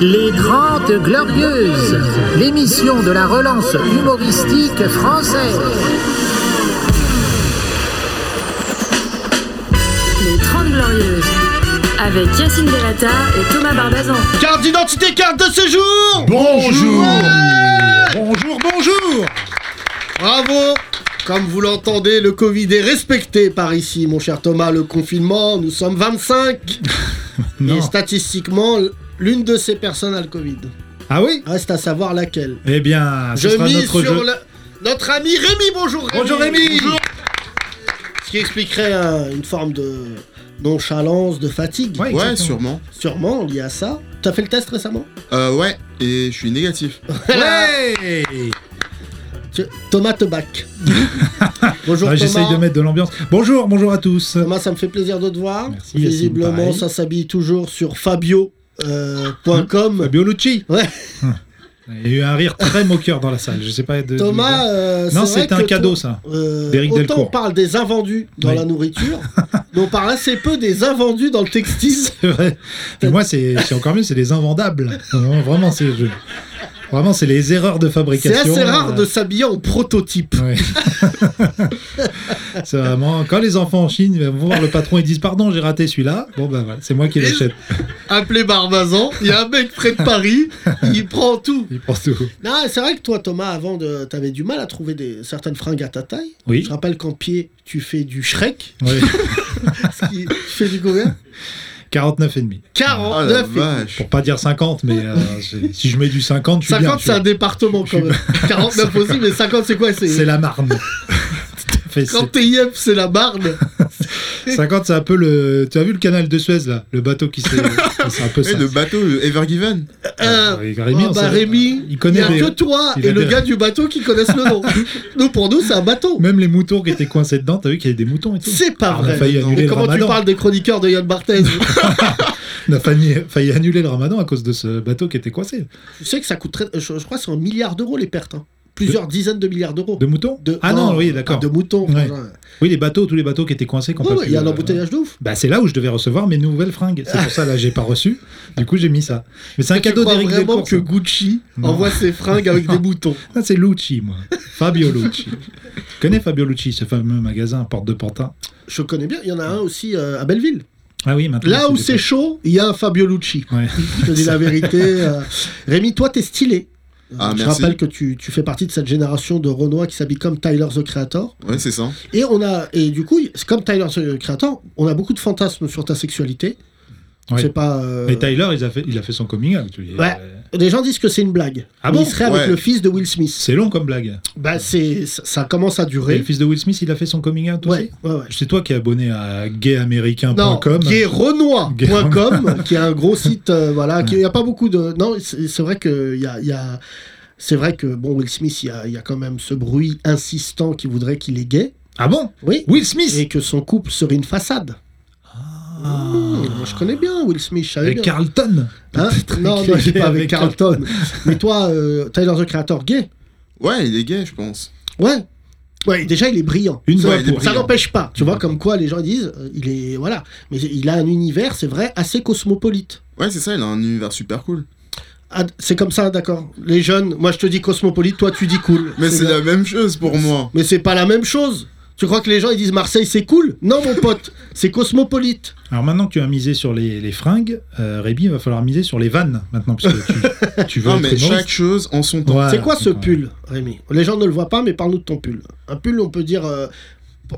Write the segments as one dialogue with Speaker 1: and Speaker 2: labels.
Speaker 1: Les Grandes Glorieuses, l'émission de la relance humoristique française.
Speaker 2: Les 30 Glorieuses, avec Yacine Delata et Thomas Barbazan.
Speaker 3: Carte d'identité, carte de séjour
Speaker 4: Bonjour
Speaker 3: Ouais
Speaker 4: Bonjour, bonjour
Speaker 3: Bravo Comme vous l'entendez, le Covid est respecté par ici, mon cher Thomas. Le confinement, nous sommes 25
Speaker 4: Non.
Speaker 3: Et statistiquement, l'une de ces personnes a le Covid.
Speaker 4: Ah oui
Speaker 3: Reste à savoir laquelle.
Speaker 4: Eh bien, ce
Speaker 3: Je
Speaker 4: sera
Speaker 3: mise
Speaker 4: notre
Speaker 3: sur
Speaker 4: jeu.
Speaker 3: la- notre ami Rémi, bonjour Rémi
Speaker 4: Bonjour Rémi
Speaker 3: Bonjour. Ce qui expliquerait un- une forme de nonchalance, de fatigue,
Speaker 4: Ouais,
Speaker 5: Ouais,
Speaker 4: exactement.
Speaker 5: sûrement.
Speaker 3: sûrement liée à ça. T'as fait le test récemment
Speaker 5: Euh, ouais, et je suis négatif.
Speaker 4: Ouais
Speaker 3: Tu- Thomas Tebac. bonjour
Speaker 4: Ouais, J'essaye
Speaker 3: Thomas.
Speaker 4: de mettre de l'ambiance. Bonjour, bonjour à tous.
Speaker 3: Thomas, ça me fait plaisir de te voir.
Speaker 4: Merci, Yacine,
Speaker 3: Visiblement,
Speaker 4: pareil. Hein
Speaker 3: ça s'habille toujours sur fabio.com.
Speaker 4: Fabio Lucci.
Speaker 3: Ouais.
Speaker 4: Il y a eu un rire très moqueur dans la salle. Je sais pas. de- de-
Speaker 3: Thomas, euh,
Speaker 4: Non,
Speaker 3: c'est
Speaker 4: c'était
Speaker 3: vrai
Speaker 4: un
Speaker 3: que
Speaker 4: cadeau,
Speaker 3: toi-
Speaker 4: ça.
Speaker 3: Euh,
Speaker 4: D'Éric
Speaker 3: autant
Speaker 4: Delcourt.
Speaker 3: on parle des invendus dans
Speaker 4: Oui.
Speaker 3: la nourriture, mais on parle assez peu des invendus dans le textile.
Speaker 4: C'est vrai. Mais moi, c'est c'est encore mieux, c'est les invendables. Non, Vraiment, c'est je- vraiment, c'est les erreurs de
Speaker 3: C'est
Speaker 4: fabrication.
Speaker 3: assez rare
Speaker 4: Euh,
Speaker 3: de s'habiller en prototype.
Speaker 4: Ouais. c'est vraiment quand les enfants en Chine vont voir le patron et disent pardon j'ai raté celui-là bon ben voilà c'est moi qui l'achète
Speaker 3: Appelé Barbazan, il y a un mec près de Paris, il prend tout.
Speaker 4: il prend tout
Speaker 3: Non, c'est vrai que toi, Thomas, avant, de... t'avais du mal à trouver des... certaines fringues à ta taille.
Speaker 4: oui
Speaker 3: Je rappelle qu'en pied, tu fais du Shrek,
Speaker 4: Oui.
Speaker 3: ce qui fait du
Speaker 4: Ah
Speaker 3: combien
Speaker 4: 49 et demi
Speaker 5: Oh la
Speaker 3: 49 et-
Speaker 5: vache
Speaker 4: pour pas dire 50 mais euh, c'est- si je mets du 50 je suis
Speaker 3: 50, c'est
Speaker 4: bien
Speaker 3: un département quand même. 49 aussi, mais 50, c'est quoi
Speaker 4: c'est
Speaker 3: C'est
Speaker 4: la marne Tout à fait, c'est-
Speaker 3: Quand t'es IF, c'est la Marne.
Speaker 4: 50 c'est un peu le tu as vu le canal de Suez là le bateau qui s'est c'est un peu
Speaker 5: Eh,
Speaker 4: ça
Speaker 5: le bateau euh, Ever Given
Speaker 3: Euh,
Speaker 4: Avec
Speaker 3: Ah
Speaker 4: Rémi, on
Speaker 3: bah,
Speaker 4: sait-
Speaker 3: Rémi,
Speaker 4: il connaît
Speaker 3: y a
Speaker 4: les-
Speaker 3: que toi
Speaker 4: euh, il
Speaker 3: et
Speaker 4: a
Speaker 3: le
Speaker 4: des-
Speaker 3: gars du bateau qui connaissent le nom. nous, pour nous, c'est un bateau.
Speaker 4: même les moutons qui étaient coincés dedans t'as vu qu'il y avait des moutons et tout
Speaker 3: C'est pas
Speaker 4: Ah, on a
Speaker 3: vrai.
Speaker 4: failli annuler
Speaker 3: Mais
Speaker 4: le
Speaker 3: comment tu
Speaker 4: ramadan.
Speaker 3: parles des chroniqueurs de Yann Barthez
Speaker 4: on a failli, failli annuler le ramadan à cause de ce bateau qui était coincé
Speaker 3: Tu sais que ça coûte très- je, je crois que c'est un milliard d'euros les pertes. hein. Plusieurs dizaines de milliards d'euros.
Speaker 4: de moutons
Speaker 3: De-
Speaker 4: ah non oui d'accord
Speaker 3: pas De moutons.
Speaker 4: Ouais.
Speaker 3: enfin,
Speaker 4: Oui, les bateaux, tous les bateaux qui étaient coincés. qu'on
Speaker 3: ouais, ouais, Il y a un embouteillage de ouf.
Speaker 4: Bah, c'est là où je devais recevoir mes nouvelles fringues. C'est pour ça, là, j'ai pas reçu. Du coup, j'ai mis ça. Mais c'est un
Speaker 3: Tu
Speaker 4: cadeau
Speaker 3: crois
Speaker 4: d'Éric
Speaker 3: vraiment
Speaker 4: Delcourt.
Speaker 3: que Gucci
Speaker 4: Non.
Speaker 3: envoie ses fringues avec des moutons.
Speaker 4: ça. Ah, c'est Lucci, moi. Fabio Lucci. Je connais Fabio Lucci, ce fameux magasin Porte de Pantin.
Speaker 3: Je connais bien. Il y en a un aussi euh, à Belleville.
Speaker 4: Ah oui, maintenant.
Speaker 3: Là où
Speaker 4: des
Speaker 3: c'est
Speaker 4: potes.
Speaker 3: chaud, il y a un Fabio Lucci.
Speaker 4: Ouais.
Speaker 3: Je te dis la vérité. euh. Rémi, toi, t'es stylé. Euh,
Speaker 5: Ah,
Speaker 3: je
Speaker 5: merci.
Speaker 3: rappelle que tu, tu fais partie de cette génération de Renois qui s'habille comme Tyler the Creator.
Speaker 5: Ouais, c'est ça.
Speaker 3: Et on a et du coup, c'est comme Tyler the Creator, on a beaucoup de fantasmes sur ta sexualité.
Speaker 4: Ouais.
Speaker 3: C'est pas. euh,
Speaker 4: Mais Tyler, il a fait, il a fait son coming out. lui.
Speaker 3: Ouais.
Speaker 4: Euh,
Speaker 3: Les gens disent que c'est une blague.
Speaker 4: Ah
Speaker 3: Mais
Speaker 4: bon
Speaker 3: Il serait avec
Speaker 5: Ouais.
Speaker 3: le fils de Will Smith.
Speaker 4: C'est long comme blague.
Speaker 3: Bah c'est ça- ça commence à
Speaker 4: Et
Speaker 3: durer.
Speaker 4: le fils de Will Smith, il a fait son coming out
Speaker 3: Ouais, ouais, ouais.
Speaker 4: aussi C'est toi qui es abonné à
Speaker 3: Non,
Speaker 4: gayaméricain.com.
Speaker 3: qui est renois.com,
Speaker 4: Guerre.
Speaker 3: qui est un gros site, euh, voilà, qui- il n'y a pas beaucoup de... Non, c'est c'est vrai que il y a... il y a- C'est vrai que, bon, Will Smith, il y, a, il y a quand même ce bruit insistant qui voudrait qu'il est gay.
Speaker 4: Ah bon
Speaker 3: Oui.
Speaker 4: Will Smith
Speaker 3: Et que son couple serait une façade.
Speaker 4: Ah.
Speaker 3: Mmh, moi, je connais bien Will Smith, je savais
Speaker 4: Avec
Speaker 3: bien.
Speaker 4: Carlton
Speaker 3: Hein
Speaker 4: très
Speaker 3: non, non, il est
Speaker 4: gay
Speaker 3: pas avec
Speaker 4: avec
Speaker 3: Carlton. Mais toi, euh, Tyler, the Creator, gay
Speaker 5: Ouais, il est gay, je pense.
Speaker 3: Ouais. Ouais, déjà, il est brillant.
Speaker 4: Une
Speaker 5: Ça,
Speaker 4: voix
Speaker 5: il est
Speaker 4: pour.
Speaker 3: Ça
Speaker 5: Brillant.
Speaker 3: n'empêche pas, tu vois, comme quoi les gens disent, euh, il est. Voilà. Mais il a un univers, c'est vrai, assez cosmopolite.
Speaker 5: Ouais, c'est ça, il a un univers super cool.
Speaker 3: Ah, c'est comme ça, d'accord. Les jeunes, moi je te dis cosmopolite, toi tu dis cool.
Speaker 5: Mais c'est
Speaker 3: bien.
Speaker 5: la même chose pour moi.
Speaker 3: Mais c'est pas la même chose. Tu crois que les gens ils disent Marseille c'est cool Non mon pote, c'est cosmopolite.
Speaker 4: Alors maintenant que tu as misé sur les, les fringues, euh, Rébi, il va falloir miser sur les vannes maintenant, parce que tu, tu veux
Speaker 5: Non,
Speaker 4: être
Speaker 5: mais
Speaker 4: humoriste.
Speaker 5: chaque chose en son temps.
Speaker 4: Voilà. euh,
Speaker 3: c'est quoi ce
Speaker 4: Ouais.
Speaker 3: pull, Rémi Les gens ne le voient pas, mais parle-nous de ton pull. Un pull, on peut dire. euh,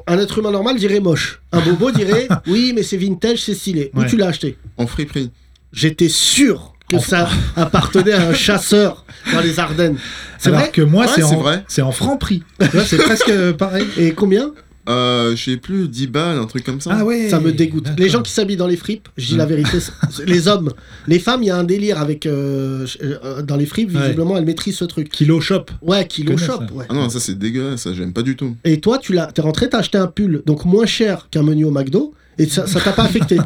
Speaker 3: un être humain normal dirait moche. Un bobo dirait oui, mais c'est vintage, c'est stylé. Où
Speaker 4: Ouais.
Speaker 3: tu l'as acheté
Speaker 5: En friperie.
Speaker 3: J'étais sûr que ça appartenait à un chasseur dans les Ardennes. C'est
Speaker 4: Alors
Speaker 3: vrai
Speaker 4: que moi,
Speaker 5: Ouais,
Speaker 4: c'est
Speaker 5: c'est
Speaker 4: en,
Speaker 5: vrai.
Speaker 4: c'est en franc prix. Tu vois, c'est presque euh, pareil.
Speaker 3: Et combien
Speaker 5: Euh, je sais plus, 10 balles, un truc comme ça.
Speaker 4: Ah ouais.
Speaker 3: Ça me dégoûte. Les gens
Speaker 4: d'accord.
Speaker 3: qui s'habillent dans les fripes, je dis la vérité, c'est- c'est- les hommes. Les femmes, il y a un délire avec. euh, ch- euh, dans les fripes,
Speaker 4: Ouais.
Speaker 3: visiblement, elles maîtrisent ce truc.
Speaker 4: Kilo shop.
Speaker 3: Ouais, kilo
Speaker 4: connais
Speaker 3: shop.
Speaker 4: ça.
Speaker 3: Ouais.
Speaker 5: Ah non, ça c'est dégueulasse, ça j'aime pas du tout.
Speaker 3: Et toi, tu l'as, t'es rentré, t'as acheté un pull, donc moins cher qu'un menu au McDo, et ça, ça t'a pas affecté.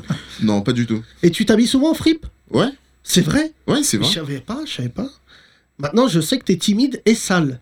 Speaker 5: Non, pas du tout.
Speaker 3: Et tu t'habilles souvent en fripe
Speaker 5: Ouais,
Speaker 3: C'est vrai
Speaker 5: ouais, c'est
Speaker 3: Je
Speaker 5: vrai.
Speaker 3: savais pas, je savais pas. Maintenant, je sais que t'es timide et sale.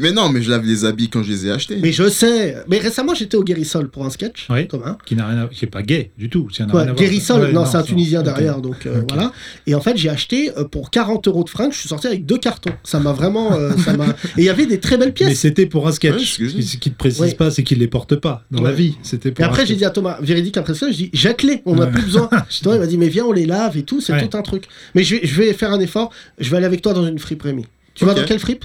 Speaker 5: Mais non, mais je lave les habits quand je les ai achetés.
Speaker 3: Mais je sais. Mais récemment, j'étais au Guérissol pour un sketch.
Speaker 4: Oui.
Speaker 3: commun.
Speaker 4: Qui n'a rien à... qui est pas gay du tout. ça n'a
Speaker 3: Quoi,
Speaker 4: rien à voir.
Speaker 3: Guérissol,
Speaker 4: Ouais,
Speaker 3: non, c'est un
Speaker 4: ça-
Speaker 3: Tunisien
Speaker 4: ok.
Speaker 3: derrière, donc euh,
Speaker 4: Ok.
Speaker 3: voilà. Et en fait, j'ai acheté euh, pour 40 euros de fringues, je suis sorti avec deux cartons. Ça m'a vraiment. euh, ça m'a... Et il y avait des très belles
Speaker 4: Mais
Speaker 3: pièces.
Speaker 4: c'était pour un
Speaker 5: Ouais,
Speaker 4: sketch.
Speaker 5: excusez.
Speaker 4: ce qui ne précise
Speaker 3: Ouais.
Speaker 4: pas, c'est qu'il les porte pas dans la
Speaker 3: Ouais.
Speaker 4: vie. C'était
Speaker 3: Et
Speaker 4: pour.
Speaker 3: après,
Speaker 4: un
Speaker 3: j'ai
Speaker 4: sketch. Ah,
Speaker 3: dit à Thomas, véridique après ça, je dis, jette-les, on n'a
Speaker 4: Ouais.
Speaker 3: plus besoin. Toi, il m'a dit, mais viens, on les lave et tout, c'est
Speaker 4: Ouais.
Speaker 3: tout un truc. Mais je vais, je vais faire un effort, je vais aller avec toi dans une fripe, Rémi. Tu
Speaker 5: Ok.
Speaker 3: vas dans quelle fripe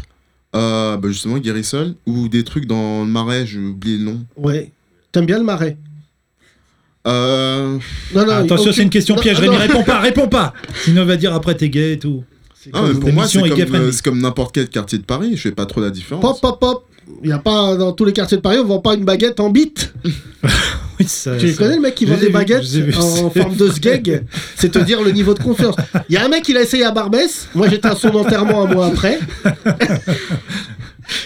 Speaker 5: Euh, bah justement, Guérissol, ou des trucs dans le marais, j'ai oublié le nom.
Speaker 3: Ouais. T'aimes bien le marais
Speaker 5: Euh,
Speaker 3: Non, non,
Speaker 4: Ah, Attention,
Speaker 3: aucune-
Speaker 4: c'est une question
Speaker 3: Non,
Speaker 4: piège.
Speaker 3: non,
Speaker 4: Rémi, réponds pas, réponds pas. Sinon, on va dire après t'es gay et tout.
Speaker 3: c'est
Speaker 5: ah,
Speaker 3: comme-
Speaker 5: mais pour moi, c'est
Speaker 4: émission est
Speaker 5: comme,
Speaker 4: gay-friendly.
Speaker 5: euh, c'est comme n'importe quel quartier de Paris, je fais pas trop la différence.
Speaker 3: Pop, pop, pop. Il y a pas, dans tous les quartiers de Paris, on vend pas une baguette en bite.
Speaker 4: Oui, ça-
Speaker 3: Tu les
Speaker 4: ça-
Speaker 3: connais, le mec qui
Speaker 4: Je
Speaker 3: vend
Speaker 4: les ai
Speaker 3: des
Speaker 4: vus,
Speaker 3: baguettes
Speaker 4: je les ai vus,
Speaker 3: en
Speaker 4: c'est
Speaker 3: forme de sgeg C'est te dire le niveau de confiance. Il y a un mec, il a essayé à Barbès. Moi, j'étais à son enterrement un mois après.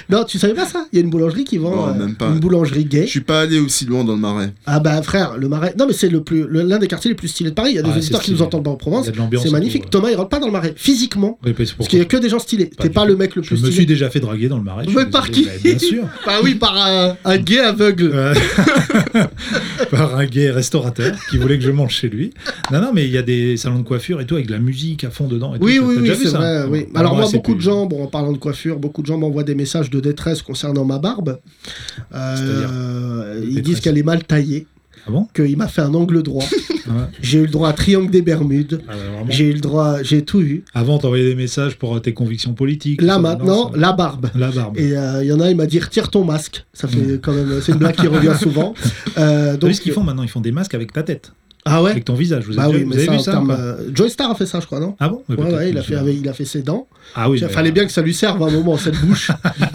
Speaker 3: non, tu savais pas ça Il y a une boulangerie qui vend
Speaker 5: Non,
Speaker 3: euh,
Speaker 5: même pas.
Speaker 3: une boulangerie
Speaker 5: Je
Speaker 3: gay.
Speaker 5: suis pas allé aussi loin dans le marais.
Speaker 3: Ah bah frère, le marais. Non mais c'est le plus le- l'un des quartiers les plus stylés de Paris. Il y a des
Speaker 4: Ah,
Speaker 3: auditeurs
Speaker 4: c'est
Speaker 3: qui nous
Speaker 4: stylé.
Speaker 3: entendent pas en
Speaker 4: Il
Speaker 3: Provence.
Speaker 4: y a de l'ambiance
Speaker 3: C'est
Speaker 4: et
Speaker 3: magnifique.
Speaker 4: tout, ouais.
Speaker 3: Thomas il rentre pas dans le marais physiquement
Speaker 4: Oui, parce que
Speaker 3: parce qu'il y a que des gens stylés.
Speaker 4: Pas
Speaker 3: T'es
Speaker 4: du
Speaker 3: pas
Speaker 4: tout.
Speaker 3: le mec le
Speaker 4: Je
Speaker 3: plus
Speaker 4: me
Speaker 3: stylé.
Speaker 4: suis déjà fait draguer dans le marais. je suis
Speaker 3: Mais par
Speaker 4: désolé,
Speaker 3: qui
Speaker 4: mais Bien sûr.
Speaker 3: Bah oui par un, un gay aveugle.
Speaker 4: Euh, par un gay restaurateur qui voulait que je mange chez lui. Non, non, mais il y a des salons de coiffure et tout avec de la musique à fond dedans. Et
Speaker 3: Oui,
Speaker 4: tout. T'as
Speaker 3: oui, oui,
Speaker 4: déjà vu
Speaker 3: c'est
Speaker 4: ça
Speaker 3: vrai.
Speaker 4: Non,
Speaker 3: oui.
Speaker 4: non,
Speaker 3: Alors, moi,
Speaker 4: c'est
Speaker 3: beaucoup de
Speaker 4: plus-
Speaker 3: gens, bon, en parlant de coiffure, beaucoup de gens m'envoient des messages de détresse concernant ma barbe. Euh,
Speaker 4: C'est-à-dire
Speaker 3: ils
Speaker 4: Détresse.
Speaker 3: disent qu'elle est mal taillée,
Speaker 4: Ah bon
Speaker 3: qu'il m'a fait un angle droit.
Speaker 4: Ah,
Speaker 3: j'ai eu le droit à triangle des Bermudes.
Speaker 4: ah, vraiment.
Speaker 3: J'ai eu le droit, j'ai tout eu.
Speaker 4: Avant, t'envoyais des messages pour euh, tes convictions politiques.
Speaker 3: Là,
Speaker 4: ça,
Speaker 3: maintenant,
Speaker 4: non, ça-
Speaker 3: la barbe.
Speaker 4: la barbe.
Speaker 3: Et euh, il y en a, il m'a dit retire ton masque. Ça fait quand même, c'est une blague qui revient souvent. Euh,
Speaker 4: Hmm. T'as
Speaker 3: donc,
Speaker 4: vu ce qu'ils font maintenant Ils font des masques avec ta tête,
Speaker 3: Ah ouais.
Speaker 4: avec ton visage. Vous
Speaker 3: Bah
Speaker 4: avez,
Speaker 3: oui,
Speaker 4: vous
Speaker 3: mais
Speaker 4: avez
Speaker 3: ça,
Speaker 4: vu
Speaker 3: en
Speaker 4: ça ou
Speaker 3: termes,
Speaker 4: pas
Speaker 3: euh, Joy Star a fait ça, je crois, non
Speaker 4: Ah bon Mais
Speaker 3: Ouais,
Speaker 4: peut-être
Speaker 3: ouais,
Speaker 4: que
Speaker 3: il a,
Speaker 4: je
Speaker 3: fait,
Speaker 4: sais pas.
Speaker 3: avec- il a fait ses dents.
Speaker 4: Ah oui.
Speaker 3: Il
Speaker 4: mais,
Speaker 3: fallait bien que ça lui serve à un moment, cette bouche.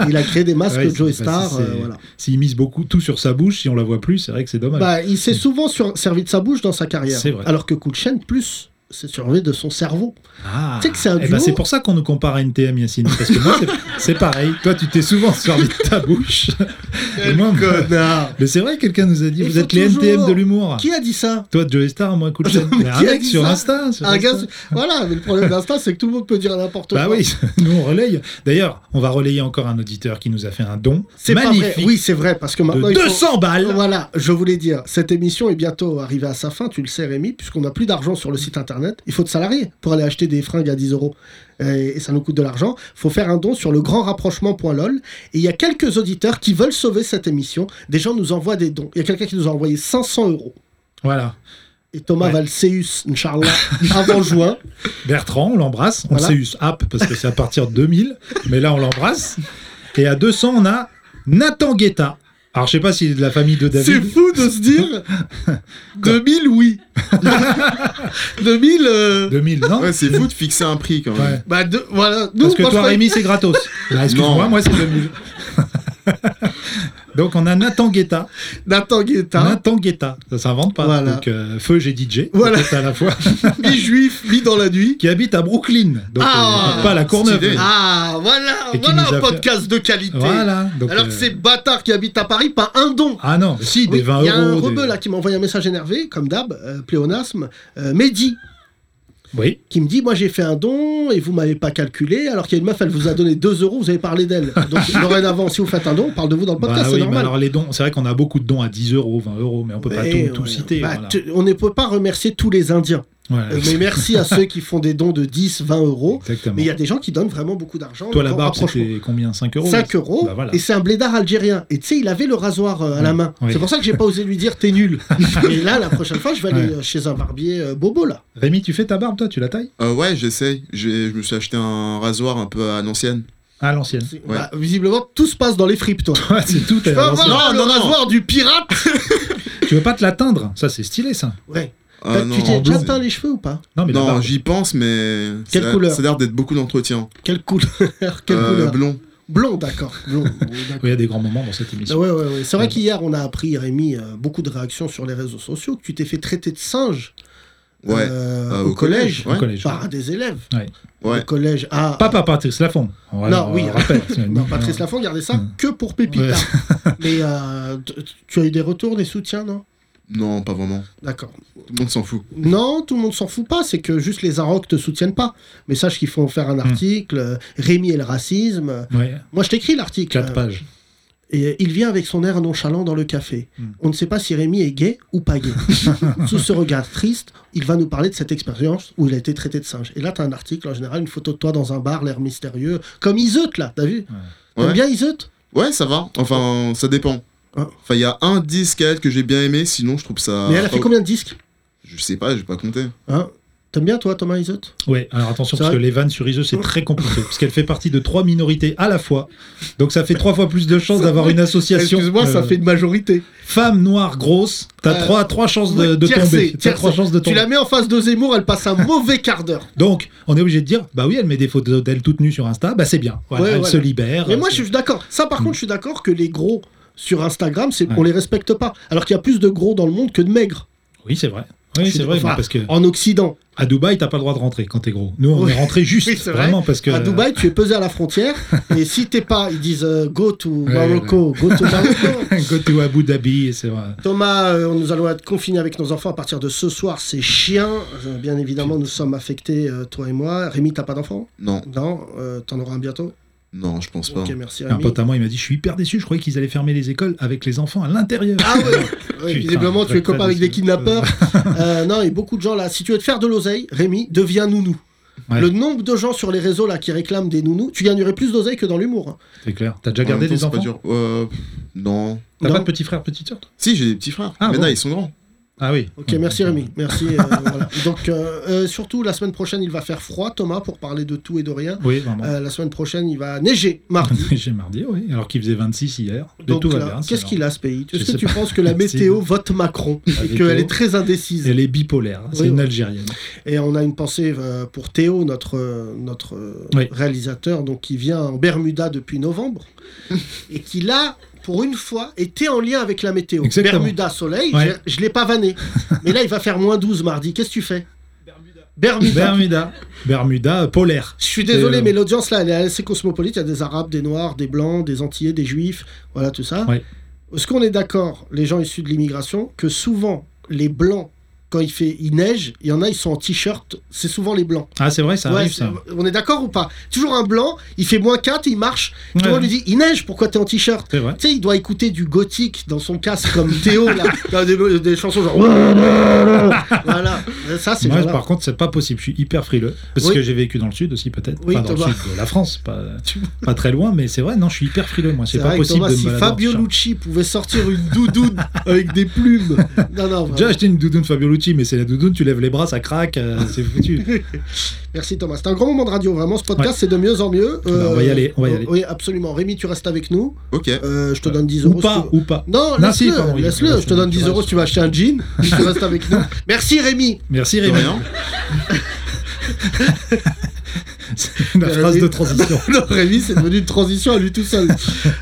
Speaker 3: il a créé des masques
Speaker 4: Ouais, c'est-
Speaker 3: Joy
Speaker 4: bah,
Speaker 3: Star.
Speaker 4: c'est-
Speaker 3: euh, voilà.
Speaker 4: S'il mise beaucoup tout sur sa bouche, si on la voit plus, c'est vrai que c'est dommage.
Speaker 3: Bah, il s'est souvent sur- servi de sa bouche dans sa carrière.
Speaker 4: C'est vrai.
Speaker 3: Alors que Kulchen, plus, s'est servi de son cerveau.
Speaker 4: Ah.
Speaker 3: Tu sais que c'est un
Speaker 4: Eh ben,
Speaker 3: duo.
Speaker 4: c'est pour ça qu'on nous compare à NTM, Yacine. Parce que moi, c'est- c'est pareil. Toi, tu t'es souvent servi de ta bouche. Et moi, moi-
Speaker 3: Connard
Speaker 4: mais c'est vrai, quelqu'un nous a dit
Speaker 3: Il
Speaker 4: Vous
Speaker 3: faut
Speaker 4: êtes les
Speaker 3: toujours-
Speaker 4: NTM de l'humour.
Speaker 3: Ah. Qui a dit ça
Speaker 4: Toi, Joey Star, moi, écoute,
Speaker 3: mais
Speaker 4: un
Speaker 3: qui a
Speaker 4: mec
Speaker 3: dit
Speaker 4: sur
Speaker 3: ça
Speaker 4: Insta. sur
Speaker 3: Un
Speaker 4: Insta.
Speaker 3: gars- Voilà, mais le problème d'Insta, c'est que tout le monde peut dire n'importe
Speaker 4: Bah
Speaker 3: quoi.
Speaker 4: oui, nous on relaye. D'ailleurs, on va relayer encore un auditeur qui nous a fait un don
Speaker 3: c'est pas vrai.
Speaker 4: magnifique
Speaker 3: Oui, c'est vrai, parce que maintenant.
Speaker 4: de
Speaker 3: il faut-
Speaker 4: 200 balles.
Speaker 3: Voilà, je voulais dire, cette émission est bientôt arrivée à sa fin, tu le sais Rémi, puisqu'on n'a plus d'argent sur le site internet. Il faut de salariés pour aller acheter des fringues à 10 euros. Et, et ça nous coûte de l'argent. faut faire un don sur le grand rapprochement.lol. Et il y a quelques auditeurs qui veulent sauver cette émission. Des gens nous envoient des dons. Il y a quelqu'un qui nous a envoyé 500 euros.
Speaker 4: Voilà.
Speaker 3: Et Thomas
Speaker 4: Ouais.
Speaker 3: Valseus, Inch'Allah, avant juin.
Speaker 4: Bertrand, on l'embrasse. On
Speaker 3: Voilà.
Speaker 4: le sait, app, parce que c'est à partir de 2000. mais là, on l'embrasse. Et à 200, on a Nathan Guetta. Alors, je sais pas s'il est de la famille de David.
Speaker 3: fou de se dire 2000, oui. 2000, euh,
Speaker 4: 2000, non
Speaker 5: Ouais, c'est fou de fixer un prix quand même.
Speaker 4: Ouais.
Speaker 3: bah, de- voilà. Nous,
Speaker 4: Parce que
Speaker 3: moi, je
Speaker 4: toi,
Speaker 3: croyais-
Speaker 4: Rémi, c'est gratos. Là, excuse-moi,
Speaker 5: Non.
Speaker 4: moi, c'est 2000. Donc, on a Nathan Guetta.
Speaker 3: Nathan Guetta.
Speaker 4: Nathan Guetta. Ça s'invente pas.
Speaker 3: Voilà.
Speaker 4: Donc, euh, Feu, j'ai DJ.
Speaker 3: Voilà.
Speaker 4: peut-être à la fois.
Speaker 3: mi-juif, mi-dans la nuit.
Speaker 4: Qui habite à Brooklyn. Donc,
Speaker 3: Ah,
Speaker 4: euh, pas à la Courneuve.
Speaker 5: stylé.
Speaker 3: Ah, voilà,
Speaker 4: Et qui
Speaker 3: voilà
Speaker 4: nous
Speaker 3: un
Speaker 4: a fait-
Speaker 3: podcast de qualité.
Speaker 4: Voilà. Donc,
Speaker 3: Alors
Speaker 4: euh,
Speaker 3: que ces bâtards qui habitent à Paris, pas un don.
Speaker 4: Ah non, si,
Speaker 3: Oui,
Speaker 4: des 20 euros.
Speaker 3: Il y a un
Speaker 4: des-
Speaker 3: rebeu là qui m'a envoyé un message énervé, comme d'hab, euh, pléonasme, euh, Mehdi,
Speaker 4: Oui.
Speaker 3: qui me dit Moi j'ai fait un don et vous m'avez pas calculé, alors qu'il y a une meuf, elle vous a donné 2 euros, vous avez parlé d'elle. Donc dorénavant, si vous faites un don, on parle de vous dans le podcast,
Speaker 4: Bah
Speaker 3: c'est
Speaker 4: oui, mais
Speaker 3: normal.
Speaker 4: alors les dons, c'est vrai qu'on a beaucoup de dons à 10 euros, 20 euros, mais on peut pas tout,
Speaker 3: Mais
Speaker 4: tout
Speaker 3: ouais,
Speaker 4: citer.
Speaker 3: bah,
Speaker 4: voilà. Ah,
Speaker 3: tu- on ne peut pas remercier tous les Indiens.
Speaker 4: Voilà,
Speaker 3: Euh, mais merci à ceux qui font des dons de 10, 20 euros.
Speaker 4: Exactement.
Speaker 3: Mais il y a des gens qui donnent vraiment beaucoup d'argent.
Speaker 4: Toi,
Speaker 3: donc
Speaker 4: la
Speaker 3: on
Speaker 4: barbe,
Speaker 3: rapproche-
Speaker 4: c'était combien 5 euros
Speaker 3: 5 euros,
Speaker 4: Bah voilà.
Speaker 3: et c'est un blédard algérien. Et tu sais, il avait le rasoir euh, à la main.
Speaker 4: oui.
Speaker 3: C'est pour ça que j'ai pas osé lui dire t'es nul. Et là, la prochaine fois, je vais aller
Speaker 4: Ouais.
Speaker 3: euh, chez un barbier euh, bobo là.
Speaker 4: Rémi, tu fais ta barbe, toi Tu la tailles
Speaker 5: Euh, ouais, j'essaye. J'ai- Je me suis acheté un rasoir un peu à l'ancienne.
Speaker 4: À l'ancienne.
Speaker 3: C'est-
Speaker 5: Ouais.
Speaker 3: bah, visiblement, tout se passe dans les fripes, toi.
Speaker 4: Ouais, c'est tout.
Speaker 3: Tu
Speaker 4: à
Speaker 3: vas
Speaker 4: l'ancienne.
Speaker 5: non,
Speaker 3: avoir le
Speaker 5: non, non.
Speaker 3: rasoir du pirate
Speaker 4: Tu veux pas te la teindre Ça, c'est stylé, ça.
Speaker 3: Ouais.
Speaker 5: Ah,
Speaker 3: Bah, tu t'es
Speaker 5: non,
Speaker 3: déjà
Speaker 5: c'est-
Speaker 3: teint les cheveux ou pas
Speaker 4: Non, mais la
Speaker 5: non
Speaker 4: barbe.
Speaker 5: j'y pense, mais.
Speaker 3: Quelle
Speaker 5: ça-
Speaker 3: couleur
Speaker 5: Ça a l'air d'être beaucoup d'entretien.
Speaker 3: Quelle couleur Quelle
Speaker 5: Euh,
Speaker 3: couleur
Speaker 5: Blond.
Speaker 3: Blond, d'accord. Blond.
Speaker 4: Oui, Il y a des grands moments dans cette
Speaker 3: Ouais,
Speaker 4: émission.
Speaker 3: ouais, ouais. C'est vrai
Speaker 4: Ouais.
Speaker 3: qu'hier, on a appris, Rémi, euh, beaucoup de réactions sur les réseaux sociaux, que tu t'es fait traiter de singe
Speaker 5: Ouais.
Speaker 3: euh,
Speaker 5: Euh,
Speaker 3: au, collège,
Speaker 4: Au collège.
Speaker 3: par des élèves.
Speaker 4: Ouais.
Speaker 5: Ouais.
Speaker 3: Au collège. Ah,
Speaker 4: Papa Patrice Lafont. On va
Speaker 3: Non,
Speaker 4: leur-
Speaker 3: oui.
Speaker 4: on rappelle. C'est une-
Speaker 3: Non, Patrice
Speaker 4: non.
Speaker 3: Lafont, gardez ça
Speaker 4: Mm.
Speaker 3: que pour Pépita.
Speaker 4: Euh, Ouais.
Speaker 3: Mais euh, t- tu as eu des retours, des soutiens, non
Speaker 5: Non, pas vraiment.
Speaker 3: D'accord.
Speaker 5: Tout le monde s'en fout.
Speaker 3: Non, tout le monde s'en fout pas, c'est que juste les AROC te soutiennent pas. Mais sache qu'il faut en faire un
Speaker 4: Hmm.
Speaker 3: article, euh, Rémi et le racisme. euh,
Speaker 4: Ouais,
Speaker 3: Moi, je t'écris l'article.
Speaker 4: quatre
Speaker 3: euh,
Speaker 4: pages.
Speaker 3: Et euh, il vient avec son air nonchalant dans le café.
Speaker 4: Mm.
Speaker 3: On ne sait pas si Rémi est gay ou pas gay. Sous ce regard triste, il va nous parler de cette expérience où il a été traité de singe. Et là, t'as un article, en général, une photo de toi dans un bar, l'air mystérieux, comme Iseut, là, t'as vu T'aimes
Speaker 5: Ouais.
Speaker 3: bien Iseut
Speaker 5: Ouais, ça va. Enfin, ça dépend.
Speaker 3: Ouais.
Speaker 5: Enfin, il y a un disque à elle que j'ai bien aimé, sinon je trouve ça.
Speaker 3: Ah. Mais elle a fait
Speaker 5: Oh,
Speaker 3: combien de disques
Speaker 5: Je sais pas, j'ai pas compté.
Speaker 3: hein T'aimes bien, toi, Thomas Iseut
Speaker 4: Ouais, alors attention,
Speaker 3: C'est
Speaker 4: parce que
Speaker 3: vrai
Speaker 4: les vannes sur ISO, c'est très compliqué, parce qu'elle fait partie de trois minorités à la fois. Donc ça fait trois fois plus de chances d'avoir une association. euh,
Speaker 3: Ah, une majorité.
Speaker 4: Femme noire grosse, t'as
Speaker 3: Euh,
Speaker 4: trois, trois chances de, de
Speaker 3: tiercé,
Speaker 4: tomber. T'as
Speaker 3: tiercé.
Speaker 4: trois chances de
Speaker 3: Tu
Speaker 4: tomber.
Speaker 3: la mets en face de Zemmour, elle passe un mauvais quart d'heure.
Speaker 4: Donc, on est obligé de dire, bah oui, elle met des photos d'elle toute nue sur Insta, bah c'est bien. Voilà,
Speaker 3: Ouais,
Speaker 4: elle
Speaker 3: voilà.
Speaker 4: se libère.
Speaker 3: Mais moi,
Speaker 4: c'est-
Speaker 3: je suis d'accord. Ça, par contre, je suis d'accord que les gros sur Instagram, c'est
Speaker 4: Ouais.
Speaker 3: on les respecte pas. Alors qu'il y a plus de gros dans le monde que de maigres.
Speaker 4: Oui, c'est vrai.
Speaker 3: Je
Speaker 4: Oui,
Speaker 3: suis
Speaker 4: c'est vrai,
Speaker 3: d'accord.
Speaker 4: mais parce que
Speaker 3: En Occident,
Speaker 4: à Dubaï, t'as pas le droit de rentrer quand t'es gros. Nous, on
Speaker 3: Oui.
Speaker 4: est rentré juste,
Speaker 3: Oui, c'est vrai.
Speaker 4: vraiment, parce que
Speaker 3: à Dubaï, tu es pesé à la frontière. et si t'es pas, ils disent euh, go to
Speaker 4: Ouais,
Speaker 3: Morocco, go to Morocco.
Speaker 4: Go to Abu Dhabi, et c'est vrai.
Speaker 3: Thomas, euh, nous allons être confinés avec nos enfants à partir de ce soir. C'est chien. Euh, bien évidemment, nous sommes affectés, euh, toi et moi. Rémi, t'as pas d'enfant
Speaker 5: Non,
Speaker 3: Non, euh, t'en auras un bientôt.
Speaker 5: non, je pense pas.
Speaker 3: Ok, merci
Speaker 4: Un
Speaker 3: Rémi.
Speaker 4: pote à moi, il m'a dit, je suis hyper déçu. Je croyais qu'ils allaient fermer les écoles avec les enfants à l'intérieur.
Speaker 3: Ah ouais, Ouais,
Speaker 4: Putain,
Speaker 3: visiblement tu
Speaker 4: très,
Speaker 3: es copain
Speaker 4: très
Speaker 3: avec des
Speaker 4: déçu.
Speaker 3: kidnappeurs. Euh, non, et beaucoup de gens là, si tu veux te faire de l'oseille, Rémi, deviens nounou.
Speaker 4: Ouais.
Speaker 3: Le nombre de gens sur les réseaux là qui réclament des nounous, tu gagnerais plus d'oseille que dans l'humour. hein.
Speaker 4: C'est clair. T'as déjà
Speaker 5: En même
Speaker 4: gardé
Speaker 5: temps,
Speaker 4: des
Speaker 5: c'est pas dur.
Speaker 4: enfants
Speaker 5: Euh, pff, non.
Speaker 4: T'as
Speaker 3: Non.
Speaker 4: pas de petit frère, petite sœur toi
Speaker 5: Si, j'ai des petits frères.
Speaker 4: Ah,
Speaker 5: mais
Speaker 4: bon.
Speaker 5: là, ils sont grands.
Speaker 4: Ah oui.
Speaker 3: Ok, merci Rémi, merci. euh, voilà. Donc euh, euh, surtout la semaine prochaine il va faire froid Thomas pour parler de tout et de rien.
Speaker 4: Oui, vraiment.
Speaker 3: Euh, la semaine prochaine il va neiger mardi.
Speaker 4: J'ai mardi, oui. Alors qu'il faisait 26 hier. Mais
Speaker 3: Donc
Speaker 4: tout va
Speaker 3: là,
Speaker 4: bien. c'est
Speaker 3: qu'est-ce qu'il a ce pays
Speaker 4: Je
Speaker 3: Est-ce que
Speaker 4: sais
Speaker 3: tu penses que la météo vote Macron et
Speaker 4: météo.
Speaker 3: qu'elle est très indécise
Speaker 4: Elle est bipolaire. hein. C'est
Speaker 3: Oui,
Speaker 4: une
Speaker 3: oui.
Speaker 4: Algérienne.
Speaker 3: Et on a une pensée euh, pour Théo, notre, euh, notre euh,
Speaker 4: Oui.
Speaker 3: réalisateur, donc, qui vient en Bermuda depuis novembre, et qui là, pour une fois, était en lien avec la météo.
Speaker 4: Exactement.
Speaker 3: Bermuda soleil,
Speaker 4: Ouais.
Speaker 3: j'ai- je ne l'ai pas vanné. Mais là, il va faire moins 12 mardi. Qu'est-ce que tu fais Bermuda.
Speaker 4: Bermuda. Bermuda euh, polaire.
Speaker 3: Je suis désolé,
Speaker 4: Euh,
Speaker 3: mais l'audience là, elle est assez cosmopolite. Il y a des Arabes, des Noirs, des Blancs, des Antillais, des Juifs, voilà tout ça.
Speaker 4: Ouais.
Speaker 3: Est-ce qu'on est d'accord, les gens issus de l'immigration, que souvent les Blancs, quand il fait, il neige, il y en a, ils sont en t-shirt. C'est souvent les Blancs.
Speaker 4: Ah, c'est vrai, ça
Speaker 3: Ouais,
Speaker 4: arrive,
Speaker 3: c'est-
Speaker 4: ça.
Speaker 3: On est d'accord ou pas Toujours un blanc, il fait moins 4, il marche. Tout le
Speaker 4: Ouais,
Speaker 3: monde lui dit Il neige, pourquoi t'es en t-shirt
Speaker 4: C'est vrai.
Speaker 3: Tu sais, il doit écouter du gothique dans son casque comme Théo, là. Dans des, des chansons genre. voilà, ça c'est.
Speaker 4: Moi,
Speaker 3: genre-là.
Speaker 4: par contre, c'est pas possible. Je suis hyper frileux. Parce
Speaker 3: Oui.
Speaker 4: que j'ai vécu dans le sud aussi, peut-être.
Speaker 3: Oui,
Speaker 4: pas dans le
Speaker 3: Thomas.
Speaker 4: sud de la France, pas, pas très loin, mais c'est vrai, non, je suis hyper frileux, moi. C'est pas
Speaker 3: vrai que
Speaker 4: possible
Speaker 3: Thomas,
Speaker 4: de me
Speaker 3: si
Speaker 4: balader en
Speaker 3: Fabio
Speaker 4: t-shirt.
Speaker 3: Lucci pouvait sortir une doudoune avec des plumes. Non, non,
Speaker 4: J'ai
Speaker 3: vraiment.
Speaker 4: acheté une doudoune Fabio Lucci, mais c'est la doudoune, tu lèves les bras, ça craque, euh, c'est foutu.
Speaker 3: Merci Thomas. C'est un grand moment de radio, vraiment. Ce podcast,
Speaker 4: Ouais. Bah,
Speaker 3: c'est de mieux en mieux. Euh,
Speaker 4: on va y aller, on va y aller.
Speaker 3: Oui, absolument. Rémi, tu restes avec nous.
Speaker 5: Ok.
Speaker 3: Euh, je te donne 10 euros.
Speaker 4: ou
Speaker 3: si tu
Speaker 4: pas,
Speaker 3: veux.
Speaker 4: ou pas.
Speaker 3: Non,
Speaker 4: Non, si,
Speaker 3: laisse-le,
Speaker 4: pardon, oui,
Speaker 3: laisse-le,
Speaker 4: laisse-le,
Speaker 3: je te donne
Speaker 4: tu
Speaker 3: 10 euros
Speaker 4: restes.
Speaker 3: si tu vas acheter un jean, tu restes avec nous. Merci Rémi
Speaker 4: Merci
Speaker 5: De
Speaker 4: Rémi.
Speaker 5: rien.
Speaker 4: C'est la phrase de transition.
Speaker 3: Non, Rémi, c'est devenu une transition à lui tout seul.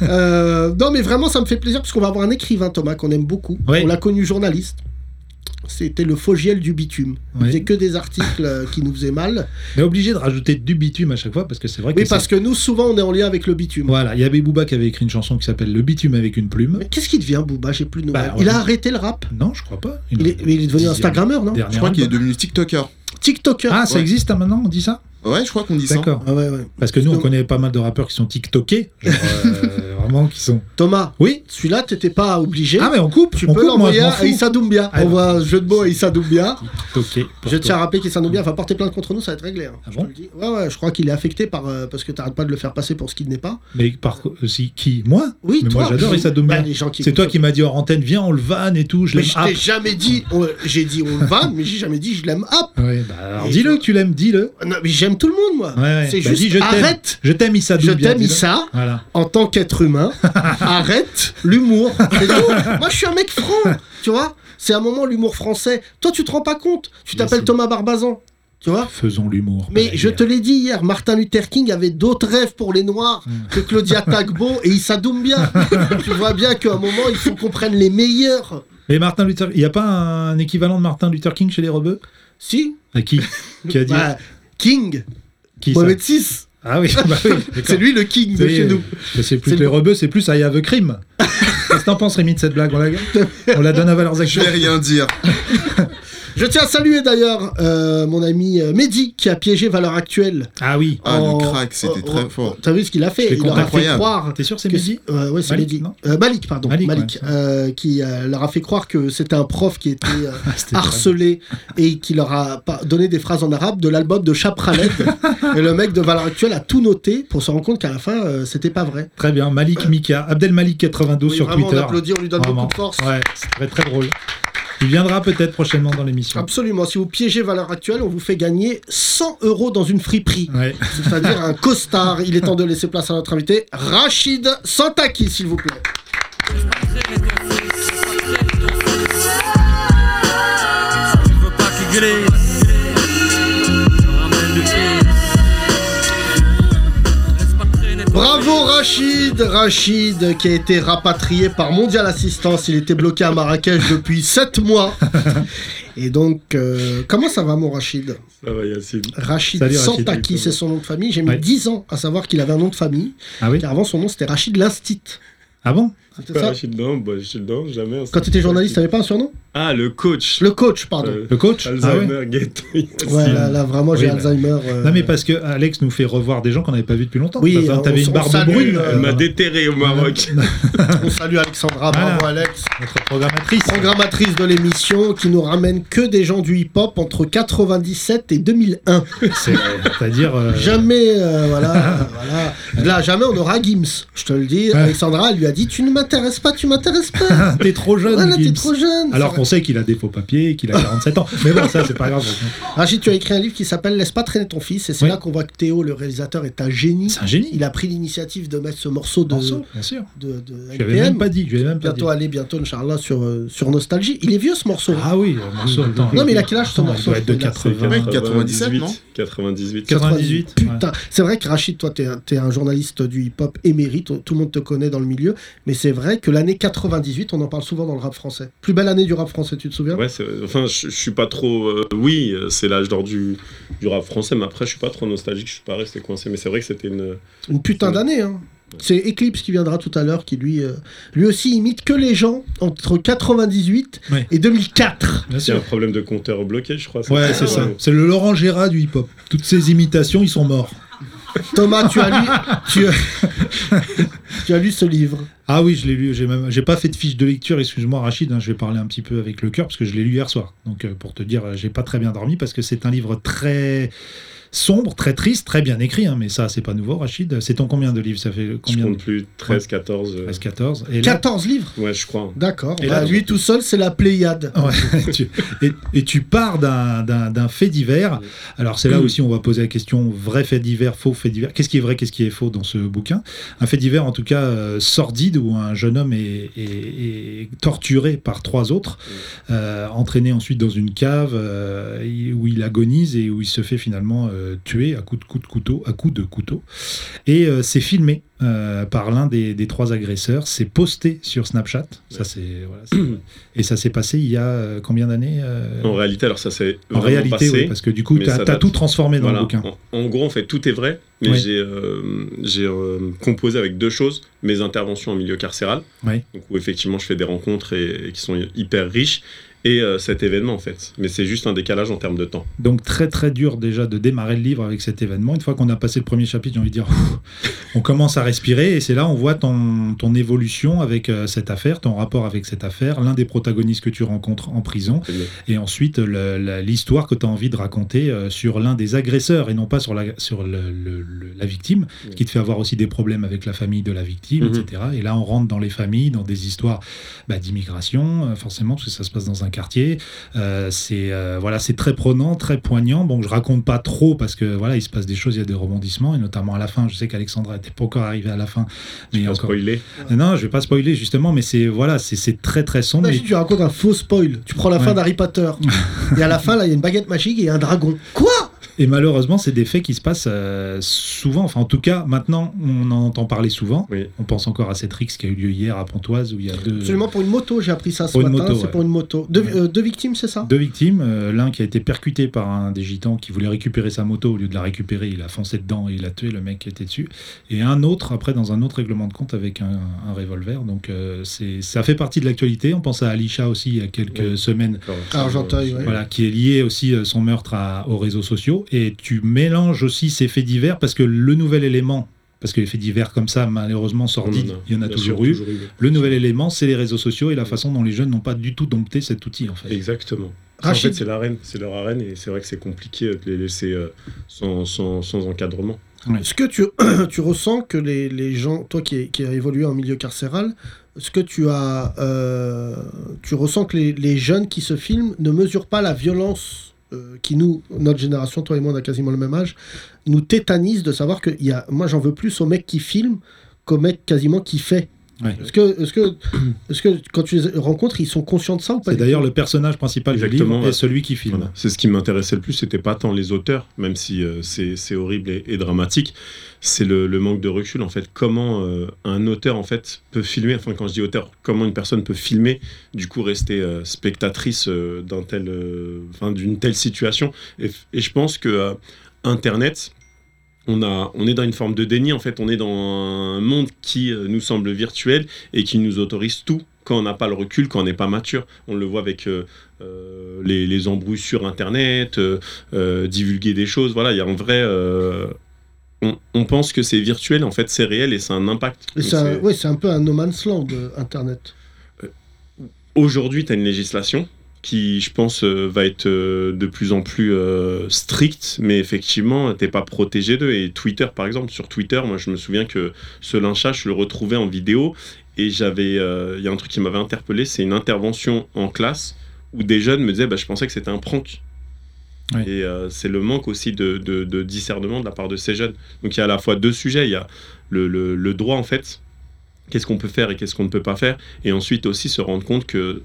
Speaker 3: Euh, non, mais vraiment, ça me fait plaisir parce qu'on va avoir un écrivain, Thomas, qu'on aime beaucoup.
Speaker 4: Oui.
Speaker 3: On l'a connu journaliste. C'était le Fogiel du bitume. Il
Speaker 4: Oui.
Speaker 3: faisait que des articles euh, qui nous faisaient mal.
Speaker 4: On est obligé de rajouter du bitume à chaque fois parce que c'est vrai que.
Speaker 3: Oui, parce que nous, souvent, on est en lien avec le bitume.
Speaker 4: Voilà, il y avait Booba qui avait écrit une chanson qui s'appelle Le bitume avec une plume.
Speaker 3: Mais qu'est-ce qui devient, Booba J'ai plus de nouvelles.
Speaker 4: Bah,
Speaker 3: Il
Speaker 4: ouais.
Speaker 3: a arrêêté le rap.
Speaker 4: Non, je crois pas.
Speaker 3: Il est, mais il est devenu
Speaker 4: Dixième.
Speaker 3: Instagrammeur, non
Speaker 4: Dernière
Speaker 5: Je crois qu'il est
Speaker 4: album.
Speaker 5: devenu TikToker.
Speaker 3: TikToker.
Speaker 4: Ah, ça
Speaker 5: Ouais.
Speaker 4: existe hein, maintenant, on dit ça
Speaker 5: Ouais, je crois qu'on dit ça.
Speaker 4: D'accord.
Speaker 3: Ah ouais, ouais.
Speaker 4: Parce que nous, on
Speaker 3: Justement.
Speaker 4: connaît pas mal de rappeurs qui sont TikTokés. Genre, euh, vraiment, qui sont.
Speaker 3: Thomas,
Speaker 4: Oui
Speaker 3: celui-là, t'étais pas obligé.
Speaker 4: Ah, mais on coupe
Speaker 3: Tu
Speaker 4: on
Speaker 3: peux
Speaker 4: coupe, moi,
Speaker 3: l'envoyer
Speaker 4: je m'en
Speaker 3: à
Speaker 4: fous.
Speaker 3: Issa Doumbia.
Speaker 4: Ah,
Speaker 3: on
Speaker 4: non.
Speaker 3: voit un jeu de mots à Issa Doumbia.
Speaker 4: TikToké. pour
Speaker 3: Je
Speaker 4: toi.
Speaker 3: tiens à rappeler qu'Issa Doumbia va porter plainte contre nous, ça va être réglé. hein.
Speaker 4: Ah
Speaker 3: je
Speaker 4: bon
Speaker 3: te le dis. Ouais, ouais, je crois qu'il est affecté par, euh, parce que t'arrêtes pas de le faire passer pour ce qu'il n'est pas.
Speaker 4: Mais par co- euh, si, qui Moi
Speaker 3: Oui,
Speaker 4: Mais
Speaker 3: toi.
Speaker 4: moi, j'adore Issa Doumbia.
Speaker 3: Bah, les gens qui
Speaker 4: C'est toi
Speaker 3: écoutent-
Speaker 4: qui m'as dit hors antenne, viens, on le vanne et tout. Je
Speaker 3: Mais
Speaker 4: l'aime.
Speaker 3: je
Speaker 4: Ah,
Speaker 3: t'ai jamais dit. on- J'ai dit on le va, mais j'ai jamais dit je l'aime. Hop
Speaker 4: Ouais, bah, alors
Speaker 3: Et
Speaker 4: dis-le
Speaker 3: toi-
Speaker 4: que tu l'aimes, dis-le.
Speaker 3: Non, mais j'aime tout le monde, moi.
Speaker 4: Ouais, ouais.
Speaker 3: Ah, C'est
Speaker 4: Bah,
Speaker 3: juste
Speaker 4: dis, je t'aime.
Speaker 3: arrête.
Speaker 4: Je t'aime, Issa
Speaker 3: Je
Speaker 4: Doumbia,
Speaker 3: t'aime,
Speaker 4: dis-le.
Speaker 3: Issa.
Speaker 4: Voilà.
Speaker 3: En tant qu'être humain, arrête l'humour. C'est tout. Moi, je suis un mec franc, tu vois. C'est un moment l'humour français. Toi, tu te rends pas compte. Tu
Speaker 4: Bien
Speaker 3: t'appelles
Speaker 4: sûr.
Speaker 3: Thomas Barbazan, tu vois.
Speaker 4: Faisons l'humour. Bah, pas
Speaker 3: Mais
Speaker 4: la
Speaker 3: je
Speaker 4: guerre.
Speaker 3: te l'ai dit hier, Martin Luther King avait d'autres rêves pour les Noirs
Speaker 4: Hmm.
Speaker 3: que Claudia Tagbo et Issa Doumbia. tu vois bien qu'à un moment, il faut qu'on prenne les meilleurs.
Speaker 4: Mais Martin Luther, il n'y a pas un équivalent de Martin Luther King chez les rebeux
Speaker 3: Si
Speaker 4: À qui Qui a dit
Speaker 3: bah, King,
Speaker 4: Qui ça
Speaker 3: Mohamed VI.
Speaker 4: Ah oui, bah oui.
Speaker 3: C'est lui le king de
Speaker 4: C'est- euh,
Speaker 3: chez nous.
Speaker 4: Mais c'est plus
Speaker 3: C'est
Speaker 4: que les
Speaker 3: le-
Speaker 4: rebeux, c'est plus I have a crime. Qu'est-ce que t'en penses, Rémi, de cette blague on la... on la donne à Valeurs
Speaker 5: Je
Speaker 4: Actuelles
Speaker 5: vais rien dire.
Speaker 3: Je tiens à saluer d'ailleurs euh, mon ami euh, Mehdi qui a piégé Valeur Actuelle.
Speaker 4: Ah oui.
Speaker 5: Ah,
Speaker 3: en-
Speaker 5: le crack, c'était
Speaker 3: en-
Speaker 5: très
Speaker 3: en-
Speaker 5: fort.
Speaker 3: T'as vu ce qu'il a
Speaker 4: Je
Speaker 3: fait
Speaker 4: l'ai
Speaker 3: Il leur a fait
Speaker 5: incroyable.
Speaker 3: croire.
Speaker 4: T'es sûr que c'est
Speaker 3: que
Speaker 4: Mehdi
Speaker 3: c'est- ouais, ouais, c'est
Speaker 4: Malik,
Speaker 3: Mehdi.
Speaker 4: non
Speaker 3: Euh, Malik, pardon.
Speaker 4: Malik,
Speaker 3: Malik,
Speaker 4: ouais.
Speaker 3: euh, qui euh, leur a fait croire que c'était un prof qui était euh,
Speaker 4: Ah, c'était
Speaker 3: harcelé et qui leur a pas- donné des phrases en arabe de l'album de Chapralet. et le mec de Valeur Actuelle a tout noté pour se rendre compte qu'à la fin, euh, c'était pas vrai.
Speaker 4: Très bien, Malik Mika, Abdelmalik92
Speaker 3: Oui,
Speaker 4: sur
Speaker 3: vraiment,
Speaker 4: Twitter.
Speaker 3: on applaudit, on lui donne
Speaker 4: Vraiment.
Speaker 3: beaucoup de force.
Speaker 4: Ouais, c'est très très drôle. Il viendra peut-être prochainement dans l'émission.
Speaker 3: Absolument. Si vous piégez Valeur Actuelle, on vous fait gagner 100 euros dans une friperie.
Speaker 4: Ouais.
Speaker 3: C'est-à-dire un costard. Il est temps de laisser place à notre invité, Rachid Santaki, s'il vous plaît.
Speaker 6: Il faut pas qu'il glisse. Je ramène du glisse. Laisse pas traîner ton
Speaker 3: Bravo Rachid Rachid qui a été rapatrié par Mondial Assistance. Il était bloqué à Marrakech depuis 7 mois. Et donc, euh, comment ça va mon Rachid
Speaker 7: Ça va Yacine.
Speaker 3: Rachid
Speaker 4: Salut, Rachid.
Speaker 3: Santaki, c'est son nom de famille. J'ai mis
Speaker 4: Ouais.
Speaker 3: 10 ans à savoir qu'il avait un nom de famille.
Speaker 4: Ah oui
Speaker 3: Car avant, son nom, c'était Rachid Linstit.
Speaker 4: Ah bon
Speaker 3: C'était
Speaker 7: Pas
Speaker 3: ça
Speaker 7: Rachid Dom, bah, Rachid Dom, jamais.
Speaker 3: Quand tu étais journaliste, t'avais pas un surnom
Speaker 7: Ah, le coach.
Speaker 3: Le coach, pardon.
Speaker 7: Euh,
Speaker 4: Le coach Ah ouais
Speaker 7: Alzheimer, Guetto, Yacine.
Speaker 3: Euh, ouais, là, là, vraiment, j'ai
Speaker 4: Oui, mais-
Speaker 3: Alzheimer. euh,
Speaker 4: Non mais parce que Alex nous fait revoir des gens qu'on n'avait pas vus depuis longtemps.
Speaker 3: Oui,
Speaker 4: T'avais-
Speaker 3: on-
Speaker 4: t'avais
Speaker 3: on
Speaker 4: une barbe
Speaker 3: salue,
Speaker 4: brune.
Speaker 3: euh,
Speaker 7: Elle m'a déterré au Maroc.
Speaker 3: On salue Alexandra,
Speaker 4: Voilà.
Speaker 3: bravo Alex.
Speaker 4: Notre programmatrice.
Speaker 3: Programmatrice de l'émission qui nous ramène que des gens du hip-hop entre 97 et 2001.
Speaker 4: C'est- C'est-à-dire... euh,
Speaker 3: Jamais, euh, voilà, euh, voilà. Là, jamais on aura Gims, je te le dis.
Speaker 4: Ouais.
Speaker 3: Alexandra, elle lui a dit Tu ne m'intéresses pas, tu m'intéresses pas.
Speaker 4: T'es trop jeune,
Speaker 3: Voilà, t'es
Speaker 4: Gibbs.
Speaker 3: trop jeune.
Speaker 4: Alors qu'on sait qu'il a des faux papiers, qu'il a 47 ans. Mais bon, ça, c'est pas grave.
Speaker 3: Rachid, Ah, tu as écrit un livre qui s'appelle Laisse pas traîner ton fils. Et c'est
Speaker 4: Oui.
Speaker 3: là qu'on voit que Théo, le réalisateur, est un génie.
Speaker 4: C'est un génie.
Speaker 3: Il a pris l'initiative de mettre ce morceau de,
Speaker 4: Morceau, bien sûr.
Speaker 3: de, de
Speaker 4: Je lui avais même
Speaker 3: LPM.
Speaker 4: pas dit. Je lui avais même pas dit.
Speaker 3: Bientôt aller, bientôt, Inch'Allah, sur, euh, sur Nostalgie. Il est vieux ce morceau.
Speaker 4: Ah oui, le morceau. attends,
Speaker 3: Non, mais il a quel âge, ce
Speaker 4: attends,
Speaker 3: morceau,
Speaker 4: Il doit être de
Speaker 3: celui-là
Speaker 4: 80.
Speaker 7: Ah, bah,
Speaker 5: Mec, 97, non
Speaker 7: 98.
Speaker 4: 98.
Speaker 3: Putain, c'est vrai que Rachid, toi, t'es un, t'es un journaliste du hip-hop émérite, tout le monde te connaît dans le milieu, mais c'est vrai que l'année 98, on en parle souvent dans le rap français. Plus belle année du rap français, tu te souviens
Speaker 7: Ouais, c'est- enfin, je, je suis pas trop. euh, oui, euh, c'est l'âge d'or du, du rap français, mais après, je suis pas trop nostalgique, je suis pas resté coincé. Mais c'est vrai que c'était une.
Speaker 4: Ah,
Speaker 3: Une putain
Speaker 7: Ouais.
Speaker 3: d'année, hein. C'est Eclipse qui viendra tout à l'heure, qui lui, euh, lui aussi imite que les gens entre 98
Speaker 4: Ouais.
Speaker 3: et 2004.
Speaker 4: Bien
Speaker 7: C'est un
Speaker 4: sûr.
Speaker 7: problème de compteur bloqué, je crois.
Speaker 4: Ouais, c'est ça.
Speaker 7: euh,
Speaker 4: C'est le Laurent Gérard du hip-hop. Toutes ces imitations, ils sont morts.
Speaker 3: Thomas, tu as lu, tu, as- tu as lu ce livre.
Speaker 4: Ah oui, je l'ai lu. J'ai même, j'ai pas fait de fiche de lecture. Excuse-moi, Rachid. hein, je vais parler un petit peu avec le cœur parce que je l'ai lu hier soir. Donc euh, pour te dire, euh, j'ai pas très bien dormi parce que c'est un livre très sombre, très triste, très bien écrit. hein, mais ça, c'est pas nouveau, Rachid. C'est ton combien de livres Ça fait
Speaker 7: Je
Speaker 4: combien de...
Speaker 7: compte plus 13, 14. euh,
Speaker 4: 13, 14. Et là,
Speaker 3: 14 livres
Speaker 7: ouais, je crois.
Speaker 3: D'accord.
Speaker 4: Et
Speaker 3: Bah,
Speaker 4: là,
Speaker 3: lui tout seul, c'est la Pléiade.
Speaker 4: Ah Ouais, tu- et, et tu pars d'un- d'un d'un fait divers. Alors c'est là aussi on va poser la question vrai fait divers, faux fait divers. Qu'est-ce qui est vrai, qu'est-ce qui est faux dans ce bouquin Un fait divers en tout cas euh, sordide où un jeune homme est, est- est torturé par trois autres,
Speaker 7: Mm.
Speaker 4: euh, entraîné ensuite dans une cave euh, il- où il agonise et où il se fait finalement euh, tuer à coups de coups de couteau, à coups de couteau. Et euh, c'est filmé euh, par l'un des, des trois agresseurs. C'est posté sur Snapchat. Ça c'est voilà, c'est- et ça s'est passé il y a euh, combien d'années euh,
Speaker 7: En réalité, alors ça s'est
Speaker 4: En
Speaker 7: vraiment
Speaker 4: réalité,
Speaker 7: passé.
Speaker 4: oui, parce que du coup,
Speaker 7: mais
Speaker 4: tu as,
Speaker 7: ça date.
Speaker 4: tout transformé dans
Speaker 7: Voilà.
Speaker 4: le bouquin.
Speaker 7: En, en gros, en fait, tout est vrai, mais
Speaker 4: Oui.
Speaker 7: j'ai euh, j'ai, euh, composé avec deux choses mes interventions en milieu carcéral,
Speaker 4: Oui.
Speaker 7: donc où effectivement je fais des rencontres et, et qui sont hyper riches, et euh, cet événement en fait. Mais c'est juste un décalage en termes de temps.
Speaker 4: Donc très très dur déjà de démarrer le livre avec cet événement. Une fois qu'on a passé le premier chapitre, j'ai envie de dire, ouf, on commence à respirer et c'est là on voit ton, ton évolution avec euh, cette affaire, ton rapport avec cette affaire, l'un des protagonistes que tu rencontres en prison et ensuite le- la- l'histoire que tu as envie de raconter euh, sur l'un des agresseurs et non pas sur la, sur le- le- le- la victime, ce qui te fait avoir aussi des problèmes avec la famille de la victime,
Speaker 7: Mhm.
Speaker 4: etc. Et là, on rentre dans les familles, dans des histoires bah, d'immigration, euh, forcément, parce que ça se passe dans un quartier. Euh, c'est euh, voilà, c'est très prenant, très poignant. Bon, je raconte pas trop parce que voilà, il se passe des choses, il y a des rebondissements, et notamment à la fin. Je sais qu'Alexandra n'était pas encore arrivée à la fin, mais il y a
Speaker 7: Pas
Speaker 4: encore.
Speaker 7: spoiler.
Speaker 4: Non, je vais pas spoiler justement, mais c'est voilà, c'est- c'est très très sombre.
Speaker 3: Imagine,
Speaker 4: Et-
Speaker 3: tu racontes un faux spoil. Tu prends la fin
Speaker 4: Ouais.
Speaker 3: d'Harry Potter. et à la fin, là, il y a une baguette magique et un dragon. Quoi
Speaker 4: Et malheureusement, c'est des faits qui se passent euh, souvent. Enfin, en tout cas, maintenant, on en entend parler souvent.
Speaker 7: Oui.
Speaker 4: On pense encore à cette rixe qui a eu lieu hier à Pontoise où il y a deux,
Speaker 3: Absolument pour une moto, j'ai appris ça ce
Speaker 4: Euh. Pour une
Speaker 3: matin.
Speaker 4: moto,
Speaker 3: c'est
Speaker 4: ouais.
Speaker 3: pour une moto. Deux,
Speaker 4: Ouais.
Speaker 3: euh, deux victimes, c'est ça
Speaker 4: deux victimes. Euh, L'un qui a été percuté par un des gitans qui voulait récupérer sa moto. Au lieu de la récupérer, il a foncé dedans et il a tué le mec qui était dessus. Et un autre, après, dans un autre règlement de compte avec un, un revolver. Donc, euh, c'est ça fait partie de l'actualité. On pense à Alisha aussi il y a quelques
Speaker 7: Oui.
Speaker 4: semaines
Speaker 3: À Ah,
Speaker 7: euh,
Speaker 3: Argenteuil, ouais.
Speaker 4: voilà, qui est lié aussi euh, son meurtre à- aux réseaux sociaux. Et tu mélanges aussi ces faits divers parce que le nouvel élément, parce que les faits divers comme ça, malheureusement sordides, il y en a
Speaker 7: Bien
Speaker 4: toujours
Speaker 7: sûr,
Speaker 4: eu.
Speaker 7: eu.
Speaker 4: Le nouvel élément, c'est les réseaux sociaux et la façon dont les jeunes n'ont pas du tout dompté cet outil en fait.
Speaker 7: Exactement. En
Speaker 3: Rachid,
Speaker 7: fait, c'est l'arène, c'est leur arène et c'est vrai que c'est compliqué de les laisser euh, sans, sans, sans encadrement.
Speaker 3: est-ce que tu, tu ressens que les, les gens, toi qui, es- qui as évolué en milieu carcéral, est-ce que tu as, euh, tu ressens que les, les jeunes qui se filment ne mesurent pas la violence euh, qui nous, notre génération, toi et moi, on a quasiment le même âge, nous tétanise de savoir que il y a, moi j'en veux plus au mec qui filme qu'au mec quasiment qui fait.
Speaker 4: Ouais.
Speaker 3: Est-ce que, est-ce que, est-ce que quand tu les rencontres, ils sont conscients de ça ou pas
Speaker 4: C'est d'ailleurs le personnage principal du
Speaker 7: Exactement,
Speaker 4: livre
Speaker 7: ouais.
Speaker 4: et celui qui filme.
Speaker 7: Voilà. C'est ce qui m'intéressait le plus, c'était pas tant les auteurs, même si euh, c'est c'est horrible et, et dramatique, c'est le, le manque de recul en fait. Comment euh, un auteur en fait peut filmer, enfin quand je dis auteur, comment une personne peut filmer, du coup rester euh, spectatrice euh, d'un tel, euh, enfin, d'une telle situation. Et, f- et je pense que euh, Internet, on, a, on est dans une forme de déni en fait, on est dans un monde qui euh, nous semble virtuel et qui nous autorise tout quand on n'a pas le recul, quand on n'est pas mature. On le voit avec euh, euh, les, les embrouilles sur Internet, euh, euh, divulguer des choses. Voilà, il y a en vrai. euh, on, on pense que c'est virtuel, en fait c'est réel et c'est un impact.
Speaker 3: Et
Speaker 7: Donc,
Speaker 3: c'est un-
Speaker 7: c'est-
Speaker 3: ouais, c'est un peu un no man's land, euh, Internet.
Speaker 7: Aujourd'hui, tu as une législation qui, je pense, euh, va être euh, de plus en plus euh, stricte, mais effectivement, t'es pas protégé d'eux. Et Twitter, par exemple, sur Twitter, moi, je me souviens que ce lynchage, je le retrouvais en vidéo, et j'avais, euh, il y a un truc qui m'avait interpellé, c'est une intervention en classe où des jeunes me disaient, bah, je pensais que c'était un prank.
Speaker 4: Ouais.
Speaker 7: Et euh, c'est le manque aussi de, de- de discernement de la part de ces jeunes. Donc il y a à la fois deux sujets, il y a le- le- le droit en fait, qu'est-ce qu'on peut faire et qu'est-ce qu'on ne peut pas faire, et ensuite aussi se rendre compte que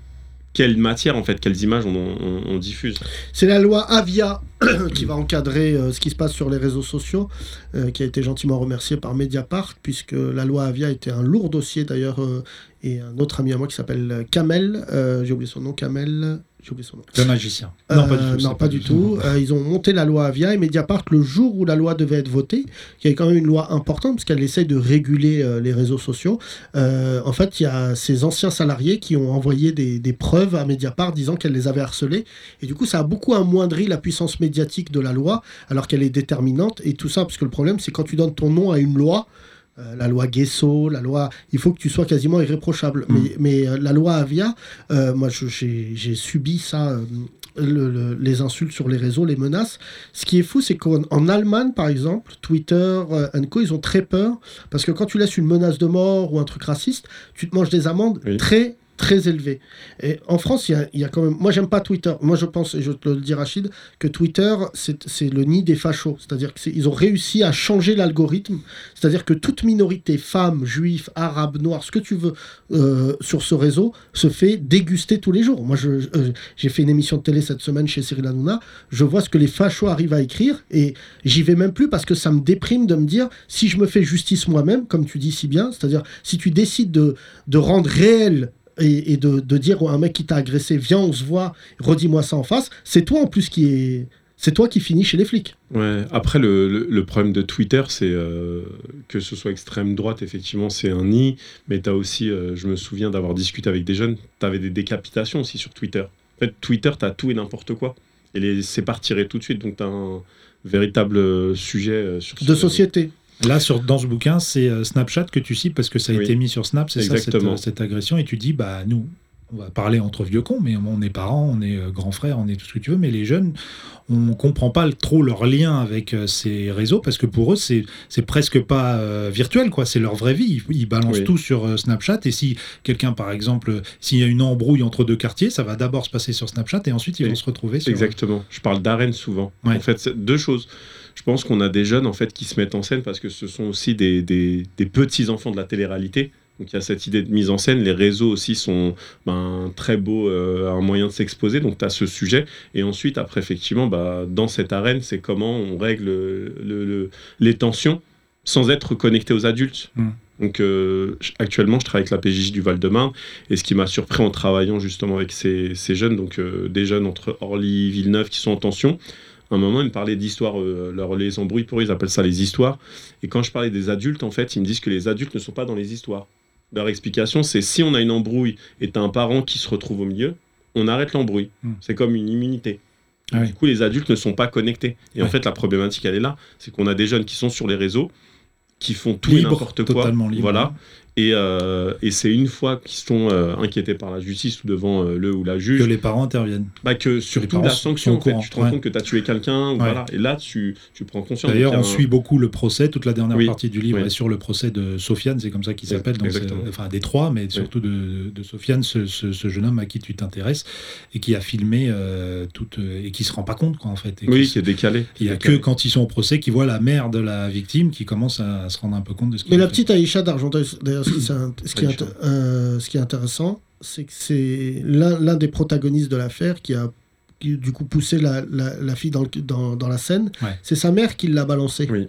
Speaker 7: quelle matière en fait, quelles images on, on- on diffuse.
Speaker 3: C'est la loi Avia qui va encadrer euh, ce qui se passe sur les réseaux sociaux, euh, qui a été gentiment remerciée par Mediapart, puisque la loi Avia était un lourd dossier d'ailleurs, euh, et un autre ami à moi qui s'appelle euh, Kamel, euh, j'ai oublié son nom, Kamel, j'ai oublié son nom.
Speaker 4: Le magicien.
Speaker 3: Euh,
Speaker 4: non, pas du tout.
Speaker 3: non,
Speaker 4: c'est
Speaker 3: pas du tout. Euh, ils ont monté la loi Avia et Mediapart, le jour où la loi devait être votée, qui est quand même une loi importante, parce qu'elle essaie de réguler euh, les réseaux sociaux, euh, en fait, il y a ces anciens salariés qui ont envoyé des, des preuves à Mediapart disant qu'elle les avait harcelés. Et du coup, ça a beaucoup amoindri la puissance médiatique de la loi, alors qu'elle est déterminante. Et tout ça, parce que le problème, c'est quand tu donnes ton nom à une loi, euh, la loi Guesso, la loi. Il faut que tu sois quasiment irréprochable.
Speaker 4: Mm.
Speaker 3: Mais, mais, euh, la loi Avia, euh, moi, je- j'ai j'ai subi ça, euh, le- le- les insultes sur les réseaux, les menaces. Ce qui est fou, c'est qu'en en Allemagne, par exemple, Twitter, euh, and Co, ils ont très peur. Parce que quand tu laisses une menace de mort ou un truc raciste, tu te manges des amendes
Speaker 7: Oui.
Speaker 3: très très élevées. Et en France, il y a- il y, a quand même... Moi, j'aime pas Twitter. Moi, je pense, et je te le dis, Rachid, que Twitter, c'est c'est le nid des fachos. C'est-à-dire qu'ils ont réussi à changer l'algorithme. C'est-à-dire que toute minorité, femme, juif, arabe, noir, ce que tu veux, euh, sur ce réseau, se fait déguster tous les jours. Moi, je- je- euh, j'ai fait une émission de télé cette semaine chez Cyril Hanouna. Je vois ce que les fachos arrivent à écrire et j'y vais même plus parce que ça me déprime de me dire si je me fais justice moi-même, comme tu dis si bien, c'est-à-dire si tu décides de, de rendre réel et, et de, de dire à un mec qui t'a agressé, viens, on se voit, redis-moi ça en face, c'est toi en plus qui est. C'est toi qui finis chez les flics.
Speaker 7: Ouais. Après, le, le- le problème de Twitter, c'est euh, que ce soit extrême droite, effectivement, c'est un nid, mais tu as aussi, euh, je me souviens d'avoir discuté avec des jeunes, tu avais des décapitations aussi sur Twitter. En fait, Twitter, tu as tout et n'importe quoi. Et les- c'est pas retiré tout de suite, donc tu as un véritable euh, sujet euh, sur ce
Speaker 3: De société.
Speaker 4: Là, sur, dans ce bouquin, c'est euh, Snapchat que tu cites parce que ça a
Speaker 7: Oui.
Speaker 4: été mis sur Snap, c'est ça cette,
Speaker 7: Exactement.
Speaker 4: euh, cette agression. Et tu dis, bah nous, on va parler entre vieux cons, mais on est parents, on est euh, grands frères, on est tout ce que tu veux, mais les jeunes, on comprend pas le- trop leur lien avec euh, ces réseaux parce que pour eux, c'est c'est presque pas euh, virtuel, quoi. C'est leur vraie vie. Ils, ils balancent
Speaker 7: Oui.
Speaker 4: tout sur euh, Snapchat. Et si quelqu'un, par exemple, euh, s'il y a une embrouille entre deux quartiers, ça va d'abord se passer sur Snapchat et ensuite ils
Speaker 7: Et-
Speaker 4: vont se retrouver sur. hein. euh,
Speaker 7: Exactement. Je parle d'arène souvent.
Speaker 4: Ouais.
Speaker 7: En fait, c'est deux choses. Je pense qu'on a des jeunes en fait qui se mettent en scène parce que ce sont aussi des, des, des petits enfants de la télé-réalité. Donc il y a cette idée de mise en scène. Les réseaux aussi sont ben, très beaux, euh, un moyen de s'exposer. Donc tu as ce sujet. Et ensuite, après, effectivement, bah, dans cette arène, c'est comment on règle le- le- les tensions sans être connecté aux adultes.
Speaker 4: Mm.
Speaker 7: Donc euh, j- actuellement, je travaille avec la PJJ du Val-de-Marne. Et ce qui m'a surpris en travaillant justement avec ces, ces jeunes, donc euh, des jeunes entre Orly et Villeneuve qui sont en tension, à un moment, ils me parlaient d'histoires, euh, leur- les embrouilles pour eux, ils appellent ça les histoires. Et quand je parlais des adultes, en fait, ils me disent que les adultes ne sont pas dans les histoires. Leur explication, c'est si on a une embrouille et t'as un parent qui se retrouve au milieu, on arrête l'embrouille.
Speaker 4: Hmm.
Speaker 7: C'est comme une immunité.
Speaker 4: Ah oui.
Speaker 7: Du coup, les adultes ne sont pas connectés. Et en
Speaker 4: Ouais.
Speaker 7: fait, la problématique, elle est là. C'est qu'on a des jeunes qui sont sur les réseaux, qui font tout et
Speaker 4: Libre,
Speaker 7: n'importe quoi.
Speaker 4: totalement libre. hein,
Speaker 7: Voilà. Et, euh, et c'est une fois qu'ils sont euh, inquiétés par la justice ou devant euh, le ou la
Speaker 4: Que
Speaker 7: juge,
Speaker 4: les parents interviennent.
Speaker 7: bah, que
Speaker 4: Les
Speaker 7: surtout
Speaker 4: parents
Speaker 7: la
Speaker 4: sont
Speaker 7: sanction.
Speaker 4: au
Speaker 7: en fait.
Speaker 4: courant,
Speaker 7: Tu te rends
Speaker 4: ouais.
Speaker 7: compte que tu as tué quelqu'un. ou
Speaker 4: Ouais.
Speaker 7: Voilà. Et là, tu, tu prends conscience.
Speaker 4: D'ailleurs,
Speaker 7: Donc,
Speaker 4: on
Speaker 7: il y a un-
Speaker 4: suit beaucoup le procès, toute la dernière
Speaker 7: Oui,
Speaker 4: partie du livre
Speaker 7: oui.
Speaker 4: est sur le procès de Sofiane, c'est comme ça qu'il
Speaker 7: Oui,
Speaker 4: s'appelle, donc c'est-
Speaker 7: exactement.
Speaker 4: enfin des trois, mais surtout de, de Sofiane, ce, ce- ce jeune homme à qui tu t'intéresses et qui a filmé euh, toute et qui se rend pas compte quoi en fait. et
Speaker 7: Oui,
Speaker 4: qui se-
Speaker 7: qui est décalé.
Speaker 4: il y a que quand ils sont au procès qu'ils voient la mère de la victime qui commence à se rendre un peu compte de ce qu'il
Speaker 3: Mais la
Speaker 4: a fait.
Speaker 3: petite Aïcha d'Argenteuil, d'ailleurs, ce qui, c'est un- ce qui est
Speaker 7: Aïcha.
Speaker 3: int- euh, ce qui est intéressant, c'est que c'est l'un l'un des protagonistes de l'affaire qui a qui, du coup poussé la, la- la fille dans, le- dans, dans la scène.
Speaker 4: Ouais.
Speaker 3: C'est sa mère qui l'a balancée.
Speaker 7: Oui.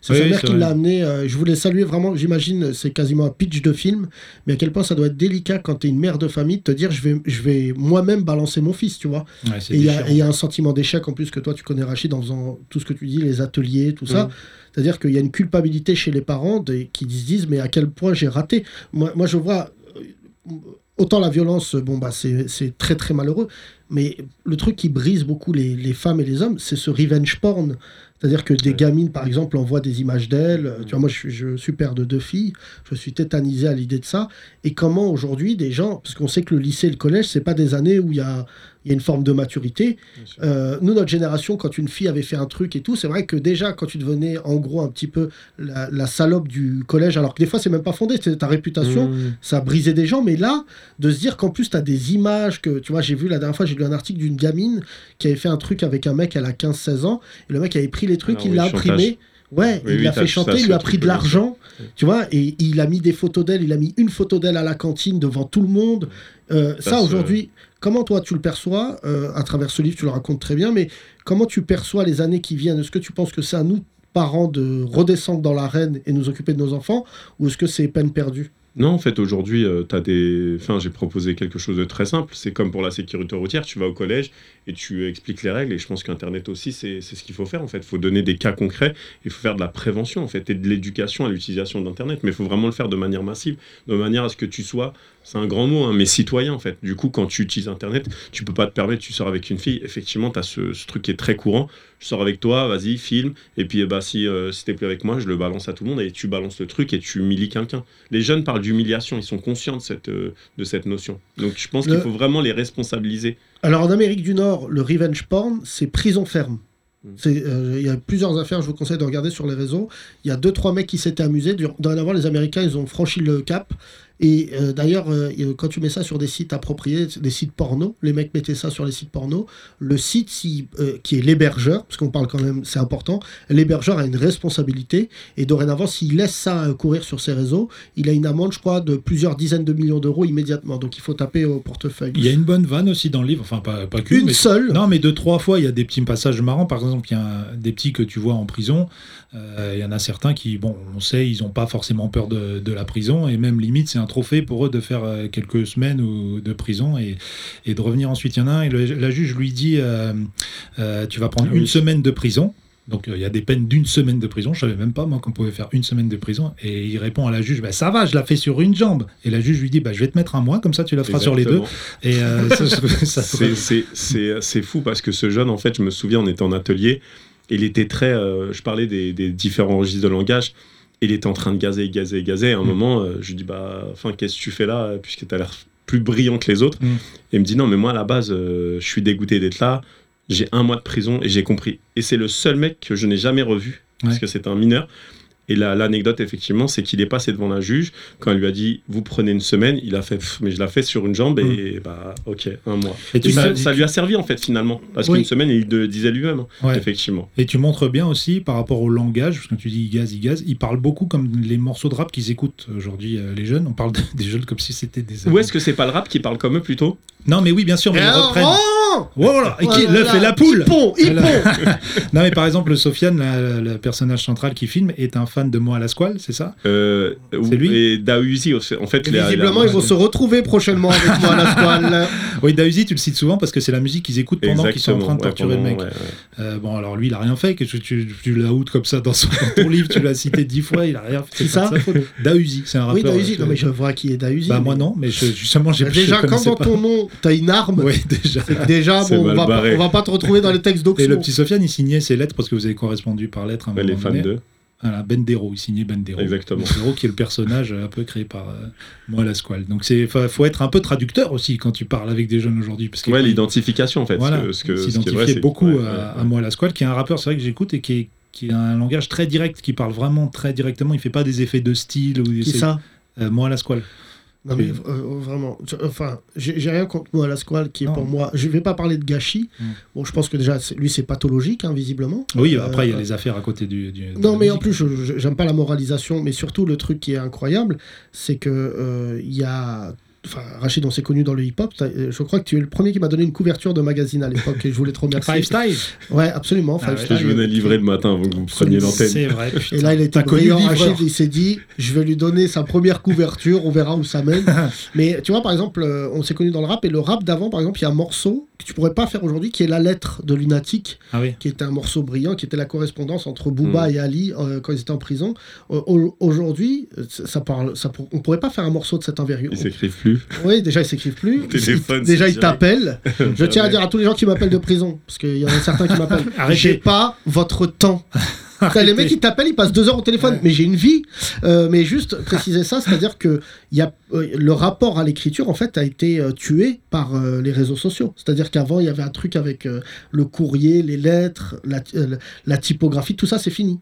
Speaker 3: C'est
Speaker 4: Oui,
Speaker 3: sa
Speaker 4: oui,
Speaker 3: mère
Speaker 4: c'est
Speaker 3: qui
Speaker 4: vrai.
Speaker 3: l'a amenée. euh, je voulais saluer vraiment, j'imagine, c'est quasiment un pitch de film, mais à quel point ça doit être délicat quand tu es une mère de famille de te dire je vais, je vais moi-même balancer mon fils, tu vois.
Speaker 4: Ouais, c'est
Speaker 3: Et il y,
Speaker 4: déchirant.
Speaker 3: a- et il y a un sentiment d'échec en plus que toi tu connais Rachid en faisant tout ce que tu dis, les ateliers, tout
Speaker 4: Mm.
Speaker 3: ça. C'est-à-dire qu'il y a une culpabilité chez les parents des- qui se disent mais à quel point j'ai raté. Moi, moi je vois euh, autant la violence, bon bah c'est c'est très très malheureux, mais le truc qui brise beaucoup les, les femmes et les hommes, c'est ce revenge porn. C'est-à-dire que des
Speaker 7: Ouais.
Speaker 3: gamines, par exemple, envoient des images d'elles. Tu vois, moi, je suis, je suis père de deux filles. Je suis tétanisé à l'idée de ça. Et comment aujourd'hui, des gens, parce qu'on sait que le lycée et le collège, c'est pas des années où il y a, il y a une forme de maturité.
Speaker 7: Bien sûr.
Speaker 3: Euh, nous, notre génération, quand une fille avait fait un truc et tout, c'est vrai que déjà, quand tu devenais en gros un petit peu la, la salope du collège, alors que des fois, c'est même pas fondé, c'est ta réputation,
Speaker 7: Mmh.
Speaker 3: ça a brisé des gens. Mais là, de se dire qu'en plus, tu as des images que, tu vois, j'ai vu la dernière fois, j'ai lu un article d'une gamine qui avait fait un truc avec un mec, elle a 15-16 ans, et le mec avait pris les trucs,
Speaker 7: Ah
Speaker 3: il
Speaker 7: oui,
Speaker 3: l'a
Speaker 7: chantage.
Speaker 3: imprimé. Ouais,
Speaker 7: Oui,
Speaker 3: il
Speaker 7: oui,
Speaker 3: l'a
Speaker 7: t'as-
Speaker 3: fait
Speaker 7: ça,
Speaker 3: chanter, il
Speaker 7: ce
Speaker 3: lui a pris de
Speaker 7: truc-là, ça.
Speaker 3: l'argent, tu vois, et il a mis des photos d'elle, il a mis une photo d'elle à la cantine devant tout le monde. Euh,
Speaker 7: Ça,
Speaker 3: ça,
Speaker 7: c'est-
Speaker 3: aujourd'hui, comment toi tu le perçois euh, à travers ce livre, tu le racontes très bien, mais comment tu perçois les années qui viennent Est-ce que tu penses que c'est à nous, parents, de redescendre dans l'arène et nous occuper de nos enfants, ou est-ce que c'est peine perdue
Speaker 7: Non, en fait, aujourd'hui, euh, t'as des. Enfin, j'ai proposé quelque chose de très simple. C'est comme pour la sécurité routière. Tu vas au collège et tu expliques les règles. Et je pense qu'Internet aussi, c'est c'est ce qu'il faut faire. En fait, il faut donner des cas concrets. Il faut faire de la prévention, en fait, et de l'éducation à l'utilisation d'Internet. Mais il faut vraiment le faire de manière massive, de manière à ce que tu sois. C'est un grand mot, hein, mais citoyen, en fait. Du coup, quand tu utilises Internet, tu peux pas te permettre. Tu sors avec une fille. Effectivement, t'as ce, ce truc qui est très courant. Je sors avec toi, vas-y, filme. Et puis, eh ben, si, euh, si t'es plus avec moi, je le balance à tout le monde. Et tu balances le truc et tu humilies quelqu'un. Les jeunes parlent d'humiliation, ils sont conscients de cette, euh, de cette notion. Donc je pense
Speaker 3: Le-
Speaker 7: qu'il faut vraiment les responsabiliser.
Speaker 3: Alors en Amérique du Nord, le revenge porn, c'est prison ferme.
Speaker 7: Mm.
Speaker 3: C'est, euh, Il y a plusieurs affaires, je vous conseille de regarder sur les réseaux. Il y a deux, trois mecs qui s'étaient amusés. Dur- Dorénavant, les Américains, ils ont franchi le cap. Et euh, d'ailleurs, euh, euh, quand tu mets ça sur des sites appropriés, des sites porno, les mecs mettaient ça sur les sites porno, le site si- euh, qui est l'hébergeur, parce qu'on parle quand même, c'est important, l'hébergeur a une responsabilité. Et dorénavant, s'il laisse ça euh, courir sur ses réseaux, il a une amende, je crois, de plusieurs dizaines de millions d'euros immédiatement. Donc il faut taper au portefeuille.
Speaker 4: Il y a une bonne vanne aussi dans le livre, enfin pas, pas qu'une,
Speaker 3: Une
Speaker 4: mais
Speaker 3: seule
Speaker 4: Non, mais deux, trois fois, il y a des petits passages marrants. Par exemple, il y a un- des petits que tu vois en prison. Euh, Il y en a certains qui, bon, on sait, ils n'ont pas forcément peur de, de la prison. Et même limite, c'est un trophée pour eux de faire euh, quelques semaines ou, de prison et, et de revenir ensuite. Il y en a un, et le- la juge lui dit euh, euh, Tu vas prendre
Speaker 7: Ah oui.
Speaker 4: une semaine de prison. Donc euh, il y a des peines d'une semaine de prison. Je savais même pas moi qu'on pouvait faire une semaine de prison. Et il répond à la juge, bah, ça va, je la fais sur une jambe. Et la juge lui dit, bah, je vais te mettre un mois, comme ça tu la feras sur les deux.
Speaker 7: Exactement.
Speaker 4: Et euh, ça, ça-
Speaker 7: C'est- c'est- C'est euh, c'est fou parce que ce jeune, en fait, je me souviens, on était en atelier, il était très. euh, je parlais des, des différents registres de langage. Il était en train de gazer, gazer, gazer. À un
Speaker 4: Mm.
Speaker 7: moment, euh, je lui dis Bah, enfin, qu'est-ce que tu fais là Puisque t'as l'air plus brillant que les autres.
Speaker 4: Mm.
Speaker 7: Et il me dit Non, mais moi, à la base, euh, je suis dégoûté d'être là. J'ai un mois de prison et j'ai compris. Et c'est le seul mec que je n'ai jamais revu, parce
Speaker 4: Ouais.
Speaker 7: que c'est un mineur. Et la- l'anecdote, effectivement, c'est qu'il est passé devant la juge. Quand elle lui a dit, vous prenez une semaine, il a fait, Pff, mais je la fais sur une jambe, et
Speaker 4: Mm.
Speaker 7: bah, ok, un mois.
Speaker 4: Et tu,
Speaker 7: Et ça,
Speaker 4: montres-
Speaker 7: ça lui a servi, en fait, finalement. Parce
Speaker 4: Oui.
Speaker 7: qu'une semaine, il le disait lui-même, hein,
Speaker 4: Ouais.
Speaker 7: effectivement.
Speaker 4: et tu montres bien aussi par rapport au langage, parce que tu dis il gaz, il gaz, ils parlent beaucoup comme les morceaux de rap qu'ils écoutent aujourd'hui, euh, les jeunes. On parle de- des jeunes comme si c'était des.
Speaker 7: Ou est-ce que c'est pas le rap qui parle comme eux, plutôt
Speaker 4: Non, mais oui, bien sûr, mais ils reprennent.
Speaker 3: oh
Speaker 4: Voilà, et qui,
Speaker 3: Voilà.
Speaker 4: l'œuf et la poule
Speaker 3: Hippon, hippon
Speaker 4: Voilà. Non, mais par exemple, Sofiane, la- la- le personnage central qui filme, est un fan de Moi à la Squale, c'est ça
Speaker 7: Euh, ou-
Speaker 4: C'est lui
Speaker 7: Et Daouzi, en fait,
Speaker 3: Et
Speaker 7: il a- il a-
Speaker 3: Visiblement, ils vont se retrouver prochainement avec moi à la squale.
Speaker 4: Oui, Daouzi, tu le cites souvent parce que c'est la musique qu'ils écoutent pendant qu'ils sont en train de
Speaker 7: Exactement, ouais,
Speaker 4: torturer le
Speaker 7: pendant-
Speaker 4: mec.
Speaker 7: ouais, ouais.
Speaker 4: Euh, bon, alors lui, il a rien fait. que tu, tu, tu l'as out comme ça dans, son- dans ton livre, tu l'as cité dix fois, il a rien fait.
Speaker 3: C'est
Speaker 4: pas
Speaker 3: ça
Speaker 4: de sa faute. Daouzi, c'est un
Speaker 3: Oui,
Speaker 4: rappeur.
Speaker 3: Dahuzi,
Speaker 4: euh,
Speaker 3: non
Speaker 4: que-
Speaker 3: mais je vois qui est Dahuzi.
Speaker 4: Bah, moi non, mais je, justement, j'ai
Speaker 3: Bah, Déjà,
Speaker 4: je
Speaker 3: quand
Speaker 4: connaissais
Speaker 3: dans
Speaker 4: pas.
Speaker 3: ton nom, t'as une arme,
Speaker 4: Ouais, déjà.
Speaker 3: c'est que déjà,
Speaker 7: C'est
Speaker 3: bon, on
Speaker 7: mal
Speaker 3: va, pas,
Speaker 7: barré.
Speaker 3: on va pas te retrouver dans les textes d'Oxmo.
Speaker 4: Et le petit Sofiane, il signait ses lettres parce que vous avez correspondu par lettre à un
Speaker 7: Ouais, Bah, les
Speaker 4: moment
Speaker 7: fans
Speaker 4: donné.
Speaker 7: d'eux.
Speaker 4: Voilà, Bendero, il signait Bendero.
Speaker 7: Exactement.
Speaker 4: Bendero qui est le personnage euh, un peu créé par euh, moi la squale. Donc c'est fa- faut être un peu traducteur aussi quand tu parles avec des jeunes aujourd'hui parce que
Speaker 7: Ouais, l'identification, en fait.
Speaker 4: voilà,
Speaker 7: ce que- ce que- ce qui est
Speaker 4: s'identifier
Speaker 7: vrai, c'est-
Speaker 4: beaucoup
Speaker 7: ouais, ouais,
Speaker 4: à, à
Speaker 7: ouais.
Speaker 4: moi la squale qui est un rappeur c'est vrai que j'écoute et qui est- qui a un langage très direct, qui parle vraiment très directement, il fait pas des effets de style ou des
Speaker 3: Qui ça
Speaker 4: Euh, moi la squale.
Speaker 3: Non mais
Speaker 4: Oui.
Speaker 3: euh, vraiment, je- enfin, j'ai j'ai rien contre moi à la squale qui est
Speaker 4: Non.
Speaker 3: pour moi. Je vais pas parler de gâchis.
Speaker 4: Mm.
Speaker 3: Bon, je pense que déjà, c'est- lui, c'est pathologique, hein, visiblement.
Speaker 4: Oui,
Speaker 3: Euh,
Speaker 4: après il y a les affaires à côté du. du- de
Speaker 3: Non,
Speaker 4: la
Speaker 3: mais en
Speaker 4: musique.
Speaker 3: plus, je- je- j'aime pas la moralisation, mais surtout le truc qui est incroyable, c'est que euh, il y a. Enfin, Rachid, on s'est connu dans le hip-hop. T'as- euh, Je crois que tu es le premier qui m'a donné une couverture de magazine à l'époque, et je voulais te remercier.
Speaker 4: Five Style.
Speaker 3: Ouais, absolument.
Speaker 4: Ah
Speaker 3: Five
Speaker 4: ouais.
Speaker 7: Parce que je
Speaker 3: Star,
Speaker 7: venais
Speaker 3: et-
Speaker 7: livrer le matin avant que vous preniez l'antenne.
Speaker 4: C'est vrai.
Speaker 3: Et là, il était
Speaker 4: T'as connu
Speaker 3: brillant.
Speaker 4: le livreur.
Speaker 3: Rachid, il s'est dit, je vais lui donner sa première couverture, on verra où ça mène. Mais tu vois, par exemple, euh, on s'est connu dans le rap, et le rap d'avant, par exemple, il y a un morceau que tu pourrais pas faire aujourd'hui, qui est La Lettre de Lunatique,
Speaker 4: Ah oui.
Speaker 3: qui était un morceau brillant, qui était la correspondance entre Booba
Speaker 7: Mm.
Speaker 3: et Ali euh, quand ils étaient en prison. Euh, au- aujourd'hui, euh, ça ça parle, ça pour- on pourrait pas faire un morceau de cette envergure.
Speaker 7: Ils s'écrivent plus.
Speaker 3: Oui, déjà, ils s'écrivent plus.
Speaker 7: Téléphone,
Speaker 3: Déjà,
Speaker 7: c'est
Speaker 3: ils
Speaker 7: direct.
Speaker 3: t'appellent. Je tiens à dire à tous les gens qui m'appellent de prison, parce qu'il y en a certains qui m'appellent.
Speaker 4: Arrêtez.
Speaker 3: J'ai pas votre temps. T'as Les mecs,
Speaker 4: Arrêtez.
Speaker 3: ils t'appellent, ils passent deux heures au téléphone.
Speaker 4: Ouais.
Speaker 3: Mais j'ai une vie. Euh, mais juste préciser ça, c'est-à-dire que il y a, euh, le rapport à l'écriture, en fait, a été euh, tué par euh, les réseaux sociaux. C'est-à-dire qu'avant, il y avait un truc avec euh, le courrier, les lettres, la, euh, la typographie, tout ça, c'est fini.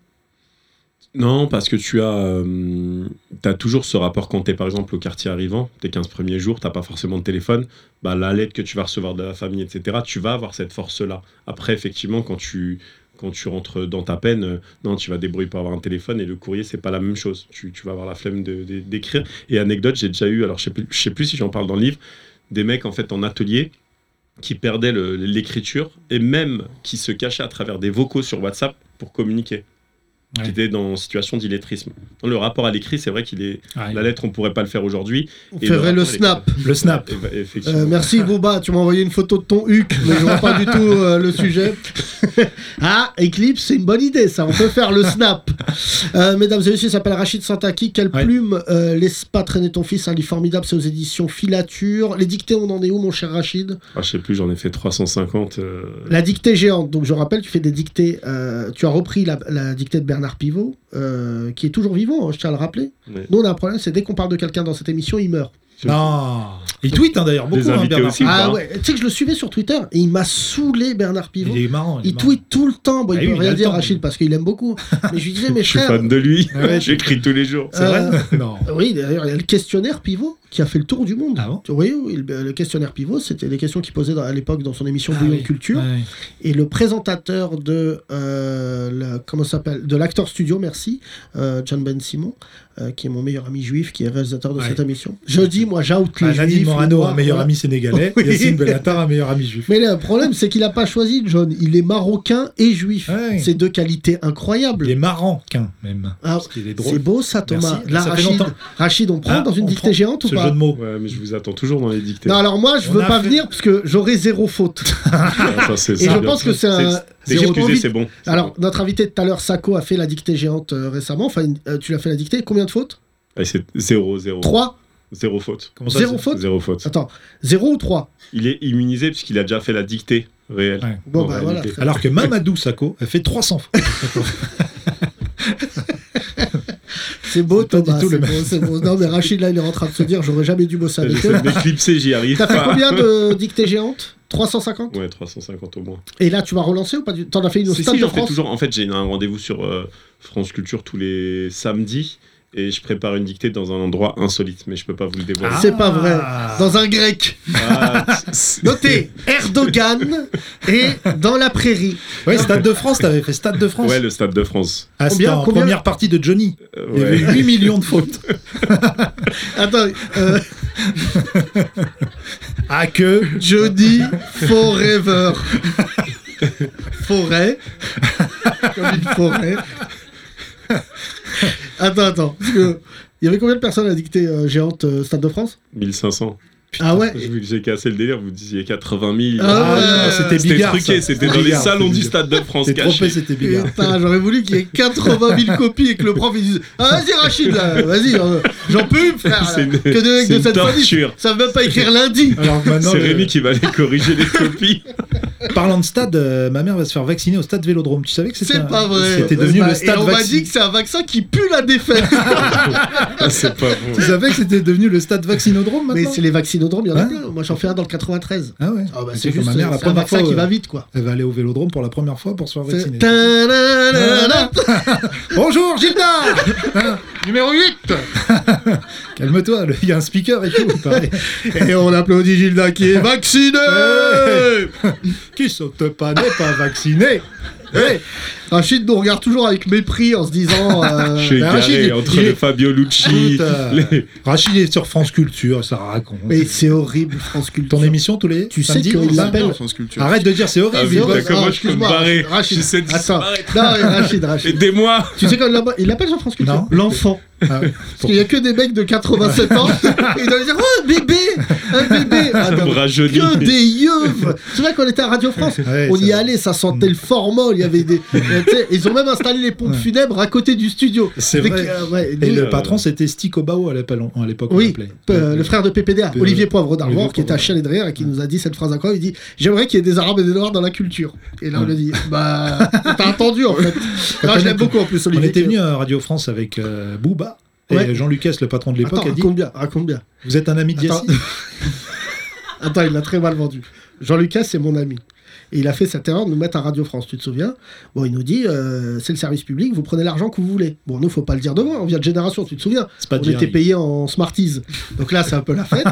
Speaker 7: Non, parce que tu as, euh, as toujours ce rapport quand tu es par exemple au quartier arrivant, tes 15 premiers jours, tu pas forcément de téléphone, bah, la lettre que tu vas recevoir de la famille, etc., tu vas avoir cette force-là. Après, effectivement, quand tu, quand tu rentres dans ta peine, euh, non, tu vas débrouiller pour avoir un téléphone et le courrier, c'est pas la même chose. Tu, tu vas avoir la flemme de- de- d'écrire. Et anecdote, j'ai déjà eu, alors je sais plus- je sais plus si j'en parle dans le livre, des mecs en fait en atelier qui perdaient le- l'écriture et même qui se cachaient à travers des vocaux sur WhatsApp pour communiquer.
Speaker 4: Ouais.
Speaker 7: Qui étaient dans situation d'illettrisme. Dans Le rapport à l'écrit, c'est vrai qu'il est.
Speaker 4: Ah,
Speaker 7: La lettre, on pourrait pas le faire aujourd'hui.
Speaker 3: On
Speaker 7: Et
Speaker 3: ferait
Speaker 7: rapport
Speaker 3: le
Speaker 7: à l'écrit-
Speaker 3: snap.
Speaker 4: Le snap.
Speaker 7: Eh ben,
Speaker 3: Euh,
Speaker 7: effectivement.
Speaker 3: merci Booba, tu m'as envoyé une photo de ton huc, mais je vois pas du tout euh, le sujet. ah, Eclipse, c'est une bonne idée, ça, on peut faire le snap. Euh, mesdames et messieurs, il s'appelle Rachid Santaki. Quelle
Speaker 4: Ouais.
Speaker 3: plume, euh, laisse pas traîner ton fils, un livre formidable, c'est aux éditions Filature. Les dictées, on en est où, mon cher Rachid
Speaker 7: Ah, je sais plus, j'en ai fait 350. euh,
Speaker 3: La dictée géante, donc je rappelle, tu fais des dictées, euh, tu as repris la, la dictée de Bernard Pivot, euh, qui est toujours vivant, hein, je tiens à le rappeler.
Speaker 7: Ouais.
Speaker 3: Nous, on a un problème, c'est dès qu'on parle de quelqu'un dans cette émission, il meurt.
Speaker 4: Non. Il tweet hein, d'ailleurs beaucoup.
Speaker 7: Les
Speaker 4: hein,
Speaker 7: invités
Speaker 4: Bernard.
Speaker 7: aussi. ou
Speaker 3: Ah
Speaker 7: pas
Speaker 3: ouais, tu sais que je le suivais sur Twitter et il m'a saoulé, Bernard Pivot.
Speaker 4: Il est marrant. est
Speaker 3: Il
Speaker 4: marrant.
Speaker 3: tweet tout le temps. Bon,
Speaker 4: Ah
Speaker 3: il peut
Speaker 4: oui, il a
Speaker 3: rien
Speaker 4: le
Speaker 3: dire,
Speaker 4: temps.
Speaker 3: Rachid, parce qu'il aime beaucoup. Mais je lui disais, mes
Speaker 7: Je suis
Speaker 3: frères.
Speaker 7: fan de lui.
Speaker 3: Ah
Speaker 4: Ouais.
Speaker 7: J'écris tous les jours.
Speaker 4: C'est vrai euh, Non.
Speaker 3: Oui, d'ailleurs, il y a le questionnaire pivot qui a fait le tour du monde.
Speaker 4: Ah bon
Speaker 3: Tu- oui, oui, le le questionnaire pivot, c'était des questions qu'il posait dans- à l'époque dans son émission
Speaker 4: Ah
Speaker 3: Bouillon
Speaker 4: oui.
Speaker 3: Culture.
Speaker 4: Ouais.
Speaker 3: Et le présentateur de euh, la- comment ça s'appelle de l'acteur studio, merci, euh, John Ben Simon, euh, qui est mon meilleur ami juif, qui est réalisateur de
Speaker 4: Ouais.
Speaker 3: cette émission. Je dis, moi, j'out les
Speaker 4: Bah,
Speaker 3: juifs.
Speaker 4: Nadine
Speaker 3: les
Speaker 4: Morano,
Speaker 3: noirs,
Speaker 4: un meilleur
Speaker 3: voilà.
Speaker 4: ami sénégalais.
Speaker 3: Oui.
Speaker 4: Yacine Bellatar, un meilleur ami juif.
Speaker 3: Mais le problème, c'est qu'il n'a pas choisi John. Il est marocain et juif.
Speaker 4: Ouais.
Speaker 3: C'est deux qualités incroyables.
Speaker 4: Il est marrant qu'un, même.
Speaker 3: Ah,
Speaker 4: parce qu'il est
Speaker 3: C'est
Speaker 4: drôle.
Speaker 3: beau ça,
Speaker 4: Merci.
Speaker 3: Thomas. Là,
Speaker 4: Ça fait
Speaker 3: Rachid,
Speaker 4: longtemps.
Speaker 3: Rachid, on prend
Speaker 4: Ah,
Speaker 3: dans une
Speaker 4: on
Speaker 3: dictée
Speaker 4: prend
Speaker 3: géante ou
Speaker 4: Ce
Speaker 3: pas
Speaker 4: jeu de mots.
Speaker 7: Euh, Ouais, mais je vous attends toujours dans les dictées.
Speaker 3: Non, alors moi, je
Speaker 4: On
Speaker 3: veux
Speaker 4: a
Speaker 3: pas
Speaker 4: fait-
Speaker 3: venir parce que j'aurai zéro faute.
Speaker 7: Ah, ça, c'est-
Speaker 3: Et
Speaker 7: c'est
Speaker 3: je
Speaker 7: bien.
Speaker 3: pense que c'est un.
Speaker 7: C'est
Speaker 3: j'ai
Speaker 7: excusé,
Speaker 3: envie-
Speaker 7: c'est bon. C'est
Speaker 3: Alors,
Speaker 7: bon.
Speaker 3: notre invité de tout à l'heure, Sako, a fait la dictée géante euh, récemment. Enfin, une- euh, tu l'as fait la dictée. Combien de fautes
Speaker 7: Ah, c'est zéro, zéro.
Speaker 3: Trois
Speaker 7: Zéro faute.
Speaker 4: Comment
Speaker 3: Zéro
Speaker 4: c'est-
Speaker 3: faute Ah.
Speaker 7: Zéro faute.
Speaker 3: Attends, zéro ou trois
Speaker 7: Il est immunisé puisqu'il a déjà fait la dictée réelle.
Speaker 4: Ouais.
Speaker 3: Bon,
Speaker 7: En
Speaker 3: bah
Speaker 7: réalité.
Speaker 3: voilà. très-
Speaker 4: Alors que Mamadou Sako a fait 300 fois.
Speaker 3: C'est beau,
Speaker 4: C'est pas du
Speaker 3: Thomas.
Speaker 4: tout
Speaker 3: C'est
Speaker 4: le
Speaker 3: beau, c'est beau. Non, mais Rachid, là, il est en train de se dire j'aurais jamais dû bosser avec
Speaker 7: J'essaie
Speaker 3: eux.
Speaker 7: de m'éclipser, j'y arrive
Speaker 3: Ah, T'as fait
Speaker 7: pas.
Speaker 3: combien de dictées géantes 350
Speaker 7: Ouais, 350 au moins.
Speaker 3: Et là, tu vas relancer ou pas du... T'en as fait une au
Speaker 7: Si,
Speaker 3: Stade
Speaker 7: si,
Speaker 3: de
Speaker 7: j'en fais
Speaker 3: France
Speaker 7: toujours. En fait, j'ai un rendez-vous sur euh, France Culture tous les samedis et je prépare une dictée dans un endroit insolite, mais je peux pas vous le dévoiler.
Speaker 3: C'est pas vrai. Dans un grec.
Speaker 7: Ah,
Speaker 3: Notez Erdogan et dans la prairie.
Speaker 4: Oui, Stade de France, t'avais fait Stade de France.
Speaker 7: ouais, le Stade de France.
Speaker 4: Ah, c'était
Speaker 3: Combien-
Speaker 4: en
Speaker 3: combien-
Speaker 4: première partie de Johnny.
Speaker 7: Euh,
Speaker 4: Il y
Speaker 7: ouais.
Speaker 4: avait 8 millions de fautes.
Speaker 3: Attends, euh,
Speaker 4: Ah que
Speaker 3: Johnny Forever. Forêt. Comme une forêt. Attends, attends. parce que Il y avait combien de personnes à dicter euh, géante euh, Stade de France
Speaker 7: 1500.
Speaker 3: Ah ouais
Speaker 7: Je vous- J'ai cassé le délire, vous disiez 80 000.
Speaker 3: Ah ouais.
Speaker 7: putain,
Speaker 4: C'était
Speaker 7: c'était
Speaker 4: Bigard,
Speaker 7: truqué,
Speaker 4: ça.
Speaker 7: c'était dans les
Speaker 4: Bigard,
Speaker 7: salons
Speaker 4: c'était
Speaker 7: du
Speaker 4: Bigard.
Speaker 7: Stade de France
Speaker 4: T'es trompé,
Speaker 7: caché.
Speaker 4: c'était Bigard.
Speaker 3: Putain, j'aurais voulu qu'il y ait 80 000 copies et que le prof il dise Ah, vas-y, Rachid, là, vas-y, euh, j'en peux plus, frère. là.
Speaker 7: C'est une-
Speaker 3: que des mecs
Speaker 7: c'est
Speaker 3: de
Speaker 7: une
Speaker 3: cette famille
Speaker 7: torture.
Speaker 3: savent même pas écrire lundi.
Speaker 4: Alors que maintenant,
Speaker 7: C'est
Speaker 4: le-
Speaker 7: Rémi qui va aller corriger les copies.
Speaker 4: parlant de stade, euh, ma mère va se faire vacciner au stade Vélodrome. Tu savais que c'était
Speaker 3: C'est
Speaker 4: un-
Speaker 3: pas vrai.
Speaker 4: C'était devenu
Speaker 3: Bah,
Speaker 4: le stade
Speaker 3: Et on m'a dit
Speaker 4: vacciné.
Speaker 3: que c'est un vaccin qui pue la défaite.
Speaker 7: Ah, c'est pas bon.
Speaker 4: Tu savais que c'était devenu le stade vaccinodrome
Speaker 3: Mais
Speaker 4: maintenant
Speaker 3: c'est les vaccinodromes, il y en a
Speaker 4: Hein
Speaker 3: plein. Moi, j'en fais un dans le 93.
Speaker 4: Ah ouais.
Speaker 3: Ah bah,
Speaker 4: Tu
Speaker 3: c'est
Speaker 4: sais que
Speaker 3: juste
Speaker 4: ma mère, la
Speaker 3: c'est un
Speaker 4: première
Speaker 3: vaccin
Speaker 4: fois,
Speaker 3: qui
Speaker 4: euh,
Speaker 3: va vite, quoi.
Speaker 4: elle va aller au Vélodrome pour la première fois pour se faire
Speaker 3: C'est-
Speaker 4: vacciner.
Speaker 3: Ta-da-da-da.
Speaker 4: Bonjour Gilda Hein
Speaker 3: Numéro 8
Speaker 4: Calme-toi, le- il y a un speaker et tout. pareil.
Speaker 3: Et on applaudit Gilda qui est vaccinée
Speaker 4: Ouais. Qui saute pas n'est pas vacciné.
Speaker 3: Hey Rachid nous regarde toujours avec mépris en se disant. euh,
Speaker 7: Je suis
Speaker 4: Mais Rachid,
Speaker 7: égaré
Speaker 4: il-
Speaker 7: entre
Speaker 4: il-
Speaker 7: le Fabio Lucci,
Speaker 4: Écoute, euh,
Speaker 7: les-
Speaker 4: Rachid est sur France Culture, ça raconte.
Speaker 3: Mais c'est horrible, France Culture.
Speaker 4: Ton émission tous les
Speaker 3: Tu sais
Speaker 4: samedis,
Speaker 3: que
Speaker 4: on
Speaker 3: il
Speaker 4: l'a-
Speaker 3: s'appelle-
Speaker 5: France Culture.
Speaker 4: Arrête de dire c'est horrible.
Speaker 7: Ah oui,
Speaker 4: il bosse.
Speaker 7: d'accord,
Speaker 3: Ah,
Speaker 7: moi, je peux me
Speaker 3: excuse-moi,
Speaker 7: barrer.
Speaker 3: Rachid.
Speaker 7: J'essaie de
Speaker 3: Attends.
Speaker 7: disparaître.
Speaker 3: Non, mais Rachid, Rachid.
Speaker 7: Aidez-moi
Speaker 3: Tu sais quand il l'appelle- il l'appelle sur France Culture
Speaker 4: Non.
Speaker 3: L'enfant.
Speaker 4: Ah,
Speaker 3: Parce qu'il n'y a que des mecs de 87 ans. et ils doivent dire Oh, bébé Un bébé Ah, non,
Speaker 7: Rajeuni.
Speaker 3: Que des yeux C'est vrai qu'on était à Radio France.
Speaker 4: Ouais,
Speaker 3: on
Speaker 4: ça
Speaker 3: y
Speaker 4: va.
Speaker 3: allait, ça sentait le formol. Il y avait des. euh, tu sais, ils ont même installé les pompes funèbres à côté du studio.
Speaker 4: C'est
Speaker 3: Dès
Speaker 4: vrai.
Speaker 3: que- euh, ouais,
Speaker 4: Et
Speaker 3: dès-
Speaker 4: le patron, c'était Stico Bao à l'époque. on- à l'époque, on
Speaker 3: Oui,
Speaker 4: l'appelait.
Speaker 3: euh, le frère de PPDA,
Speaker 4: de-
Speaker 3: Olivier Poivre d'Arvor,
Speaker 4: Olivier
Speaker 3: qui était à
Speaker 4: Poivre.
Speaker 3: Chien et derrière et qui nous a dit cette phrase à quoi Il dit J'aimerais qu'il y ait des Arabes et des Noirs dans la culture. Et là, on a dit Bah, t'as entendu en fait. Non, je l'aime beaucoup en plus,
Speaker 4: On
Speaker 3: Olivier.
Speaker 4: était venu à Radio France avec euh, Booba. Et
Speaker 3: Ouais.
Speaker 4: Jean Lucas, le patron de l'époque,
Speaker 3: Attends,
Speaker 4: a dit
Speaker 3: raconte bien, raconte bien.
Speaker 4: Vous êtes un ami de
Speaker 3: Attends.
Speaker 4: Yassine
Speaker 3: Attends, il l'a très mal vendu. Jean-Lucas, c'est mon ami. Et il a fait cette erreur de nous mettre à Radio France, tu te souviens Bon, il nous dit, euh, c'est le service public, vous prenez l'argent que vous voulez. Bon, nous, faut pas le dire devant, on vient de génération, tu te souviens
Speaker 4: C'est pas
Speaker 3: On
Speaker 4: dire,
Speaker 3: était
Speaker 4: il-
Speaker 3: payé en Smarties. Donc là, c'est un peu la fête.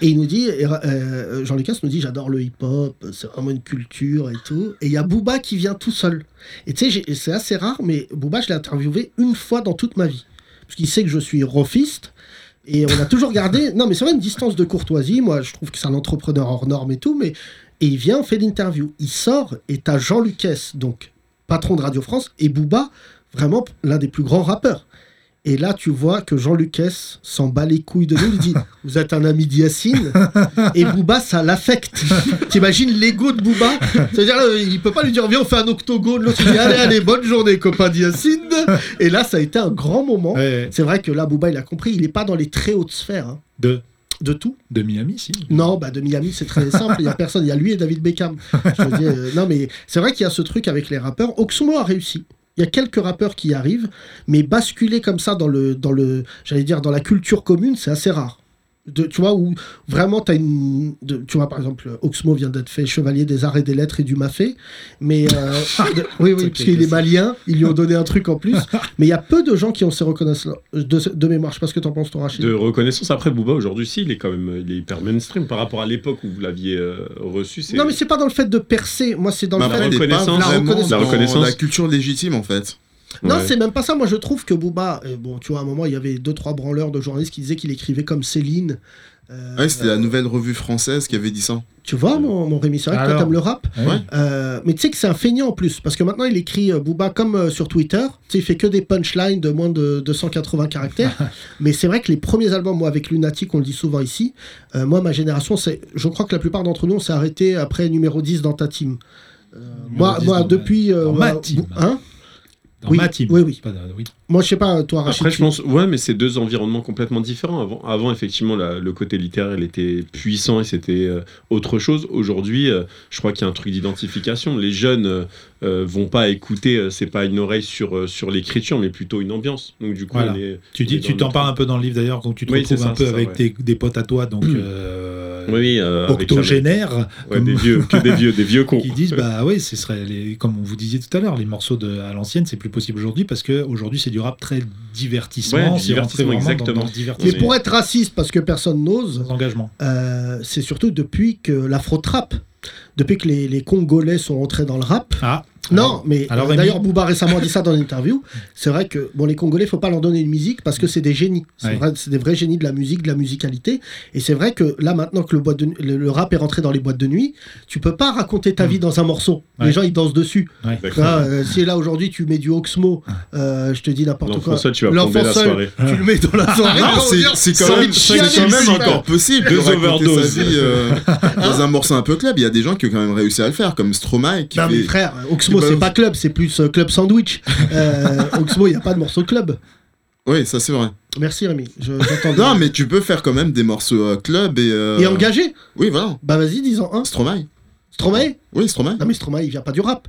Speaker 3: et il nous dit, et, euh, Jean-Lucas nous dit, j'adore le hip-hop, c'est vraiment une culture et tout. Et il y a Booba qui vient tout seul. Et tu sais, j'ai- c'est assez rare, mais Booba, je l'ai interviewé une fois dans toute ma vie. Parce qu'il sait que je suis rofiste. Et on a toujours gardé. Non, mais c'est vrai, une distance de courtoisie. Moi, je trouve que c'est un entrepreneur hors norme et tout. Mais et il vient, on fait l'interview. Il sort et t'as Jean Lucas, donc patron de Radio France, et Booba, vraiment l'un des plus grands rappeurs. Et là, tu vois que Jean Lucas s'en bat les couilles de nous. Il dit Vous êtes un ami d'Yacine. Et Booba, ça l'affecte. T'imagines l'ego de Booba C'est-à-dire, là, il peut pas lui dire Viens, on fait un octogone. L'autre, il dit Allez, allez, bonne journée, copain d'Yacine. Et là, ça a été un grand moment.
Speaker 4: Ouais,
Speaker 3: C'est vrai que là, Booba, il a compris, il n'est pas dans les très hautes sphères. hein.
Speaker 4: de,
Speaker 3: De tout
Speaker 4: de Miami, si.
Speaker 3: Non, bah de Miami, c'est très simple, il n'y a personne, il y a lui et David Beckham. Je veux dire, euh, non, mais c'est vrai qu'il y a ce truc avec les rappeurs. Oxmo a réussi. Il y a quelques rappeurs qui y arrivent, mais basculer comme ça dans le, dans le j'allais dire, dans la culture commune, c'est assez rare. De, tu vois, où vraiment, tu as une. de- tu vois, par exemple, Oxmo vient d'être fait chevalier des arts et des lettres et du mafé. Mais. euh, de- oui, oui, parce qu'il est malien, ils lui ont donné un truc en plus. Mais il y a peu de gens qui ont ces reconnaissances euh, de, de mémoire. Je sais pas ce que t'en penses, toi, Rachid.
Speaker 7: de reconnaissance. Après, Booba, aujourd'hui, si, il est quand même il est hyper mainstream par rapport à l'époque où vous l'aviez euh, reçu. c'est-
Speaker 3: Non, mais c'est pas dans le fait de percer. Moi, c'est dans
Speaker 8: Bah,
Speaker 5: Mais
Speaker 3: le
Speaker 5: après,
Speaker 3: fait.
Speaker 5: t'es pas
Speaker 7: reconnaissance,
Speaker 5: vraiment
Speaker 3: la reconnaissance.
Speaker 5: dans
Speaker 7: La reconnaissance.
Speaker 5: la culture légitime en fait.
Speaker 3: Non,
Speaker 7: Ouais.
Speaker 3: c'est même pas ça. Moi, je trouve que Booba. euh, bon, tu vois, à un moment, il y avait deux, trois branleurs de journalistes qui disaient qu'il écrivait comme Céline. Euh,
Speaker 5: Ouais, c'était la nouvelle revue française qui avait dit ça.
Speaker 3: Tu vois, mon, mon Rémi, c'est vrai que toi,
Speaker 4: Alors.
Speaker 3: t'aimes le rap.
Speaker 5: Ouais.
Speaker 3: Euh, mais tu sais que c'est un feignant en plus. Parce que maintenant, il écrit euh, Booba comme euh, sur Twitter. Tu sais, il fait que des punchlines de moins de 280 caractères. mais c'est vrai que les premiers albums, moi, avec Lunatic, on le dit souvent ici. euh, moi, ma génération, c'est, je crois que la plupart d'entre nous, on s'est arrêté après numéro 10 dans ta team. Euh, moi,
Speaker 4: 10
Speaker 3: moi
Speaker 4: dans ma-
Speaker 3: depuis. euh,
Speaker 4: dans ma
Speaker 3: bah,
Speaker 4: team.
Speaker 3: Hein
Speaker 4: Dans
Speaker 3: Oui,
Speaker 4: ma team.
Speaker 3: oui, oui.
Speaker 4: Pas dans- oui.
Speaker 3: Moi, je sais pas, toi, Rachid.
Speaker 7: Après, je
Speaker 3: tu-
Speaker 7: pense, ouais, mais c'est deux environnements complètement différents. Avant, avant effectivement, la- le côté littéraire, il était puissant et c'était euh, autre chose. Aujourd'hui, euh, je crois qu'il y a un truc d'identification. Les jeunes euh, euh, vont pas écouter, euh, c'est pas une oreille sur, euh, sur l'écriture, mais plutôt une ambiance. Donc, du coup,
Speaker 4: Voilà.
Speaker 7: on est- on
Speaker 4: Tu
Speaker 7: est
Speaker 4: dis,
Speaker 7: dans
Speaker 4: tu
Speaker 7: le
Speaker 4: t'en
Speaker 7: train.
Speaker 4: parles un peu dans le livre d'ailleurs, donc tu te
Speaker 7: Oui,
Speaker 4: retrouves
Speaker 7: c'est ça,
Speaker 4: un peu
Speaker 7: c'est ça,
Speaker 4: avec
Speaker 7: ouais.
Speaker 4: tes- des potes à toi, donc
Speaker 3: Hmm.
Speaker 4: euh,
Speaker 7: Oui, oui, euh, avec la-
Speaker 4: octogénaires,
Speaker 7: ouais, des vieux, que des vieux, des vieux cons.
Speaker 4: qui disent bah oui, ce serait les, comme vous disiez tout à l'heure, les morceaux de à l'ancienne, c'est plus possible aujourd'hui parce que aujourd'hui c'est du rap très divertissement,
Speaker 7: Ouais, du
Speaker 4: c'est rentré
Speaker 7: divertissement,
Speaker 4: vraiment dans-
Speaker 7: exactement.
Speaker 4: dans le divertissement,
Speaker 3: Mais pour être raciste, parce que personne n'ose,
Speaker 4: sans engagement.
Speaker 3: euh, c'est surtout depuis que l'afro-trap, depuis que les, les Congolais sont entrés dans le rap.
Speaker 4: Ah
Speaker 3: Non, mais
Speaker 4: alors,
Speaker 3: euh,
Speaker 4: Rémi-
Speaker 3: d'ailleurs, Bouba récemment a dit ça dans une interview. C'est vrai que bon, les Congolais, faut pas leur donner une musique parce que c'est des génies. C'est
Speaker 4: Ouais.
Speaker 3: vrai- c'est des vrais génies de la musique, de la musicalité. Et c'est vrai que là, maintenant que le, boîte de nu- le, le rap est rentré dans les boîtes de nuit, tu peux pas raconter ta
Speaker 4: Mm.
Speaker 3: vie dans un morceau.
Speaker 4: Ouais.
Speaker 3: Les gens, ils dansent dessus.
Speaker 4: ouais.
Speaker 3: Tu vois, euh, si là aujourd'hui tu mets du Oxmo,
Speaker 4: Ah.
Speaker 3: euh, je te dis n'importe
Speaker 7: L'enfant
Speaker 3: quoi.
Speaker 7: seul, tu vas
Speaker 3: L'enfant
Speaker 7: plomber la
Speaker 3: seul,
Speaker 7: soirée.
Speaker 3: Tu le mets dans la soirée.
Speaker 5: Ah,
Speaker 3: on va
Speaker 5: c'est-
Speaker 3: dire,
Speaker 5: c'est
Speaker 3: sans
Speaker 5: quand même,
Speaker 3: les chialer,
Speaker 5: c'est quand même
Speaker 3: c'est
Speaker 5: encore possible de
Speaker 7: Deux
Speaker 5: raconter sa
Speaker 7: overdoses.
Speaker 5: vie euh, dans un morceau un peu club. Il y a des gens qui ont quand même réussi à le faire, comme Stromae. Qui
Speaker 3: Non mais
Speaker 5: fait-
Speaker 3: frère, Oxmo
Speaker 5: Qui
Speaker 3: c'est
Speaker 5: balance-
Speaker 3: pas club, c'est plus euh, club sandwich. Euh, Oxmo, il n'y a pas de morceau club.
Speaker 5: Oui, ça c'est vrai.
Speaker 3: Merci Rémi, je- j'entends. bien.
Speaker 5: Non, mais tu peux faire quand même des morceaux euh, club et. euh,
Speaker 3: Et engagé
Speaker 5: Oui, voilà.
Speaker 3: Bah vas-y, dis-en un.
Speaker 5: Stromae.
Speaker 3: Stromae
Speaker 5: Oui, Stromae.
Speaker 3: Non mais Stromae, il vient pas du rap.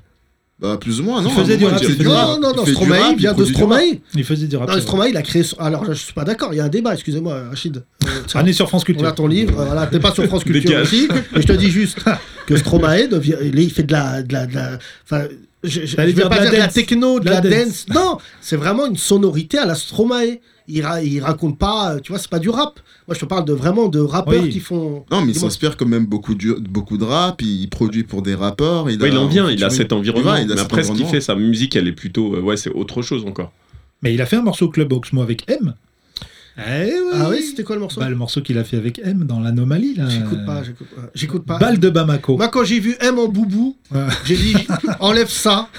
Speaker 5: Bah, plus ou moins, non.
Speaker 4: Il faisait
Speaker 5: à un
Speaker 4: du
Speaker 5: moment,
Speaker 4: rap,
Speaker 5: il
Speaker 4: il
Speaker 5: faisait
Speaker 4: faisait
Speaker 5: du
Speaker 4: du
Speaker 5: rap,
Speaker 3: Non, non,
Speaker 5: il
Speaker 3: non,
Speaker 5: fait du rap,
Speaker 3: Stromae, il vient de
Speaker 5: produit du rap.
Speaker 3: Stromae.
Speaker 4: Il faisait du rap.
Speaker 3: Non,
Speaker 4: c'est vrai.
Speaker 3: Stromae, il a créé. son- Alors je suis pas d'accord, il y a un débat, excusez-moi Rachid. Euh,
Speaker 5: Ah,
Speaker 4: On est Ah, sur France
Speaker 3: On
Speaker 4: Culture.
Speaker 3: a ton livre, euh, voilà, t'es pas sur France Culture
Speaker 7: Dégage.
Speaker 3: aussi, mais je te dis juste que Stromae, devient, il est- il fait de la... De la, de la- enfin, je, je- je
Speaker 4: T'allais
Speaker 3: vais
Speaker 4: dire
Speaker 3: pas
Speaker 4: de la
Speaker 3: dire de la
Speaker 4: dance.
Speaker 3: techno, de
Speaker 4: De
Speaker 3: la,
Speaker 4: la
Speaker 3: dance. Non, c'est vraiment une sonorité à la Stromae. Il, ra- il raconte pas, euh, tu vois, c'est pas du rap. Moi, je te parle de vraiment de rappeurs
Speaker 4: Oui.
Speaker 3: qui font.
Speaker 5: Non, mais il
Speaker 3: Dis-moi.
Speaker 5: s'inspire quand même beaucoup, du- beaucoup de rap, il produit pour des rappeurs. Il,
Speaker 7: Ouais, il
Speaker 5: a
Speaker 7: en
Speaker 5: un
Speaker 7: vient, il a
Speaker 5: featuring.
Speaker 7: cet environnement.
Speaker 5: Ouais, il a
Speaker 7: mais
Speaker 5: cet
Speaker 7: après, ce qu'il
Speaker 5: environnement.
Speaker 7: fait, sa musique, elle est plutôt. euh, ouais, c'est autre chose encore.
Speaker 4: Mais il a fait un morceau club Oxmo avec M. Eh oui.
Speaker 3: Ah oui, c'était quoi le morceau
Speaker 4: Bah, le morceau qu'il a fait avec M dans l'anomalie là.
Speaker 3: J'écoute pas, j'écoute pas. J'écoute pas.
Speaker 4: Balle de Bamako.
Speaker 3: Moi, quand j'ai vu M en boubou,
Speaker 4: Ouais.
Speaker 3: j'ai dit enlève ça,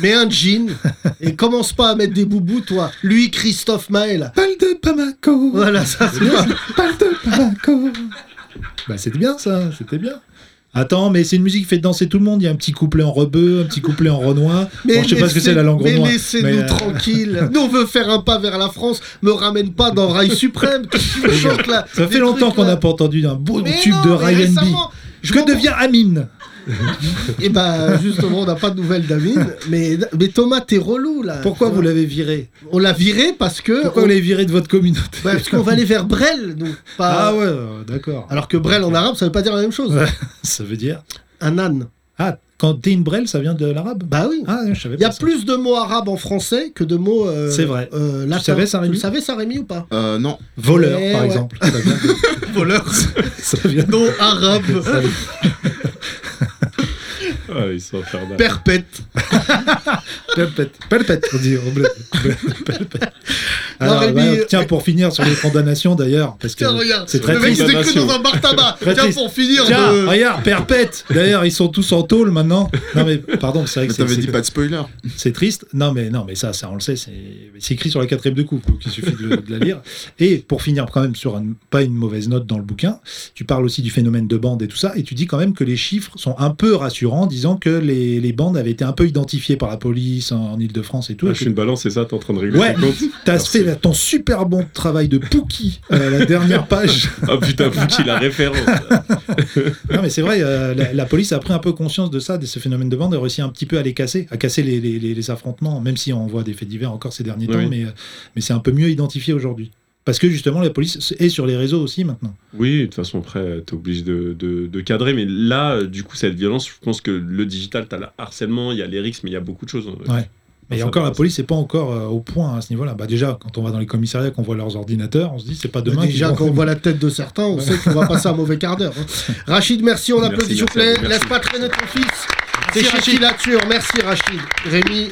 Speaker 3: mets un jean et commence pas à mettre des boubous, toi. Lui, Christophe Maël.
Speaker 4: Balle de Bamako.
Speaker 3: Voilà, ça c'est
Speaker 4: Balle de Bamako. bah c'était bien ça, c'était bien. Attends, mais c'est une musique qui fait danser tout le monde. Il y a un petit couplet en rebeu, un petit couplet en renois. Bon, je sais pas ce que
Speaker 3: laissez-
Speaker 4: c'est la langue
Speaker 3: Mais
Speaker 4: renois.
Speaker 3: laissez-nous
Speaker 4: euh,
Speaker 3: tranquilles. Nous, on veut faire un pas vers la France. Me ramène pas dans Rail Suprême. Qu'est-ce que tu me chantes, là
Speaker 4: Eh Ça
Speaker 3: Des
Speaker 4: fait longtemps
Speaker 3: trucs,
Speaker 4: qu'on
Speaker 3: là.
Speaker 4: n'a pas entendu un beau
Speaker 3: Mais
Speaker 4: tube
Speaker 3: non,
Speaker 4: de
Speaker 3: mais
Speaker 4: Ryan B.
Speaker 3: récemment, je
Speaker 4: Que
Speaker 3: comprends-
Speaker 4: devient Amine
Speaker 3: Eh ben, justement, on n'a pas de nouvelles d'Amine. Mais, mais Thomas, t'es relou, là.
Speaker 4: Pourquoi vous l'avez viré
Speaker 3: On l'a viré parce que.
Speaker 4: Pourquoi
Speaker 3: on...
Speaker 4: vous l'avez viré de votre communauté
Speaker 3: Ouais, parce qu'on va aller vers Brel. Donc, pas...
Speaker 4: Ah ouais, euh, d'accord.
Speaker 3: Alors que Brel en arabe, ça veut pas dire la même chose.
Speaker 4: Ouais. Ça veut dire.
Speaker 3: Un âne.
Speaker 4: Ah, quand t'es une brel, ça vient de l'arabe
Speaker 3: Bah oui.
Speaker 4: Ah, je savais
Speaker 3: Il y
Speaker 4: pas.
Speaker 3: a
Speaker 4: ça.
Speaker 3: plus de mots arabes en français que de mots. euh,
Speaker 4: C'est vrai.
Speaker 3: euh, latins.
Speaker 4: savais ça, Rémi
Speaker 3: Tu le savais, ça, Rémi, ou pas
Speaker 5: Euh, non.
Speaker 4: Voleur,
Speaker 3: Eh Ouais,
Speaker 4: par
Speaker 3: ouais.
Speaker 4: exemple. Ça vient de- Voleur Ça vient de.
Speaker 3: Non, arabe.
Speaker 7: Ah, ils sont infernales.
Speaker 3: Perpète.
Speaker 4: Pelpette. Pelpette, on dit. au bled. Pelpette. Alors,
Speaker 3: Rémi,
Speaker 4: voilà,
Speaker 3: euh,
Speaker 4: tiens, pour finir sur les condamnations d'ailleurs, parce que
Speaker 3: Tiens, regarde.
Speaker 4: c'est très
Speaker 3: le mec,
Speaker 4: triste.
Speaker 3: c'était
Speaker 7: Condamnation.
Speaker 3: que dans un bar tabac.
Speaker 4: Très
Speaker 3: Tiens,
Speaker 4: triste.
Speaker 3: pour finir. euh,
Speaker 4: Tiens,
Speaker 3: de-
Speaker 4: regarde, perpète D'ailleurs, ils sont tous en tôle maintenant. Non mais, pardon, c'est vrai
Speaker 5: Mais
Speaker 4: que c'est-
Speaker 5: t'avais dit
Speaker 4: c'est
Speaker 5: pas de spoiler.
Speaker 4: C'est triste. Non, mais non, mais ça, ça, on le sait. C'est c'est écrit sur la quatrième de coupe, donc il suffit de, le- de la lire. Et pour finir, quand même, sur un- pas une mauvaise note dans le bouquin, tu parles aussi du phénomène de bande et tout ça, et tu dis quand même que les chiffres sont un peu rassurants, disant que les, les bandes avaient été un peu identifiées par la police en, ile Ile-de-France et tout.
Speaker 7: Ah,
Speaker 5: Bah,
Speaker 4: Et
Speaker 7: je suis une
Speaker 4: tu
Speaker 7: balance, c'est ça, t'es en train de régler
Speaker 4: Ouais.
Speaker 7: tes comptes
Speaker 4: as
Speaker 7: Merci.
Speaker 4: fait là, ton super bon travail de Pookie à la dernière page.
Speaker 7: Ah putain, vous qui la référence.
Speaker 4: Non, mais c'est vrai, euh, la, la police a pris un peu conscience de ça, de ce phénomène de bande, et a réussi un petit peu à les casser, à casser les, les- les- les affrontements, même si on voit des faits divers encore ces derniers
Speaker 7: Oui.
Speaker 4: temps, mais, euh, mais c'est un peu mieux identifié aujourd'hui. Parce que justement, la police est sur les réseaux aussi maintenant.
Speaker 7: Oui, de toute façon, après, t'es obligé de, de- de cadrer. Mais là, euh, du coup, cette violence, je pense que le digital, t'as le harcèlement, il y a les rixes, mais il y a beaucoup de choses. hein.
Speaker 4: Ouais. Mais
Speaker 7: Ça
Speaker 4: encore, la
Speaker 7: passe.
Speaker 4: police n'est pas encore euh, au point à ce niveau-là. Bah déjà, quand on va dans les commissariats, qu'on voit leurs ordinateurs, on se dit, c'est pas demain. qu'ils
Speaker 3: Déjà,
Speaker 4: vont-
Speaker 3: quand on voit la tête de certains, on sait qu'on va passer un mauvais quart d'heure. hein. Rachid, merci, on
Speaker 7: Merci,
Speaker 3: applaudit, s'il vous plaît.
Speaker 7: merci, merci.
Speaker 3: Laisse pas traîner ton fils. C'est chez qui la tueur Merci, Rachid. Rémi,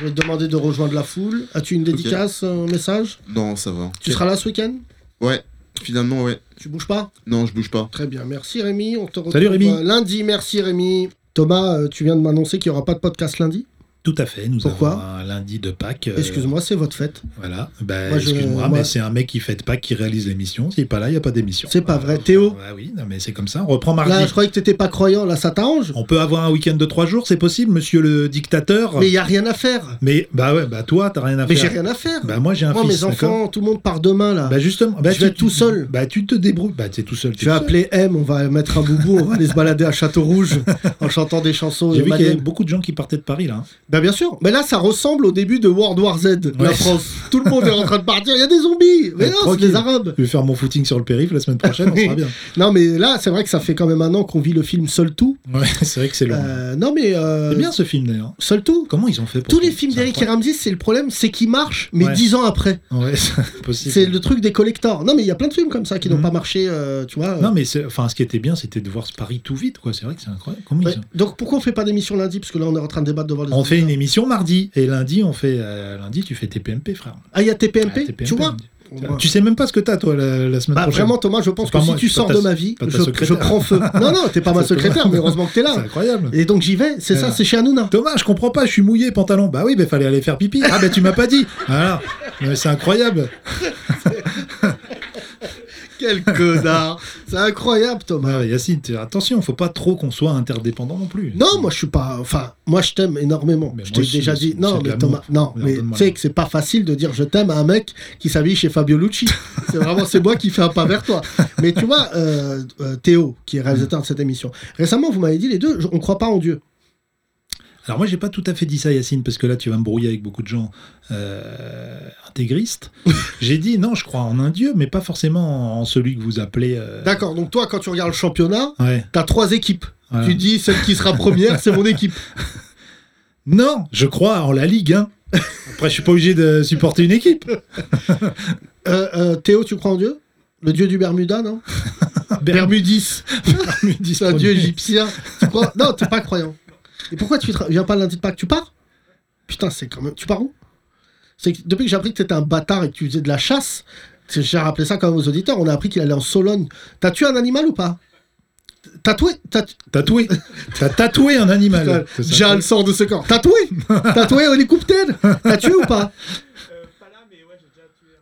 Speaker 3: je vais te demander de rejoindre la foule. As-tu une dédicace, un message
Speaker 5: Non, ça va.
Speaker 3: Tu seras là ce week-end
Speaker 5: Ouais, finalement, ouais.
Speaker 3: Tu bouges pas
Speaker 5: Non, je bouge pas.
Speaker 3: Très bien, merci Rémi. On te retrouve
Speaker 4: Salut, Rémi.
Speaker 3: euh, lundi, merci Rémi. Thomas, euh, tu viens de m'annoncer qu'il n'y aura pas de podcast lundi
Speaker 4: Tout à fait. Nous
Speaker 3: Pourquoi
Speaker 4: avons un lundi de Pâques. euh,
Speaker 3: Excuse-moi, c'est votre fête.
Speaker 4: Voilà. Ben,
Speaker 3: Moi, je-
Speaker 4: Excuse-moi,
Speaker 3: moi-
Speaker 4: mais c'est un mec qui fête Pâques qui réalise l'émission. S'il n'est pas là, il n'y a pas d'émission.
Speaker 3: C'est pas
Speaker 4: Voilà.
Speaker 3: vrai. Théo
Speaker 4: Ah oui, non, mais c'est comme ça. On reprend mardi.
Speaker 3: Là, je croyais que t'étais pas croyant, là, ça t'arrange.
Speaker 4: On peut avoir un week-end de trois jours, c'est possible, monsieur le dictateur.
Speaker 3: Mais il y a rien à faire.
Speaker 4: Mais, bah ouais, bah toi, t'as rien Oh. à
Speaker 3: Mais j'ai
Speaker 4: faire.
Speaker 3: rien à faire.
Speaker 4: Bah moi, j'ai un
Speaker 3: Moi,
Speaker 4: fils.
Speaker 3: mes
Speaker 4: d'accord
Speaker 3: enfants, tout le monde part demain, là.
Speaker 4: Bah justement, bah
Speaker 3: Je vais
Speaker 4: tu-
Speaker 3: être tout seul.
Speaker 4: Bah tu te débrouilles. Bah t'es tout seul.
Speaker 3: Je
Speaker 4: t'es
Speaker 3: vais
Speaker 4: tout seul.
Speaker 3: appeler M, on va mettre un boubou, on va aller se balader à Château Rouge en chantant des chansons.
Speaker 4: J'ai vu qu'il y avait
Speaker 3: Madeleine.
Speaker 4: beaucoup de gens qui partaient de Paris là. hein.
Speaker 3: Bah bien sûr, mais là ça ressemble au début de World War Z, la
Speaker 4: Ouais.
Speaker 3: France. Tout le monde est en train de partir, il y a des zombies Mais
Speaker 4: Ouais,
Speaker 3: non, c'est
Speaker 4: tranquille.
Speaker 3: des Arabes
Speaker 4: Je vais faire mon footing sur le périph' la semaine prochaine, on sera bien.
Speaker 3: Non mais là, c'est vrai que ça fait quand même un an qu'on vit le film Seul Tout.
Speaker 4: Ouais, c'est vrai que c'est long.
Speaker 3: Euh, non mais... euh,
Speaker 4: C'est bien ce film d'ailleurs.
Speaker 3: Seul Tout
Speaker 4: Comment ils ont fait pour
Speaker 3: Tous les
Speaker 4: ça
Speaker 3: films
Speaker 4: C'est
Speaker 3: d'Eric et Ramsey, c'est le problème, c'est qu'ils marchent, mais
Speaker 4: Ouais.
Speaker 3: dix ans après.
Speaker 4: incroyable. Ouais, c'est possible.
Speaker 3: C'est le truc des collectors. Non mais il y a plein de films comme ça qui n'ont
Speaker 4: Mhm.
Speaker 3: pas marché, euh, tu vois.
Speaker 4: Non mais c'est- enfin ce qui était bien c'était de voir ce Paris tout vite quoi. C'est vrai que c'est incroyable. Comment ils
Speaker 3: Ouais.
Speaker 4: ont-
Speaker 3: Donc pourquoi on fait pas d'émission lundi Parce que là on est en train de débattre devant les
Speaker 4: On fait une émission mardi et lundi on fait euh, lundi tu fais TPMP frère.
Speaker 3: Ah il y a
Speaker 4: Ah,
Speaker 3: TPMP,
Speaker 4: TPMP,
Speaker 3: tu vois
Speaker 4: lundi. Tu sais même pas ce que t'as toi la, la semaine
Speaker 3: Bah,
Speaker 4: prochaine.
Speaker 3: vraiment Thomas, je pense
Speaker 4: C'est
Speaker 3: que
Speaker 4: pas
Speaker 3: si
Speaker 4: moi,
Speaker 3: tu
Speaker 4: je suis
Speaker 3: sors
Speaker 4: pas ta-
Speaker 3: de ma vie,
Speaker 4: pas ta
Speaker 3: je,
Speaker 4: secrétaire.
Speaker 3: je prends feu. Non, non, t'es pas ma
Speaker 4: C'est
Speaker 3: secrétaire,
Speaker 4: Thomas.
Speaker 3: mais heureusement que t'es
Speaker 4: C'est
Speaker 3: là.
Speaker 4: incroyable.
Speaker 3: Et donc j'y vais, c'est ça,
Speaker 4: Voilà.
Speaker 3: c'est chez Hanouna.
Speaker 4: Thomas, je comprends pas, je suis mouillé, pantalon. Bah oui, mais fallait aller faire pipi. Ah bah tu m'as pas dit. Voilà. Mais C'est incroyable.
Speaker 3: Quel connard C'est incroyable Thomas.
Speaker 4: Bah, Yacine, t'es- attention, faut pas trop qu'on soit interdépendant non plus.
Speaker 3: Non, moi je suis pas. Enfin, moi je t'aime énormément.
Speaker 4: Mais
Speaker 3: je
Speaker 4: moi
Speaker 3: t'ai
Speaker 4: aussi,
Speaker 3: déjà
Speaker 4: c'est-
Speaker 3: dit. Non,
Speaker 4: c'est de
Speaker 3: mais
Speaker 4: l'amour.
Speaker 3: Thomas, non,
Speaker 4: Alors,
Speaker 3: mais tu
Speaker 4: donne-moi
Speaker 3: sais
Speaker 4: l'amour.
Speaker 3: que c'est pas facile de dire je t'aime à un mec qui s'habille chez Fabio Lucci. c'est vraiment c'est moi qui fais un pas vers toi. Mais tu vois, euh, euh, Théo, qui est réalisateur de cette émission, récemment vous m'avez dit les deux, je- on croit pas en Dieu.
Speaker 4: Alors moi, j'ai pas tout à fait dit ça, Yacine, parce que là, tu vas me brouiller avec beaucoup de gens euh, intégristes. j'ai dit non, je crois en un dieu, mais pas forcément en celui que vous appelez. euh,
Speaker 3: D'accord. Donc toi, quand tu regardes le championnat,
Speaker 4: Ouais.
Speaker 3: t'as trois équipes.
Speaker 4: voilà.
Speaker 3: Tu dis celle qui sera première, c'est mon équipe.
Speaker 4: Non, je crois en la Ligue. Hein. Après, je suis pas obligé de supporter une équipe.
Speaker 3: Euh, euh, Théo, tu crois en Dieu Le dieu du Bermuda, non Bermudis.
Speaker 4: Bermudis
Speaker 3: C'est un
Speaker 4: premier.
Speaker 3: dieu égyptien. Tu crois Non, t'es pas croyant. Et pourquoi tu tra- viens pas lundi de Pâques Tu pars Putain, c'est quand même. Tu pars où C'est que depuis que j'ai appris que t'étais un bâtard et que tu faisais de la chasse, c'est- j'ai rappelé ça quand même aux auditeurs. On a appris qu'il allait en Sologne. T'as tué un animal ou pas Tatoué euh, T'as-
Speaker 4: Tatoué. T'as tatoué un animal.
Speaker 3: Putain, Jal sort de ce corps. Tatoué Tatoué au hélicoptère T'as tué ou Euh, pas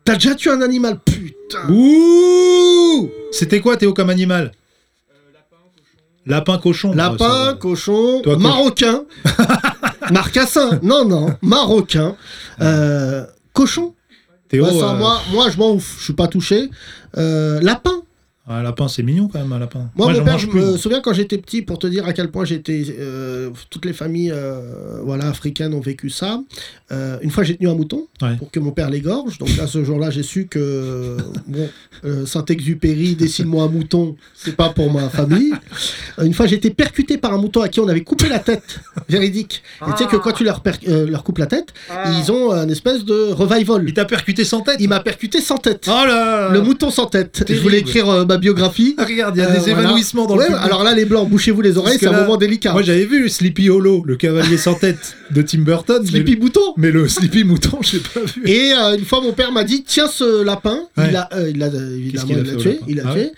Speaker 3: T'as déjà tué un animal Putain
Speaker 4: Ouh C'était quoi Théo comme animal Lapin, cochon. Ah, ça
Speaker 3: Lapin,
Speaker 4: va.
Speaker 3: cochon,
Speaker 4: Toi, co-
Speaker 3: marocain, marcassin, non, non, marocain, euh, cochon.
Speaker 4: Ah. Théo,
Speaker 3: Bah, ça,
Speaker 4: euh,
Speaker 3: moi, moi, je m'en ouf, je suis pas touché. Euh, lapin.
Speaker 4: un lapin, c'est mignon quand même, un lapin.
Speaker 3: Moi,
Speaker 4: j'en
Speaker 3: mon père,
Speaker 4: mange
Speaker 3: je
Speaker 4: plus.
Speaker 3: me souviens quand j'étais petit, pour te dire à quel point j'étais. euh, toutes les familles euh, voilà, africaines ont vécu ça. Euh, une fois, j'ai tenu un mouton
Speaker 4: Ouais.
Speaker 3: pour que mon père l'égorge. Donc, à ce jour-là, j'ai su que bon, euh, Saint-Exupéry, dessine-moi un mouton, c'est pas pour ma famille. Euh, une fois, j'ai été percuté par un mouton à qui on avait coupé la tête. Véridique. Et tu sais que quand tu leur, per- euh, leur coupes la tête, ils ont un espèce de revival.
Speaker 4: Il t'a percuté sans tête
Speaker 3: Il m'a percuté sans tête.
Speaker 4: Oh là
Speaker 3: Le mouton sans tête. Je voulais
Speaker 4: Terrible.
Speaker 3: écrire euh, ma biographie.
Speaker 4: Regarde, il y a
Speaker 3: Euh,
Speaker 4: des
Speaker 3: voilà.
Speaker 4: évanouissements dans
Speaker 3: Ouais,
Speaker 4: le
Speaker 3: ouais,
Speaker 4: public.
Speaker 3: Alors là, les blancs, bouchez-vous les oreilles,
Speaker 4: Parce que
Speaker 3: c'est un
Speaker 4: là,
Speaker 3: moment délicat.
Speaker 4: Moi, j'avais vu Sleepy Hollow, le cavalier sans tête de Tim Burton.
Speaker 3: Sleepy Bouton.
Speaker 4: Mais, le... mais le Sleepy Mouton, j'ai pas vu.
Speaker 3: Et euh, une fois, mon père m'a dit Tiens ce lapin.
Speaker 4: Ouais.
Speaker 3: Il l'a euh, il l'a- évidemment,
Speaker 4: qu'il a
Speaker 3: il
Speaker 4: fait
Speaker 3: l'a
Speaker 4: au
Speaker 3: tué.
Speaker 4: lapin
Speaker 3: Il l'a
Speaker 4: Ah
Speaker 3: tué.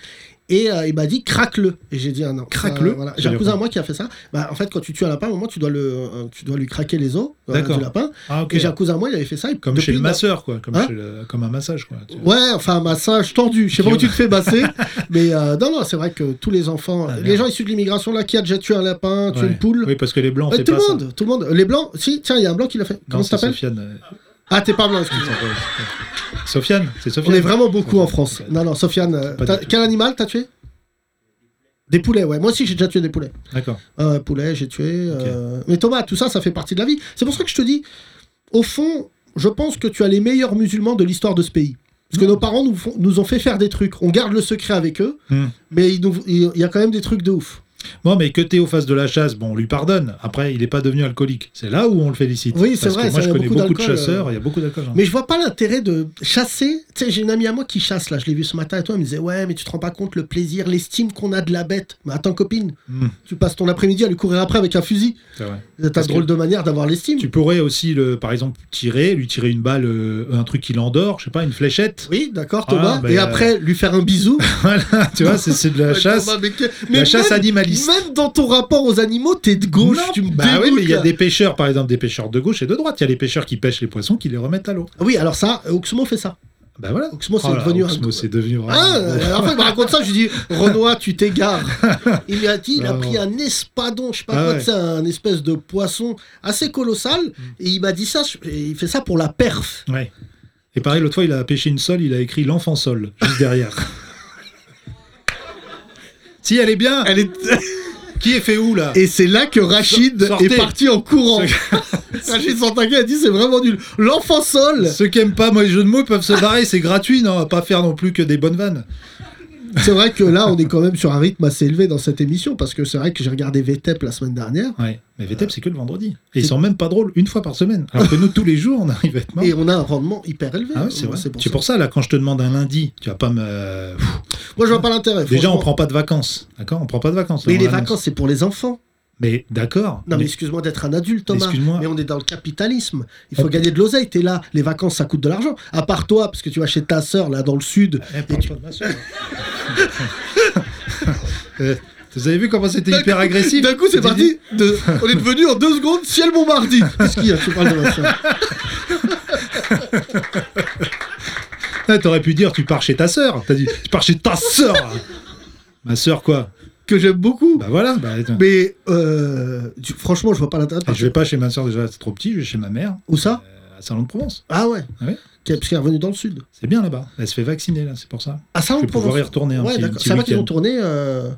Speaker 3: Et euh, il m'a dit craque-le. Et j'ai dit ah non.
Speaker 4: Craque-le.
Speaker 3: Euh, voilà.
Speaker 4: Ça
Speaker 3: J'ai
Speaker 4: veut
Speaker 3: un
Speaker 4: dire
Speaker 3: cousin
Speaker 4: quoi
Speaker 3: à moi qui a fait ça. Bah, en fait, quand tu tues un lapin, à un moment, tu dois, le, euh, tu dois lui craquer les os euh,
Speaker 4: D'accord.
Speaker 3: du lapin.
Speaker 4: Ah, ok.
Speaker 3: Et j'ai un cousin à moi, il avait fait ça. et
Speaker 4: Comme
Speaker 3: depuis,
Speaker 4: chez le
Speaker 3: il n'a-
Speaker 4: masseur, quoi. Comme,
Speaker 3: Hein
Speaker 4: chez le- Comme un massage, quoi. Tu-
Speaker 3: Ouais, enfin, un massage tendu. Je sais pas où tu te fais masser. mais euh, non, non, c'est vrai que tous les enfants,
Speaker 4: Ah,
Speaker 3: les
Speaker 4: merde.
Speaker 3: gens issus de l'immigration, là, qui a déjà tué un lapin, tué
Speaker 4: Ouais.
Speaker 3: une poule.
Speaker 4: Oui, parce que les blancs, on
Speaker 3: Euh,
Speaker 4: fait
Speaker 3: tout
Speaker 4: pas
Speaker 3: le monde, tout le monde. Les blancs, si, tiens, il y a un blanc qui l'a fait.
Speaker 4: ça. Non,
Speaker 3: Comment ça
Speaker 4: c'est
Speaker 3: s'appelle
Speaker 4: Sofiane. euh,
Speaker 3: Ah, t'es pas blanc, excuse-moi.
Speaker 4: Sofiane, c'est Sofiane.
Speaker 3: On est vraiment beaucoup en France. Non, non, Sofiane, euh,
Speaker 4: Pas
Speaker 3: t'as-
Speaker 4: du tout.
Speaker 3: quel animal t'as tué Des poulets, ouais. Moi aussi, j'ai déjà tué des poulets.
Speaker 4: D'accord.
Speaker 3: Euh, poulet, j'ai tué. euh, Mais Thomas, tout ça, ça fait partie de la vie. C'est pour ça que je te dis, au fond, je pense que tu as les meilleurs musulmans de l'histoire de ce pays. Parce que nos parents nous, font- nous ont fait faire des trucs. On garde le secret avec eux,
Speaker 4: Hmm.
Speaker 3: mais ils nous- il il y a quand même des trucs de ouf.
Speaker 4: Bon, mais que Théo fasse de la chasse, bon, on lui pardonne. Après, il n'est pas devenu alcoolique. C'est là où on le félicite.
Speaker 3: Oui, c'est
Speaker 4: Parce
Speaker 3: vrai,
Speaker 4: Que
Speaker 3: ça,
Speaker 4: moi, je
Speaker 3: il y a
Speaker 4: connais
Speaker 3: beaucoup
Speaker 4: beaucoup de
Speaker 3: d'alcool,
Speaker 4: chasseurs,
Speaker 3: euh.
Speaker 4: il y a beaucoup d'alcool. hein.
Speaker 3: Mais je vois pas l'intérêt de chasser. Tu sais, j'ai une amie à moi qui chasse, là, je l'ai vu ce matin, et toi, elle me disait, ouais, mais tu te rends pas compte le plaisir, l'estime qu'on a de la bête. Mais attends, copine,
Speaker 4: Hmm,
Speaker 3: tu passes ton après-midi à lui courir après avec un fusil.
Speaker 4: c'est vrai.
Speaker 3: T'as
Speaker 4: Parce
Speaker 3: ce drôle
Speaker 4: que-
Speaker 3: de manière d'avoir l'estime.
Speaker 4: Tu pourrais aussi, le, par exemple, tirer, lui tirer une balle, euh, un truc qui l'endort, je sais pas, une fléchette.
Speaker 3: Oui, d'accord,
Speaker 4: Ah,
Speaker 3: Thomas.
Speaker 4: ben,
Speaker 3: et
Speaker 4: euh,
Speaker 3: après, lui faire un bisou.
Speaker 4: tu vois, c'est c'est de la chasse.
Speaker 3: Thomas, mais que- mais
Speaker 4: la chasse
Speaker 3: même-
Speaker 4: triste.
Speaker 3: Même dans ton rapport aux animaux, t'es de gauche.
Speaker 4: Non,
Speaker 3: tu me
Speaker 4: bah oui,
Speaker 3: dégoûtes,
Speaker 4: mais il y a
Speaker 3: là.
Speaker 4: des pêcheurs, par exemple, des pêcheurs de gauche et de droite. Il y a les pêcheurs qui pêchent les poissons, qui les remettent à l'eau.
Speaker 3: Oui, alors ça, Oxmo fait ça.
Speaker 4: Bah voilà.
Speaker 3: Oxmo, c'est
Speaker 4: Oh là,
Speaker 3: devenu
Speaker 4: Oxmo,
Speaker 3: un.
Speaker 4: c'est devenu vraiment-
Speaker 3: Ah, euh, la fois, il me raconte ça, je lui dis Renoir, tu t'égares. Il lui a dit il a
Speaker 4: Ah,
Speaker 3: pris un espadon, je sais pas
Speaker 4: Ah,
Speaker 3: quoi,
Speaker 4: ouais.
Speaker 3: tu sais, un espèce de poisson assez colossal. Et il m'a dit ça, je- et il fait ça pour la perf.
Speaker 4: Ouais. Et pareil, l'autre fois, il a pêché une sole, il a écrit l'enfant sol juste derrière. si elle est bien,
Speaker 3: Elle est...
Speaker 4: qui est fait où là
Speaker 3: Et c'est là que Rachid
Speaker 4: Sortez.
Speaker 3: est parti en courant. Rachid Santaga a dit c'est vraiment nul. L'enfant sol,
Speaker 4: Ceux qui aiment pas moi les jeux de mots ils peuvent se barrer, c'est gratuit, non, on va pas faire non plus que des bonnes vannes.
Speaker 3: c'est vrai que là on est quand même sur un rythme assez élevé dans cette émission parce que c'est vrai que j'ai regardé VTEP la semaine dernière
Speaker 4: Ouais, mais
Speaker 3: Euh,
Speaker 4: VTEP c'est que le vendredi. Et ils sont même pas drôles une fois par semaine. Alors que nous tous les jours on arrive à être marrants.
Speaker 3: et on a un rendement hyper élevé.
Speaker 4: Ah ouais, c'est
Speaker 3: Moi,
Speaker 4: vrai.
Speaker 3: pour
Speaker 4: C'est
Speaker 3: ça.
Speaker 4: pour ça là quand je te demande un lundi, tu vas pas me. Pfff.
Speaker 3: Moi je vois pas l'intérêt.
Speaker 4: Déjà on
Speaker 3: franchement.
Speaker 4: prend pas de vacances, d'accord On prend pas de vacances. là,
Speaker 3: Mais
Speaker 4: on
Speaker 3: les
Speaker 4: l'annonce.
Speaker 3: vacances c'est pour les enfants.
Speaker 4: Mais d'accord.
Speaker 3: Non, mais,
Speaker 4: mais-
Speaker 3: excuse-moi d'être un adulte, Thomas.
Speaker 4: Excuse-moi.
Speaker 3: Mais on est dans le capitalisme. Il faut
Speaker 4: On-
Speaker 3: gagner de l'oseille. T'es là, les vacances, ça coûte de l'argent. À part toi, parce que tu vas chez ta sœur, là, dans le sud.
Speaker 4: Eh, parle pas de ma sœur. Euh, Vous avez vu comment c'était hyper agressif
Speaker 3: D'un coup, c'est
Speaker 4: J'ai
Speaker 3: parti.
Speaker 4: dit-
Speaker 3: de- On est devenu en deux secondes ciel Bombardi. Qu'est-ce qu'il y a Tu parles de ma sœur.
Speaker 4: Ah, T'aurais pu dire tu pars chez ta sœur. T'as dit tu pars chez ta sœur. ma sœur quoi
Speaker 3: Que j'aime beaucoup.
Speaker 4: Bah voilà. bah, attends.
Speaker 3: Mais euh, tu- franchement, je vois pas l'intérêt. de
Speaker 4: Ah,
Speaker 3: partir.
Speaker 4: je vais pas chez ma soeur déjà, c'est trop petit, je vais chez ma mère,
Speaker 3: Où ça
Speaker 4: euh, à Salon-de-Provence.
Speaker 3: Ah ouais.
Speaker 4: Ah ouais.
Speaker 3: Qu'elle- Parce qu'elle est revenue dans le sud.
Speaker 4: C'est bien là-bas. Elle se fait vacciner là, c'est pour ça.
Speaker 3: Ah, ça, on
Speaker 4: Je vais
Speaker 3: Provence.
Speaker 4: pouvoir y retourner un
Speaker 3: Ouais,
Speaker 4: petit-
Speaker 3: d'accord.
Speaker 4: petit
Speaker 3: Ça va qu'ils
Speaker 4: week-end.
Speaker 3: ont tourné. euh,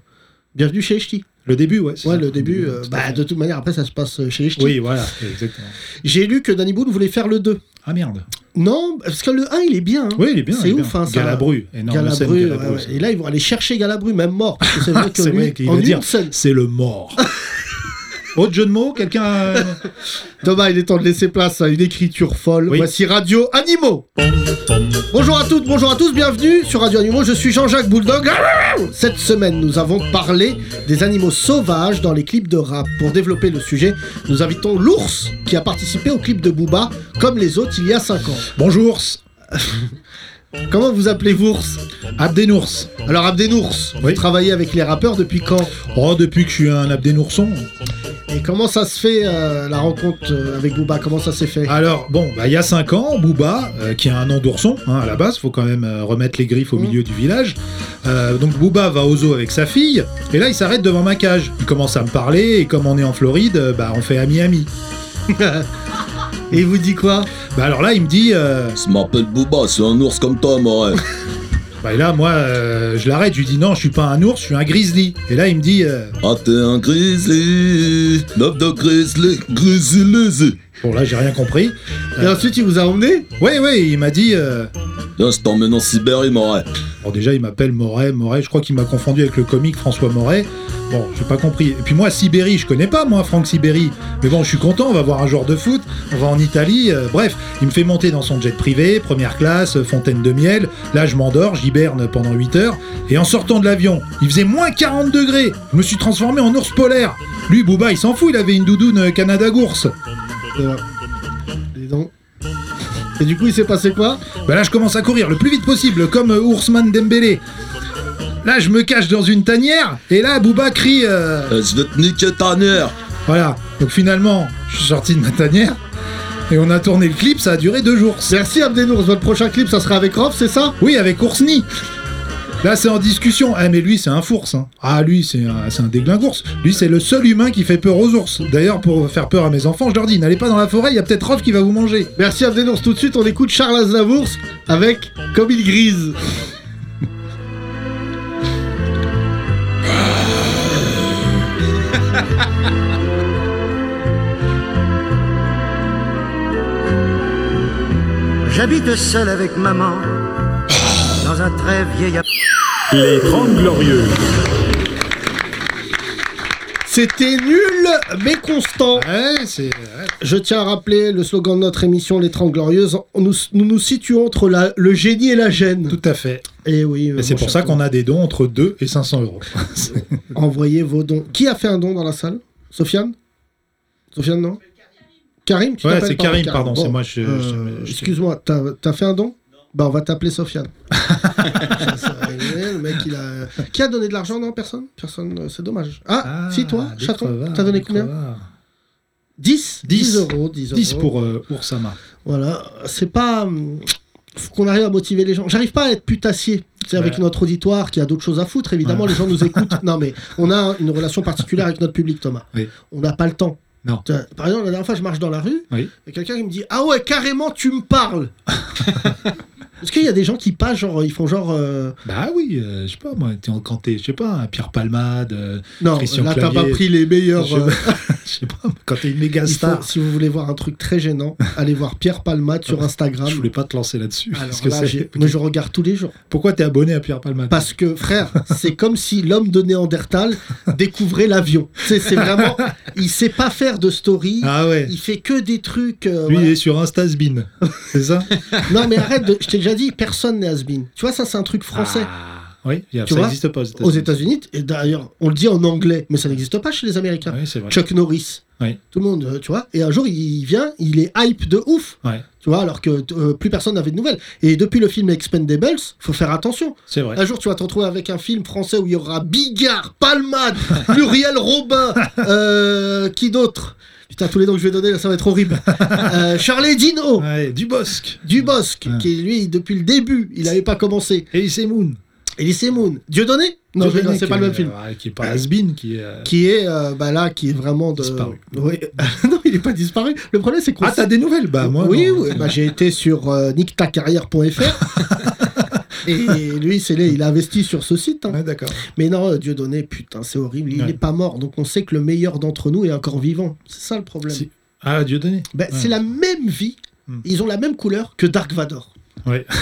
Speaker 3: Bienvenue chez Echti.
Speaker 4: Le début, ouais. c'est
Speaker 3: Ouais,
Speaker 4: ça.
Speaker 3: le début. euh,
Speaker 4: tout à
Speaker 3: bah,
Speaker 4: fait.
Speaker 3: de toute manière, après, ça se passe euh, chez Echti.
Speaker 4: Oui, voilà, exactement.
Speaker 3: J'ai lu que Danny Boone voulait faire le 2.
Speaker 4: Ah merde.
Speaker 3: Non, parce que le 1, il est bien. hein.
Speaker 4: Oui, il est bien.
Speaker 3: C'est
Speaker 4: il est
Speaker 3: ouf,
Speaker 4: bien.
Speaker 3: hein, ça.
Speaker 4: Galabru, énorme
Speaker 3: Galabru,
Speaker 4: scène,
Speaker 3: ouais,
Speaker 4: Galabru,
Speaker 3: ouais.
Speaker 4: ça.
Speaker 3: Et là, ils vont aller chercher Galabru, même mort. parce que C'est vrai que
Speaker 4: C'est
Speaker 3: lui,
Speaker 4: vrai qu'il
Speaker 3: en
Speaker 4: veut
Speaker 3: une
Speaker 4: dire
Speaker 3: scène-
Speaker 4: c'est le mort. Autre jeu de mots, quelqu'un. euh,
Speaker 3: Thomas, il est temps de laisser place à une écriture folle.
Speaker 4: Oui.
Speaker 3: Voici Radio Animaux. Bonjour à toutes, bonjour à tous, bienvenue sur Radio Animaux. Je suis Jean-Jacques Bulldog. Cette semaine, nous avons parlé des animaux sauvages dans les clips de rap. Pour développer le sujet, nous invitons l'ours qui a participé au clip de Booba, comme les autres il y a 5 ans.
Speaker 4: Bonjour,
Speaker 3: Comment vous appelez-vous ours
Speaker 4: Abdénours.
Speaker 3: Alors Abdenours, vous
Speaker 4: Oui.
Speaker 3: travaillez avec les rappeurs depuis quand
Speaker 4: Oh, depuis que je suis un Abdénourson.
Speaker 3: Et comment ça se fait euh, la rencontre euh, avec Booba Comment ça s'est fait
Speaker 4: Alors, bon, bah, il y a 5 ans, Booba, euh, qui a un nom d'ourson, hein, à la base, faut quand même euh, remettre les griffes au
Speaker 3: Mhm.
Speaker 4: milieu du village. Euh, donc, Booba va au zoo avec sa fille, et là, il s'arrête devant ma cage. Il commence à me parler, et comme on est en Floride, euh, bah, on fait ami-ami.
Speaker 3: Et il vous dit quoi
Speaker 4: Bah, alors là, il me dit, euh,
Speaker 9: Je m'appelle Booba, c'est un ours comme toi, moi. ouais.
Speaker 4: bah, et là, moi, euh, je l'arrête, je lui dis, non, je suis pas un ours, je suis un grizzly. Et là, il me dit, euh,
Speaker 9: Ah, t'es un grizzly. 9 de grizzly. Grizzly.
Speaker 4: bon, là, j'ai rien compris.
Speaker 3: Et ensuite, il vous a emmené
Speaker 4: Ouais, ouais, il m'a dit, euh,
Speaker 9: Viens, je t'emmène en Sibérie, moi. ouais.
Speaker 4: Alors déjà, il m'appelle Moret, Moret, je crois qu'il m'a confondu avec le comique François Moret. Bon, j'ai pas compris. Et puis moi, Sibérie, je connais pas, moi, Franck Sibérie. Mais bon, je suis content, on va voir un joueur de foot, on va en Italie. euh, bref, il me fait monter dans son jet privé, première classe, euh, fontaine de miel. Là, je m'endors, j'hiberne pendant 8 heures. Et en sortant de l'avion, il faisait moins 40 degrés. Je me suis transformé en ours polaire. Lui, Booba, il s'en fout, il avait une doudoune euh, Canada Gourse.
Speaker 3: Voilà. Dis donc. Et du coup, il s'est passé quoi
Speaker 4: Bah là, je commence à courir le plus vite possible, comme euh, Ousmane Dembélé. Là, je me cache dans une tanière, et là, Booba crie... euh,
Speaker 9: Eh, Je vais te niquer ta nière.
Speaker 4: Voilà, donc finalement, je suis sorti de ma tanière et on a tourné le clip, ça a duré deux jours.
Speaker 3: Merci Abdenours. Votre prochain clip, ça sera avec Rof, c'est ça
Speaker 4: Oui, avec Oursni. Là, c'est en discussion. Ah, mais lui, c'est un fours. hein. Ah, lui, c'est un, c'est un déglingours. Lui, c'est le seul humain qui fait peur aux ours. D'ailleurs, pour faire peur à mes enfants, je leur dis n'allez pas dans la forêt, il y a peut-être Rof qui va vous manger.
Speaker 3: Merci Abdenours. Tout de suite, on écoute Charles Aznavours avec Comme il grise.
Speaker 1: J'habite seul avec maman dans un très vieil
Speaker 7: Les 30 Glorieux.
Speaker 3: C'était nul, mais constant.
Speaker 4: Ouais, Eh, c'est. euh,
Speaker 3: Je tiens à rappeler le slogan de notre émission, Les 30 Glorieuses. On Nous nous, nous situons entre la- le génie et la gêne.
Speaker 4: Tout à fait.
Speaker 3: Et ben, oui. euh,
Speaker 4: Et c'est pour ça qu'on a des dons entre 2 et 500 euros.
Speaker 3: Envoyez vos dons. Qui a fait un don dans la salle Sofiane Sofiane, non Karim tu
Speaker 4: Ouais,
Speaker 3: t'appelles
Speaker 4: c'est
Speaker 3: Pardon,
Speaker 4: Karim, pardon, c'est moi, je-
Speaker 3: Euh,
Speaker 4: je- je-
Speaker 3: Excuse-moi, t'as t'as fait un don Bah, on va t'appeler Sofiane. Ça, ça va rigoler, le mec, il a... Qui a donné de l'argent Non, personne. Personne, euh, c'est dommage. Ah, si, toi,
Speaker 4: des
Speaker 3: chaton,
Speaker 4: crevards,
Speaker 3: t'as donné
Speaker 4: des
Speaker 3: combien
Speaker 4: crevards.
Speaker 3: 10
Speaker 4: Dix.
Speaker 3: euros. 10,
Speaker 4: 10
Speaker 3: euros.
Speaker 4: pour euh, Oursama.
Speaker 3: Voilà, c'est pas. hum, Faut qu'on arrive à motiver les gens. J'arrive pas à être putassier. C'est avec
Speaker 4: Ouais.
Speaker 3: notre auditoire qui a d'autres choses à foutre. Évidemment, les gens nous écoutent. non, mais on a une relation particulière avec notre public, Thomas.
Speaker 4: Oui.
Speaker 3: On n'a pas le temps.
Speaker 4: Non.
Speaker 3: Tu vois, Par exemple, la dernière fois, je marche dans la rue
Speaker 4: Oui.
Speaker 3: et quelqu'un qui me dit Ah ouais, carrément, tu me parles. Parce qu'il y a des gens qui pas genre, ils font genre. euh,
Speaker 4: Bah oui, euh, je sais pas moi, t'es- quand t'es, je sais pas, un Pierre Palmade, euh,
Speaker 3: Non,
Speaker 4: Christian
Speaker 3: là, t'as
Speaker 4: Clavier.
Speaker 3: pas pris les meilleurs.
Speaker 4: je
Speaker 3: euh,
Speaker 4: je sais pas, quand t'es une méga
Speaker 3: il faut-
Speaker 4: star.
Speaker 3: si vous voulez voir un truc très gênant, allez voir Pierre Palmade sur Instagram.
Speaker 4: Je voulais pas te lancer là-dessus. parce
Speaker 3: Alors
Speaker 4: que
Speaker 3: là,
Speaker 4: c'est-
Speaker 3: j'ai- mais je regarde tous les jours.
Speaker 4: Pourquoi t'es abonné à Pierre Palmade
Speaker 3: Parce que, frère, c'est comme si l'homme de Néandertal découvrait l'avion. C'est c'est vraiment. Il sait pas faire de story.
Speaker 4: Ah ouais.
Speaker 3: Il fait que des trucs. euh,
Speaker 4: Lui, il
Speaker 3: voilà.
Speaker 4: est sur Instasbin. c'est ça
Speaker 3: Non, mais arrête, de- je t'ai déjà dit, personne n'est has Tu vois, ça, c'est un truc français.
Speaker 4: Ah, Oui, y a-
Speaker 3: Tu
Speaker 4: ça
Speaker 3: vois,
Speaker 4: n'existe pas aux États-Unis.
Speaker 3: Aux États-Unis, et d'ailleurs, on le dit en anglais, mais ça n'existe pas chez les Américains.
Speaker 4: Ah Oui, c'est vrai.
Speaker 3: Chuck Norris.
Speaker 4: Oui.
Speaker 3: Tout le monde, euh, tu vois. Et un jour, il vient, il est hype de ouf.
Speaker 4: Ouais.
Speaker 3: Tu vois, alors que euh, plus personne n'avait de nouvelles. Et depuis le film Expendables, faut faire attention.
Speaker 4: C'est vrai.
Speaker 3: Un jour, tu vas te retrouver avec un film français où il y aura Bigard, Palmade, Muriel Robin, euh, qui d'autre Putain, tous les noms que je vais donner, là, ça va être horrible. Euh, Charlie Dino,
Speaker 4: Ouais, du Bosque.
Speaker 3: Dubosc,
Speaker 4: Ouais.
Speaker 3: qui lui, depuis le début, il n'avait pas commencé.
Speaker 4: Et c'est Moon.
Speaker 3: Elysée Moon, Dieudonné Non, je
Speaker 4: Dieudonné,
Speaker 3: rigole, c'est
Speaker 4: qui
Speaker 3: pas le
Speaker 4: est- euh,
Speaker 3: même film.
Speaker 4: ouais, qui est pas Asbin, qui est. euh,
Speaker 3: Qui est, euh, bah là, qui est vraiment de...
Speaker 4: Disparu.
Speaker 3: Oui. non, il n'est pas disparu. Le problème, c'est qu'on
Speaker 4: Ah, t'as des nouvelles Bah, moi.
Speaker 3: oui,
Speaker 4: non.
Speaker 3: oui, bah, j'ai été sur euh, nicktacarrière.fr et lui, c'est les- il a investi sur ce site. hein.
Speaker 4: Ouais, Ah, d'accord.
Speaker 3: Mais non, euh, Dieudonné, putain, c'est horrible. Il n'est
Speaker 4: Ouais.
Speaker 3: pas mort, donc on sait que le meilleur d'entre nous est encore vivant. C'est ça le problème.
Speaker 4: Si. Ah, Dieu donné.
Speaker 3: Ben,
Speaker 4: Ouais.
Speaker 3: C'est la même vie,
Speaker 4: Hmm.
Speaker 3: ils ont la même couleur que Dark Vador.
Speaker 4: Ouais.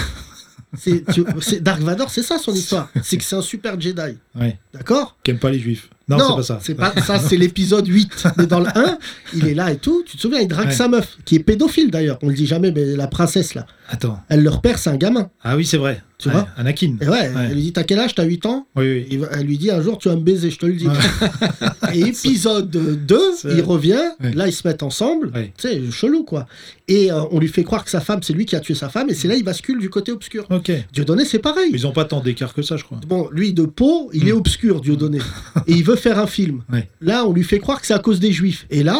Speaker 3: C'est- tu- c'est- Dark Vador, c'est ça son histoire. C'est que c'est un super Jedi.
Speaker 4: Ouais.
Speaker 3: D'accord
Speaker 4: Qui aime pas les juifs. Non, c'est pas ça.
Speaker 3: C'est pas ça, c'est l'épisode 8. Mais dans le 1, il est là et tout. Tu te souviens, il drague
Speaker 4: Ouais.
Speaker 3: sa meuf, qui est pédophile d'ailleurs. On le dit jamais, mais la princesse là.
Speaker 4: Attends.
Speaker 3: Elle, leur père, c'est un gamin.
Speaker 4: Ah oui, c'est vrai.
Speaker 3: Tu
Speaker 4: Ouais,
Speaker 3: vois
Speaker 4: Anakin.
Speaker 3: Et ouais,
Speaker 4: Ouais.
Speaker 3: elle lui dit T'as quel âge T'as 8 ans
Speaker 4: Oui, oui.
Speaker 3: Il va- elle lui dit un jour tu vas me baiser, je te le dis. et épisode 2,
Speaker 4: C'est-
Speaker 3: il revient,
Speaker 4: Ouais.
Speaker 3: là ils se mettent ensemble,
Speaker 4: Ouais.
Speaker 3: tu sais, chelou quoi. Et euh, on lui fait croire que sa femme, c'est lui qui a tué sa femme, et c'est là il bascule du côté obscur.
Speaker 4: Ok.
Speaker 3: Dieudonné, c'est pareil.
Speaker 4: Ils ont pas tant d'écart que ça, je crois.
Speaker 3: Bon, lui de peau, il est obscur, Dieudonné. et il veut faire un film.
Speaker 4: Mm. Ouais.
Speaker 3: Là, on lui fait croire que c'est à cause des juifs. Et là,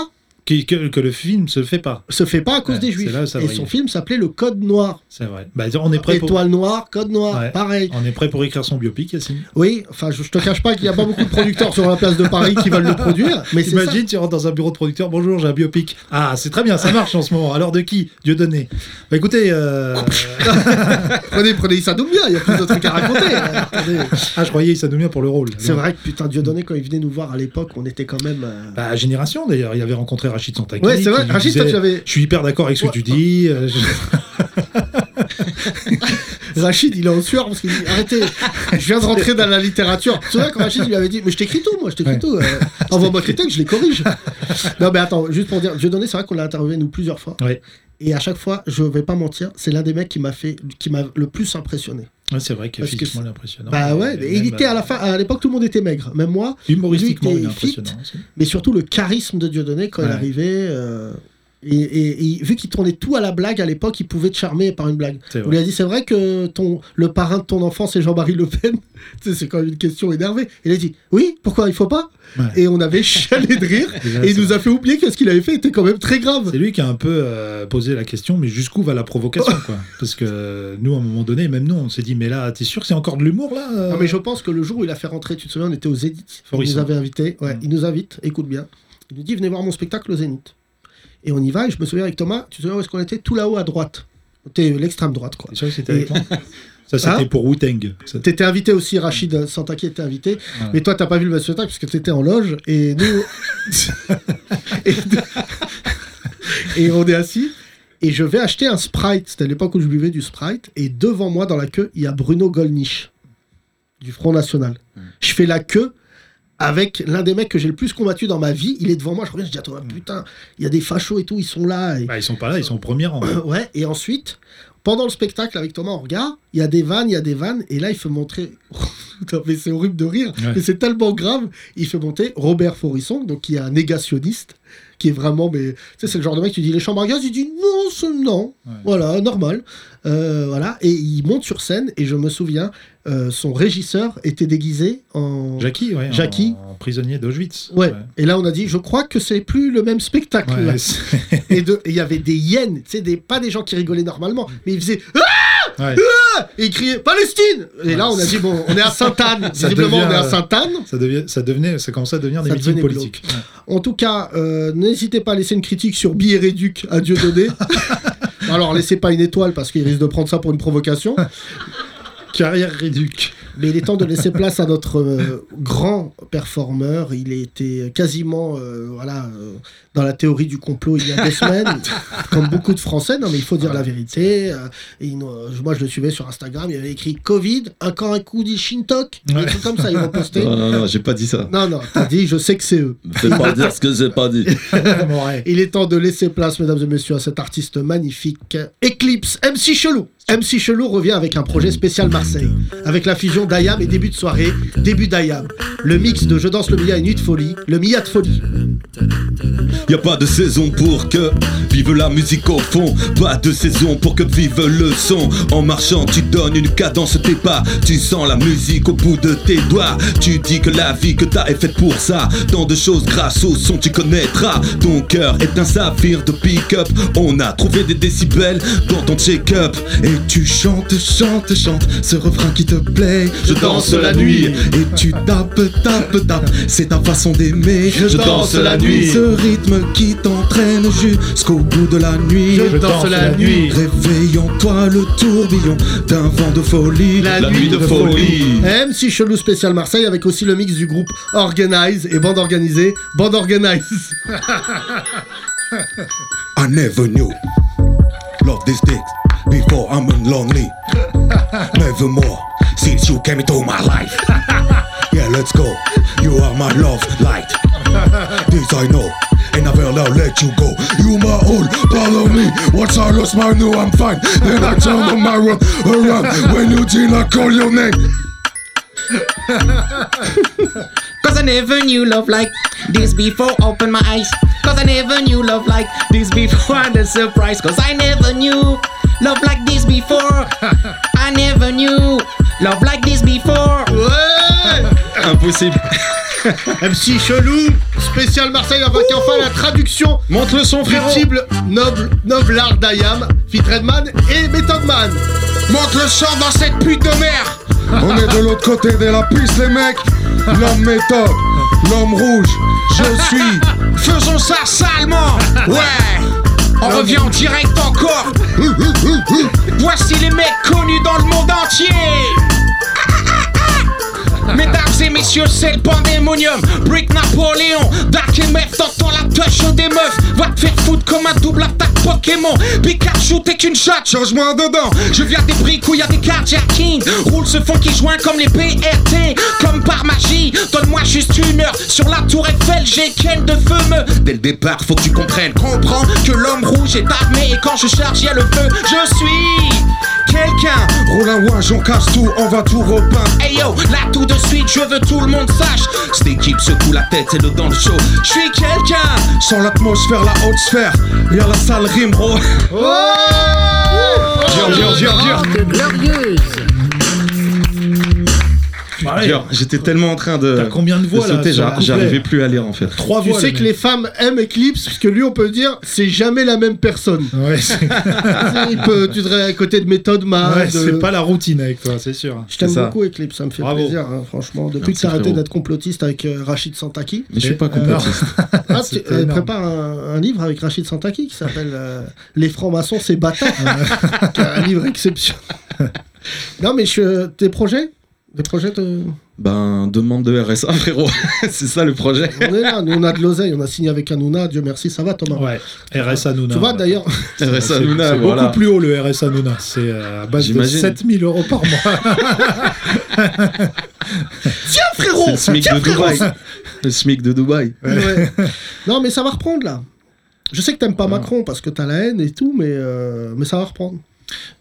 Speaker 4: Qui- Que, que le film se fait pas.
Speaker 3: se fait pas à cause
Speaker 4: Ouais,
Speaker 3: des
Speaker 4: c'est
Speaker 3: juifs.
Speaker 4: là où ça
Speaker 3: et
Speaker 4: brille.
Speaker 3: son film s'appelait Le Code Noir.
Speaker 4: C'est vrai. Bah, on est prêt pour.
Speaker 3: Étoile noire, code noir,
Speaker 4: Ouais.
Speaker 3: pareil.
Speaker 4: On est prêt pour écrire son biopic, Yacine.
Speaker 3: Oui, enfin, je, je te cache pas qu'il n'y a pas beaucoup de producteurs sur la place de Paris qui veulent le produire, mais c'est ça.
Speaker 4: Imagine, tu rentres dans un bureau de producteur. Bonjour, j'ai un biopic. Ah, c'est très bien, ça marche en ce moment. Alors de qui Dieu donné. Bah écoutez, euh...
Speaker 3: Prenez, prenez ça bien, il y a plus de trucs à raconter. hein. Attendez.
Speaker 4: ah, je croyais ça nous bien pour le rôle.
Speaker 3: C'est vrai que putain, Dieudonné, quand il venait nous voir à l'époque, on était quand même. euh,
Speaker 4: Bah, génération d'ailleurs, il avait rencontré Rachid Santaki.
Speaker 3: Ouais, c'est vrai.
Speaker 4: qui lui
Speaker 3: Rachid, toi,
Speaker 4: disait,
Speaker 3: tu l'avais-
Speaker 4: Je suis hyper d'accord avec ce que
Speaker 3: Ouais.
Speaker 4: tu dis. euh, je-
Speaker 3: Rachid, il est en sueur parce qu'il dit Arrêtez, je viens de rentrer dans la littérature. C'est vrai quand Rachid lui avait dit Mais je t'écris tout, moi, je t'écris
Speaker 4: Ouais.
Speaker 3: tout. euh, Envoie-moi tes textes, je les corrige. non, mais attends, juste pour dire, Dieudonné, c'est vrai qu'on l'a interviewé nous plusieurs fois.
Speaker 4: Ouais.
Speaker 3: Et à chaque fois, je vais pas mentir, c'est l'un des mecs qui m'a fait, qui m'a le plus impressionné.
Speaker 4: Ouais, c'est vrai que
Speaker 3: Parce que
Speaker 4: physiquement,
Speaker 3: c'est-
Speaker 4: il est impressionnant.
Speaker 3: bah ouais,
Speaker 4: Et
Speaker 3: et il
Speaker 4: même,
Speaker 3: était à la
Speaker 4: euh,
Speaker 3: fin, à l'époque, tout le monde était maigre, même moi,
Speaker 4: Humoristiquement,
Speaker 3: Lui,
Speaker 4: il est
Speaker 3: il était fit.
Speaker 4: impressionnant. aussi.
Speaker 3: mais surtout le charisme de Dieudonné quand il
Speaker 4: Ouais.
Speaker 3: arrivait. euh, et, et- et vu qu'il tournait tout à la blague à l'époque, il pouvait te charmer par une blague.
Speaker 4: C'est
Speaker 3: On lui a
Speaker 4: vrai.
Speaker 3: dit c'est vrai que ton, le parrain de ton enfant c'est Jean-Marie Le Pen. Tu sais, c'est quand même une question énervée. Il a dit oui, pourquoi il faut pas
Speaker 4: Ouais.
Speaker 3: Et on avait chialé de rire.
Speaker 4: Déjà,
Speaker 3: et il
Speaker 4: c'est
Speaker 3: nous a fait oublier que ce qu'il avait fait était quand même très grave.
Speaker 4: C'est lui qui a un peu euh, posé la question, mais jusqu'où va la provocation, quoi Parce que euh, nous, à un moment donné, même nous, on s'est dit, mais là, t'es sûr que c'est encore de l'humour, là euh
Speaker 3: Non, Ah, mais je pense que le jour où il a fait rentrer, tu te souviens, on était au Zénith. Il
Speaker 4: Florissant.
Speaker 3: nous avait invités. Ouais,
Speaker 4: Mm.
Speaker 3: Il nous invite, écoute bien. Il nous dit venez voir mon spectacle au Zénith. Et on y va. Et je me souviens avec Thomas, tu te souviens où est-ce qu'on était Tout là-haut à droite. On était l'extrême droite quoi.
Speaker 4: T'es sûr que c'était
Speaker 3: Et-
Speaker 4: avec moi Ça, c'était
Speaker 3: Hein
Speaker 4: pour Wu Tang. Ça-
Speaker 3: T'étais invité aussi, Rachid Santaki était invité.
Speaker 4: Voilà.
Speaker 3: Mais toi, t'as pas vu le spectacle parce que t'étais en loge. Et nous. et, et on est assis. Et je vais acheter un sprite. C'était à l'époque où je buvais du sprite. Et devant moi, dans la queue, il y a Bruno Golnisch, du Front National. Je fais la queue. Avec l'un des mecs que j'ai le plus combattu dans ma vie, il est devant moi, je reviens, je dis à toi, putain, il y a des fachos et tout, ils sont là. Et-
Speaker 4: Bah, ils sont pas là, ils sont au premier rang.
Speaker 3: ouais, et ensuite, pendant le spectacle avec Thomas, on regarde, il y a des vannes, il y a des vannes, et là, il faut montrer. Putain, mais c'est horrible de rire,
Speaker 4: Ouais.
Speaker 3: mais c'est tellement grave. Il fait monter Robert Forisson, donc qui est un négationniste, qui est vraiment. Mais tu sais, c'est le genre de mec qui dit les chambres à gaz, il dit non, ce- non.
Speaker 4: Ouais.
Speaker 3: Voilà, normal. Euh, voilà, et il monte sur scène, et je me souviens, euh, son régisseur était déguisé en.
Speaker 4: Jackie, ouais, en-
Speaker 3: Jackie.
Speaker 4: en prisonnier d'Auschwitz.
Speaker 3: Ouais. Et là, on a dit, je crois que c'est plus le même spectacle.
Speaker 4: Ouais,
Speaker 3: là.
Speaker 4: c'est-
Speaker 3: Et de- et il y avait des hyènes, tu sais, des, pas des gens qui rigolaient
Speaker 4: Mm.
Speaker 3: normalement, mais ils faisaient
Speaker 4: ouais.
Speaker 3: et ils criaient Palestine. Et là, on a dit bon, on est à Sainte-Anne.
Speaker 4: Ça
Speaker 3: Visiblement,
Speaker 4: devient,
Speaker 3: on est à
Speaker 4: euh,
Speaker 3: Sainte-Anne.
Speaker 4: Ça, devient- ça, devenait, ça commençait à devenir des
Speaker 3: Ça
Speaker 4: meetings
Speaker 3: devenait
Speaker 4: politiques.
Speaker 3: En tout cas, euh, n'hésitez pas à laisser une critique sur Billet Réduc à Dieu donné. Alors, laissez pas une étoile parce qu'il risque de prendre ça pour une provocation.
Speaker 4: Carrière réduque.
Speaker 3: Mais il est temps de laisser place à notre euh, grand performeur. Il a été quasiment euh, voilà, euh, dans la théorie du complot il y a deux semaines, comme beaucoup de Français. Non, mais il faut dire la vérité. Euh, il nous- euh, moi, je le suivais sur Instagram. Il avait écrit Covid, encore un coup dit Shintok.
Speaker 4: Ouais.
Speaker 3: Des trucs comme ça, il repostait.
Speaker 9: Non, non, non, j'ai pas dit ça.
Speaker 3: Non, non, t'as dit, je sais que c'est eux.
Speaker 9: Me fais pas dire ce que j'ai pas dit.
Speaker 3: Il est temps de laisser place, mesdames et messieurs, à cet artiste magnifique, Eclipse, MC Chelou. MC Chelou revient avec un projet spécial Marseille, avec la fusion d'Ayam et début de soirée, début d'Ayam, le mix de Je danse le Mia et Nuit de folie, le Mia de folie.
Speaker 9: Y a pas de saison pour que vive la musique au fond. Pas de saison pour que vive le son. En marchant, tu donnes une cadence tes pas. Tu sens la musique au bout de tes doigts. Tu dis que la vie que t'as est faite pour ça. Tant de choses grâce au son, tu connaîtras. Ton cœur est un saphir de pick-up. On a trouvé des décibels dans ton check-up. Et tu chantes, chantes, chantes ce refrain qui te plaît. Je danse la nuit. Et tu tapes, tapes, tapes. C'est ta façon d'aimer. Je danse la nuit. Ce rythme qui t'entraîne jusqu'au bout de la nuit.
Speaker 4: Je danse la nuit.
Speaker 9: Réveillant-toi le tourbillon d'un vent de folie.
Speaker 3: La La nuit nuit de de folie.
Speaker 9: folie.
Speaker 3: MC Chelou spécial Marseille avec aussi le mix du groupe Organize et Bande Organisée, Bande Organize.
Speaker 9: I never knew. Love these things before I'm lonely. Nevermore since you came into my life. Yeah, let's go. You are my love light. This I know. And I will not let you go. You my all, follow me. Once I lost my new, I'm fine. Then I turn on my run around. When you did, I call your name.
Speaker 10: Cause I never knew love like this before. Open my eyes. Cause I never knew love like this before. And a surprise. Cause I never knew love like this before. I never knew love like this before.
Speaker 9: Impossible.
Speaker 3: MC Chelou spécial Marseille avec enfin la traduction
Speaker 4: Monte le son, frérot.
Speaker 3: multiple noble, noble art d'Ayam, Fit Redman et Method Man.
Speaker 9: Monte le chant dans cette pute de mer On est de l'autre côté de la piste les mecs L'homme méthode, l'homme rouge, je suis Faisons ça salement Ouais On revient en direct encore Voici les mecs connus dans le monde entier Mesdames et messieurs, c'est le pandémonium. Brick Napoléon, Dark et Meuf, t'entends la touche des meufs. Va te faire foutre comme un double attaque Pokémon. Pikachu, t'es qu'une chatte, change-moi dedans. Je viens des briques où y a des carjackings. Roule ce fond qui joint comme les BRT. Comme par magie, donne-moi juste une heure. Sur la tour Eiffel, j'ai Ken de feu me. Dès le départ, faut que tu comprennes. Comprends que l'homme rouge est armé. Et quand je charge, y a le feu. Je suis quelqu'un Roule un ouin, j'en casse tout, on va tout repeindre Hey yo, là tout de suite, je veux tout le monde sache Cette équipe secoue la tête et le dans le show Je suis quelqu'un Sans l'atmosphère, la haute sphère Y'a la salle rime, oh. bro
Speaker 4: Dur, dur, dur, dur.
Speaker 2: De glorieuse.
Speaker 4: Pareil.
Speaker 11: D'ailleurs, J'étais tellement en train de,
Speaker 4: T'as combien de
Speaker 11: de
Speaker 4: voix là
Speaker 11: sauter,
Speaker 4: sur le
Speaker 11: j'ar-
Speaker 4: couplet
Speaker 11: j'arrivais plus à lire en fait.
Speaker 4: Trois
Speaker 3: Tu
Speaker 4: voix.
Speaker 3: sais
Speaker 4: le
Speaker 3: que les
Speaker 4: mec.
Speaker 3: femmes aiment Eclipse, parce que lui, on peut dire, c'est jamais la même personne.
Speaker 4: Ouais, c'est
Speaker 3: Il peut- tu serais à côté de Méthode Man.
Speaker 4: Ah. ouais,
Speaker 3: Ah, de-
Speaker 4: c'est pas la routine avec toi, c'est sûr.
Speaker 3: Je t'aime
Speaker 11: c'est ça.
Speaker 3: beaucoup, Eclipse, ça me fait
Speaker 4: Bravo.
Speaker 3: plaisir, hein, franchement. Depuis que
Speaker 11: Merci,
Speaker 3: t'as arrêté
Speaker 11: frérot.
Speaker 3: d'être complotiste avec euh, Rachid Santaki,
Speaker 11: Mais je suis pas
Speaker 4: Euh,
Speaker 11: complotiste.
Speaker 3: ah, tu,
Speaker 4: C'était
Speaker 3: euh,
Speaker 4: énorme.
Speaker 3: prépare un, un livre avec Rachid Santaki qui s'appelle euh, Les francs-maçons, c'est bâtard.
Speaker 4: Ah,
Speaker 3: Qui est un livre exceptionnel. non, mais je, euh, tes projets Des projets de...
Speaker 11: ben, demande de RSA, frérot. c'est ça le projet.
Speaker 3: On est là, nous on a de l'oseille, on a signé avec Hanouna, Dieu merci, ça va Thomas.
Speaker 4: Ouais, RSA Nouna.
Speaker 3: tu vois
Speaker 4: ouais.
Speaker 3: d'ailleurs,
Speaker 11: RSA
Speaker 4: C'est-
Speaker 11: Luna,
Speaker 4: c'est
Speaker 11: voilà.
Speaker 4: beaucoup plus haut le RSA Nouna. C'est euh, à base de
Speaker 11: J'imagine.
Speaker 4: 7000 euros par mois.
Speaker 3: tiens frérot,
Speaker 11: C'est le SMIC
Speaker 3: tiens
Speaker 11: de
Speaker 3: frérot,
Speaker 11: Dubaï. Le SMIC de Dubaï.
Speaker 3: Ouais. non, mais ça va reprendre là. Je sais que t'aimes pas Macron parce que t'as la haine et tout, mais, euh, mais ça va reprendre.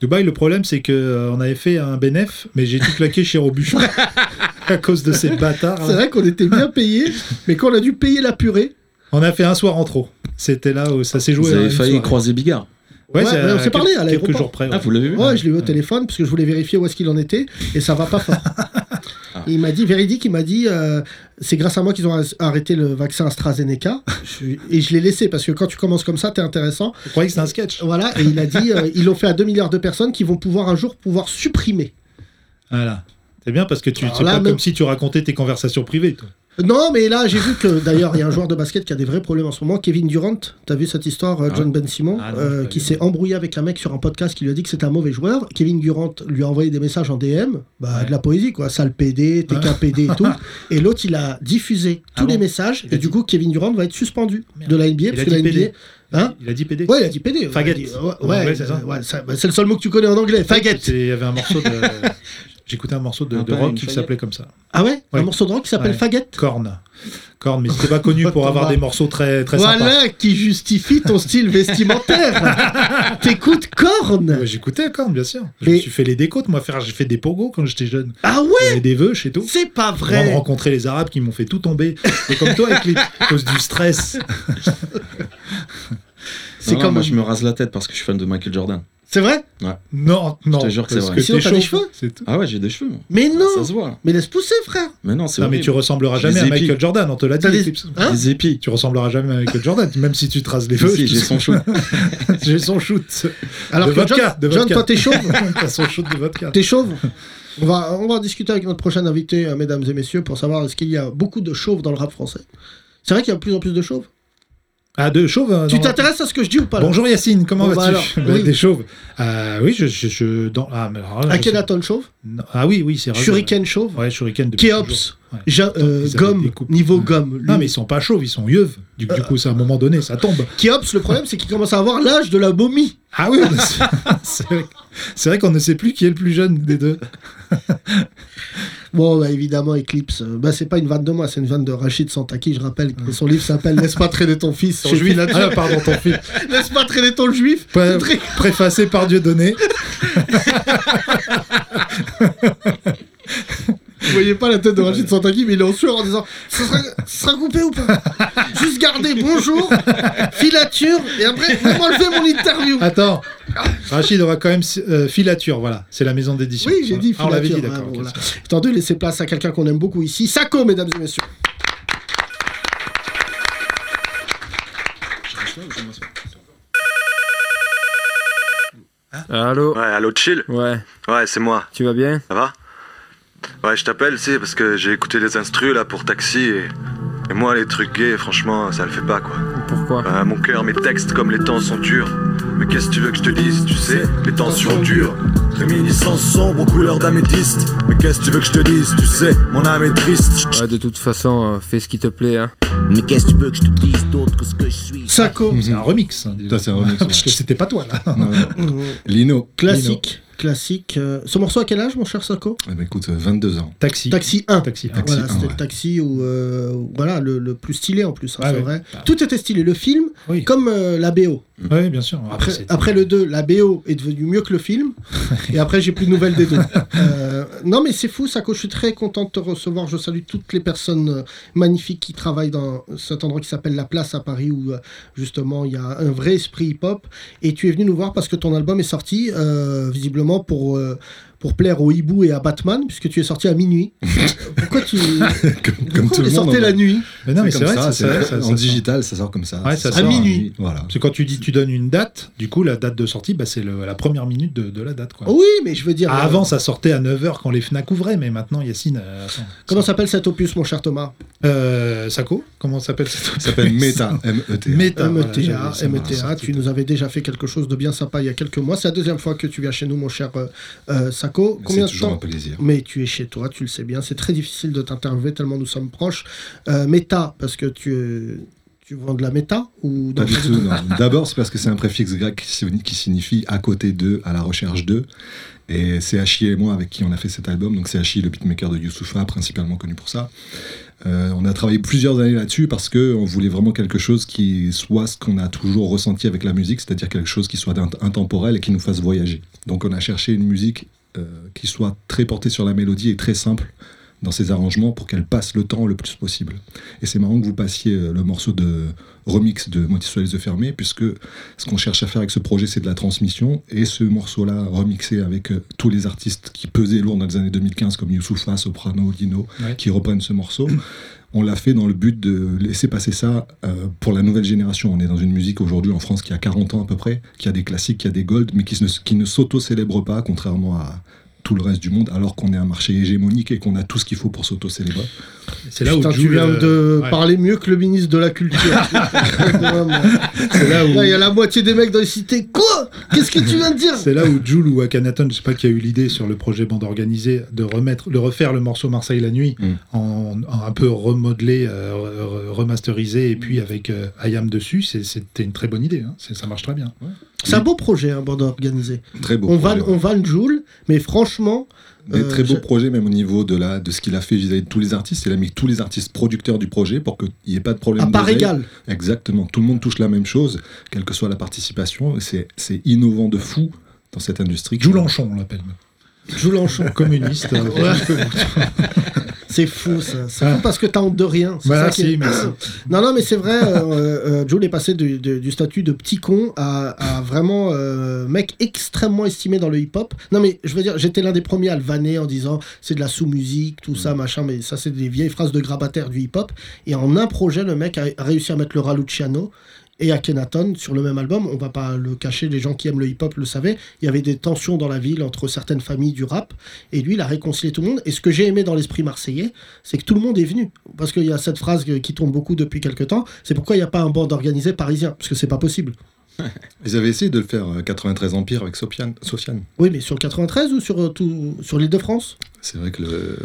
Speaker 4: Dubaï, le problème, c'est que euh, on avait fait un bénéf, mais j'ai tout claqué chez Robuchon à cause de ces bâtards.
Speaker 3: C'est vrai qu'on était bien payés, mais quand on a dû payer la purée.
Speaker 4: On a fait un soir en trop. C'était là où ça s'est joué.
Speaker 11: Vous
Speaker 4: à
Speaker 11: avez
Speaker 4: une
Speaker 11: failli
Speaker 4: soirée.
Speaker 11: croiser Bigard.
Speaker 4: Ouais,
Speaker 3: Ouais,
Speaker 4: c'est
Speaker 3: ouais, on s'est
Speaker 4: quel-
Speaker 3: parlé à hein. l'aéroport.
Speaker 4: Quelques jours près.
Speaker 11: Ah,
Speaker 4: ouais.
Speaker 11: vous l'avez vu
Speaker 3: Ouais, je l'ai eu au téléphone parce que je voulais vérifier où est-ce qu'il en était et ça va pas fort. Il m'a dit, véridique, il m'a dit, euh, c'est grâce à moi qu'ils ont as- arrêté le vaccin AstraZeneca Je- et je l'ai laissé parce que quand tu commences comme ça, t'es intéressant.
Speaker 4: Vous croyez que c'est un sketch
Speaker 3: Voilà, et il a dit, euh, ils l'ont fait à 2 milliards de personnes qui vont pouvoir un jour pouvoir supprimer.
Speaker 4: Voilà. C'est bien parce que tu.
Speaker 3: Alors
Speaker 4: C'est
Speaker 3: là,
Speaker 4: pas
Speaker 3: même-
Speaker 4: comme si tu racontais tes conversations privées. toi.
Speaker 3: Non, mais là, j'ai vu que d'ailleurs, il y a un joueur de basket qui a des vrais problèmes en ce moment, Kevin Durant. T'as vu cette histoire, euh, John Ben Simon,
Speaker 11: Ah non,
Speaker 3: euh,
Speaker 11: j'ai pas
Speaker 3: qui
Speaker 11: vu.
Speaker 3: s'est embrouillé avec un mec sur un podcast qui lui a dit que c'était un mauvais joueur. Kevin Durant lui a envoyé des messages en DM, bah,
Speaker 4: Ouais.
Speaker 3: de la poésie, quoi, sale PD, TKPD et tout. et l'autre, il a diffusé tous
Speaker 4: Ah
Speaker 3: les
Speaker 4: bon
Speaker 3: messages,
Speaker 4: Il
Speaker 3: et
Speaker 4: a
Speaker 3: du
Speaker 4: dit-
Speaker 3: coup, Kevin Durant va être suspendu
Speaker 4: Merde.
Speaker 3: de la NBA,
Speaker 4: Il a
Speaker 3: parce que
Speaker 4: dit
Speaker 3: la NBA.
Speaker 4: PD.
Speaker 3: Hein
Speaker 4: Il a dit PD.
Speaker 3: Ouais, il a dit PD. ouais,
Speaker 4: Faggot.
Speaker 3: il a dit-
Speaker 4: En
Speaker 3: ouais, ouais,
Speaker 4: anglais, c'est ça
Speaker 3: euh, ouais, ça- bah, c'est le seul mot que tu connais en anglais, faggot.
Speaker 4: C'est- Il y avait un morceau de. J'écoutais un morceau de,
Speaker 11: Un
Speaker 4: de
Speaker 11: pain et
Speaker 4: rock
Speaker 11: une
Speaker 4: qui
Speaker 11: feuillette.
Speaker 4: s'appelait comme ça.
Speaker 3: Ah ouais, Un
Speaker 4: Ouais.
Speaker 3: morceau de rock qui s'appelle
Speaker 4: Ouais.
Speaker 3: faggot.
Speaker 4: Corne. Corne, mais c'était pas connu pour avoir des morceaux très, très sympas.
Speaker 3: Voilà qui justifie ton style vestimentaire. T'écoutes
Speaker 4: Ouais,
Speaker 3: corne.
Speaker 4: J'écoutais Korn, bien sûr. Je
Speaker 3: Mais-
Speaker 4: me suis fait les décotes, moi, faire. J'ai fait des pogos quand j'étais jeune.
Speaker 3: Ah
Speaker 4: J'avais
Speaker 3: ouais,
Speaker 4: des vœux chez tout.
Speaker 3: c'est pas
Speaker 4: Avant de
Speaker 3: vrai.
Speaker 4: rencontrer les Arabes qui m'ont fait tout tomber. Et comme toi, avec les... à cause du stress.
Speaker 3: C'est
Speaker 11: Non, non,
Speaker 3: comme
Speaker 11: Moi, je me rase la tête parce que je suis fan de Michael Jordan.
Speaker 3: C'est vrai
Speaker 4: Non, non.
Speaker 11: Je te jure que c'est
Speaker 4: parce
Speaker 11: vrai.
Speaker 3: Sinon,
Speaker 4: t'es
Speaker 3: t'as des
Speaker 4: chauve,
Speaker 3: cheveux
Speaker 4: c'est tout.
Speaker 11: Ah ouais, j'ai des cheveux. moi.
Speaker 3: Mais non.
Speaker 11: Ça se voit.
Speaker 3: Mais laisse pousser, frère.
Speaker 11: Mais non, c'est
Speaker 4: Non, mais tu
Speaker 11: horrible.
Speaker 4: ressembleras
Speaker 11: J'ai des
Speaker 4: jamais à
Speaker 11: épis.
Speaker 4: Michael Jordan, on te l'a dit.
Speaker 3: T'as des-
Speaker 4: Tips.
Speaker 3: Hein
Speaker 11: Des épis.
Speaker 4: tu ressembleras jamais à Michael Jordan, même si tu te rases les
Speaker 11: Si,
Speaker 4: cheveux.
Speaker 11: si, j'ai son cheveu.
Speaker 4: J'ai son shoot.
Speaker 3: Alors
Speaker 4: De
Speaker 3: que John-
Speaker 4: vodka, de
Speaker 3: John,
Speaker 4: vodka.
Speaker 3: toi t'es chauve.
Speaker 4: T'as son shoot de vodka.
Speaker 3: T'es chauve on va, on va en discuter avec notre prochain invité, euh, mesdames et messieurs, pour savoir est-ce qu'il y a beaucoup de chauves dans le rap français. C'est vrai qu'il y a de plus en plus de chauves.
Speaker 4: Ah, de chauve euh,
Speaker 3: Tu
Speaker 4: dans la-
Speaker 3: t'intéresses à ce que je dis ou pas là
Speaker 4: Bonjour Yacine, comment
Speaker 3: Bon, bah
Speaker 4: vas-tu
Speaker 3: alors,
Speaker 4: Bah,
Speaker 3: oui.
Speaker 4: Des chauves. Euh, oui, je. je, je- dans... ah, mais alors là,
Speaker 3: À
Speaker 4: je
Speaker 3: quel
Speaker 4: sais-
Speaker 3: atone chauve
Speaker 4: Non. Ah oui, oui, c'est vrai.
Speaker 3: Shuriken chauve
Speaker 4: Ouais, Shuriken depuis toujours.
Speaker 3: Kéops
Speaker 4: Ouais.
Speaker 3: Ja- euh,
Speaker 4: ils avaient
Speaker 3: Gomme
Speaker 4: des coupes.
Speaker 3: Niveau
Speaker 4: Ouais.
Speaker 3: gomme
Speaker 4: Non,
Speaker 3: lui.
Speaker 4: mais ils sont pas chauves, ils sont yeux. Du, du coup, c'est à un moment donné, ça tombe.
Speaker 3: Kéops, le problème c'est qu'il commence à avoir l'âge de la momie.
Speaker 4: Ah oui, on ne- c'est vrai, c'est vrai qu'on ne sait plus qui est le plus jeune des deux.
Speaker 3: Bon, bah, évidemment, Eclipse, euh, bah, c'est pas une vanne de moi, c'est une vanne de Rachid Santaki. Je rappelle que son livre s'appelle Laisse pas traîner ton fils.
Speaker 4: Ton
Speaker 3: J'ai
Speaker 4: juif.
Speaker 3: fait la-
Speaker 4: Ah, pardon, ton fils.
Speaker 3: Laisse pas traîner ton juif.
Speaker 4: Pré-
Speaker 3: Très-
Speaker 4: préfacé par Dieudonné.
Speaker 3: Vous voyez pas la tête de Rachid Santaki, mais il est en sueur en disant Ce sera, ce sera coupé ou pas Juste garder bonjour, filature, et après, vous m'enlevez mon interview.
Speaker 4: Attends, Rachid, on va quand même. euh, filature, voilà, c'est la maison d'édition.
Speaker 3: Oui, j'ai dit
Speaker 4: Ah, on l'avait dit,
Speaker 3: filature,
Speaker 4: d'accord.
Speaker 3: ouais,
Speaker 4: ok,
Speaker 3: voilà.
Speaker 4: c'est ça.
Speaker 3: Attendez, laissez place à quelqu'un qu'on aime beaucoup ici. Sako, mesdames et messieurs.
Speaker 12: Allô
Speaker 13: Ouais, allô, chill
Speaker 12: Ouais,
Speaker 13: Ouais, c'est moi,
Speaker 12: tu vas bien
Speaker 13: ça va Ouais, je t'appelle, c'est parce que j'ai écouté les instrus là pour taxi et. et moi, les trucs gays, franchement, ça le fait pas quoi.
Speaker 12: Pourquoi
Speaker 13: Euh, mon cœur, mes textes, comme les temps sont durs. Mais qu'est-ce que tu veux que je te dise, tu sais Les tensions dures. Réminiscence sombre aux couleurs d'améthyste. Mais qu'est-ce que tu veux que je te dise, tu sais Mon âme est triste.
Speaker 12: Ouais, de toute façon, euh, fais ce qui te plaît, hein.
Speaker 14: Mais qu'est-ce que tu veux que je te dise d'autre que ce que je suis
Speaker 3: Sako,
Speaker 4: C'est un remix. hein,
Speaker 5: Putain, c'est un remix, ouais.
Speaker 4: Parce que c'était pas toi, là.
Speaker 8: Ah.
Speaker 11: Lino.
Speaker 3: classique. Classique. euh, ce morceau à quel âge, mon cher Sako
Speaker 11: Eh ben, écoute, euh, 22 ans.
Speaker 4: Taxi.
Speaker 3: Taxi 1.
Speaker 4: Taxi.
Speaker 11: Taxi
Speaker 3: voilà,
Speaker 11: un,
Speaker 3: c'était
Speaker 11: ouais.
Speaker 3: le taxi où, euh, où, voilà, le, le plus stylé en plus, hein,
Speaker 4: Ouais,
Speaker 3: c'est
Speaker 4: ouais.
Speaker 3: vrai. Tout était stylé, le film,
Speaker 4: Oui.
Speaker 3: comme euh, la BO.
Speaker 4: Oui, bien sûr.
Speaker 3: Après,
Speaker 4: c'était-
Speaker 3: après le 2, la BO est devenue mieux que le film, et après j'ai plus de nouvelles des deux. Euh, non mais c'est fou, Sako, je suis très content de te recevoir, je salue toutes les personnes euh, magnifiques qui travaillent dans cet endroit qui s'appelle La Place à Paris, où euh, justement il y a un vrai esprit hip-hop, et tu es venu nous voir parce que ton album est sorti, euh, visiblement pour... euh, pour plaire au hibou et à Batman, puisque tu es sorti à minuit. Pourquoi tu
Speaker 8: comme, comme
Speaker 3: Pourquoi
Speaker 8: tout
Speaker 3: on
Speaker 8: le
Speaker 3: est
Speaker 8: monde.
Speaker 3: sorti
Speaker 8: en
Speaker 3: la
Speaker 8: fait.
Speaker 3: nuit
Speaker 4: Mais non, mais
Speaker 8: C'est
Speaker 4: c'est
Speaker 8: comme
Speaker 4: vrai,
Speaker 8: ça,
Speaker 4: c'est vrai,
Speaker 8: c'est-
Speaker 4: ça- ça
Speaker 8: en
Speaker 4: sort.
Speaker 8: digital, ça sort comme ça.
Speaker 4: Ouais, ça
Speaker 8: sort
Speaker 4: sort.
Speaker 8: à
Speaker 4: minuit.
Speaker 8: Voilà.
Speaker 4: Parce que quand tu dis tu donnes une date, du coup, la date de sortie, bah, c'est le- la première minute de, de la date. Quoi.
Speaker 3: Oh, Oui, mais je veux dire.
Speaker 4: Ah,
Speaker 3: euh,
Speaker 4: avant, ça sortait à 9h quand les FNAC ouvraient, mais maintenant, Yacine. euh, attends.
Speaker 3: Comment s'appelle cet opus, mon cher Thomas
Speaker 4: Euh, Sako Comment s'appelle cette
Speaker 8: Ça s'appelle Meta. E M-E-T.
Speaker 4: Meta. voilà,
Speaker 3: META,
Speaker 4: j'avais- ça m'a
Speaker 3: META,
Speaker 4: sorti.
Speaker 3: tu nous avais déjà fait quelque chose de bien sympa il y a quelques mois. C'est la deuxième fois que tu viens chez nous, mon cher euh, euh, Sako. Combien
Speaker 8: C'est
Speaker 3: de
Speaker 8: toujours un
Speaker 3: temps
Speaker 8: plaisir.
Speaker 3: Mais tu es chez toi, tu le sais bien. C'est très difficile de t'interviewer tellement nous sommes proches. Euh, méta, parce que tu, euh, tu vends de la méta ou
Speaker 8: Pas
Speaker 4: Bah,
Speaker 3: dans-
Speaker 8: du tout, non. D'abord, c'est parce que c'est un préfixe grec qui signi- qui signifie à côté de, à la recherche de. Et c'est Hachi et moi avec qui on a fait cet album. Donc c'est Hachi, le beatmaker de Youssoufa, principalement connu pour ça. Euh, on a travaillé plusieurs années là-dessus parce que on voulait vraiment quelque chose qui soit ce qu'on a toujours ressenti avec la musique, c'est-à-dire quelque chose qui soit int- intemporel et qui nous fasse voyager. Donc on a cherché une musique euh, qui soit très portée sur la mélodie et très simple dans ses arrangements pour qu'elle passe le temps le plus possible. Et c'est marrant que vous passiez euh, le morceau de remix de Montissot et les yeux fermés, puisque ce qu'on cherche à faire avec ce projet, c'est de la transmission. Et ce morceau-là, remixé avec euh, tous les artistes qui pesaient lourd dans les années 2015, comme Youssoufa, Soprano, Dino,
Speaker 4: Ouais.
Speaker 8: qui reprennent ce morceau, on l'a fait dans le but de laisser passer ça euh, pour la nouvelle génération. On est dans une musique aujourd'hui en France qui a 40 ans à peu près, qui a des classiques, qui a des golds, mais qui ne, qui ne s'auto-célèbre pas, contrairement à tout le reste du monde, alors qu'on est un marché hégémonique et qu'on a tout ce qu'il faut pour s'auto-célébrer.
Speaker 4: C'est là où
Speaker 3: Putain, tu
Speaker 4: Jules,
Speaker 3: viens
Speaker 4: euh,
Speaker 3: de
Speaker 4: ouais.
Speaker 3: parler mieux que le ministre de la Culture.
Speaker 4: C'est là où-
Speaker 3: Là, il y a la moitié des mecs dans les cités. Quoi Qu'est-ce que tu viens de dire
Speaker 4: C'est là où Jules ou Akhenaton, je sais pas qui a eu l'idée sur le projet bande organisée de remettre, de refaire le morceau Marseille la nuit
Speaker 8: Mm.
Speaker 4: en, en un peu remodelé, euh, re- re- remasterisé et puis avec euh, IAM dessus, c'est- c'était une très bonne idée. hein. C'est- Ça marche très bien.
Speaker 3: C'est un beau projet, un bande organisé.
Speaker 8: Très beau
Speaker 3: On
Speaker 8: projet,
Speaker 3: vanne,
Speaker 8: ouais.
Speaker 3: on vanne Joule, mais franchement.
Speaker 8: Des
Speaker 3: euh,
Speaker 8: très beaux
Speaker 3: je-
Speaker 8: projets, même au niveau de, la, de ce qu'il a fait vis-à-vis de tous les artistes. Il a mis tous les artistes producteurs du projet pour qu'il n'y ait pas de problème.
Speaker 3: À part
Speaker 8: d'oseille.
Speaker 3: égale.
Speaker 8: Exactement. Tout le monde touche la même chose, quelle que soit la participation. Et C'est c'est innovant de fou dans cette industrie.
Speaker 4: Joulenchon, on l'appelle.
Speaker 3: Joulenchon.
Speaker 4: Communiste. euh,
Speaker 3: Ouais. C'est fou ça. C'est fou parce que t'as honte de rien. C'est
Speaker 4: Voilà,
Speaker 3: ça qui est-
Speaker 4: si, merci.
Speaker 3: Non, non, mais c'est vrai. euh, euh, Jules est passé du, du- du statut de petit con à, à vraiment euh, mec extrêmement estimé dans le hip-hop. Non, mais je veux dire, j'étais l'un des premiers à le vanner en disant c'est de la sous-musique, tout
Speaker 4: Mm.
Speaker 3: ça, machin. Mais ça, c'est des vieilles phrases de grabataire du hip-hop. Et en un projet, le mec a a réussi à mettre le Raluciano et Akhenaton sur le même album. On va pas le cacher, les gens qui aiment le hip-hop le savaient. Il y avait des tensions dans la ville entre certaines familles du rap. Et lui, il a réconcilié tout le monde. Et ce que j'ai aimé dans l'esprit marseillais, c'est que tout le monde est venu. Parce qu'il y a cette phrase que- qui tourne beaucoup depuis quelques temps. C'est pourquoi il n'y a pas un band organisé parisien. Parce que c'est pas possible.
Speaker 8: Ils avaient essayé de le faire euh, 93 Empire avec Sofiane. Sofiane.
Speaker 3: Oui, mais sur le 93 ou sur, euh, tout, sur l'île de France
Speaker 8: C'est vrai que le,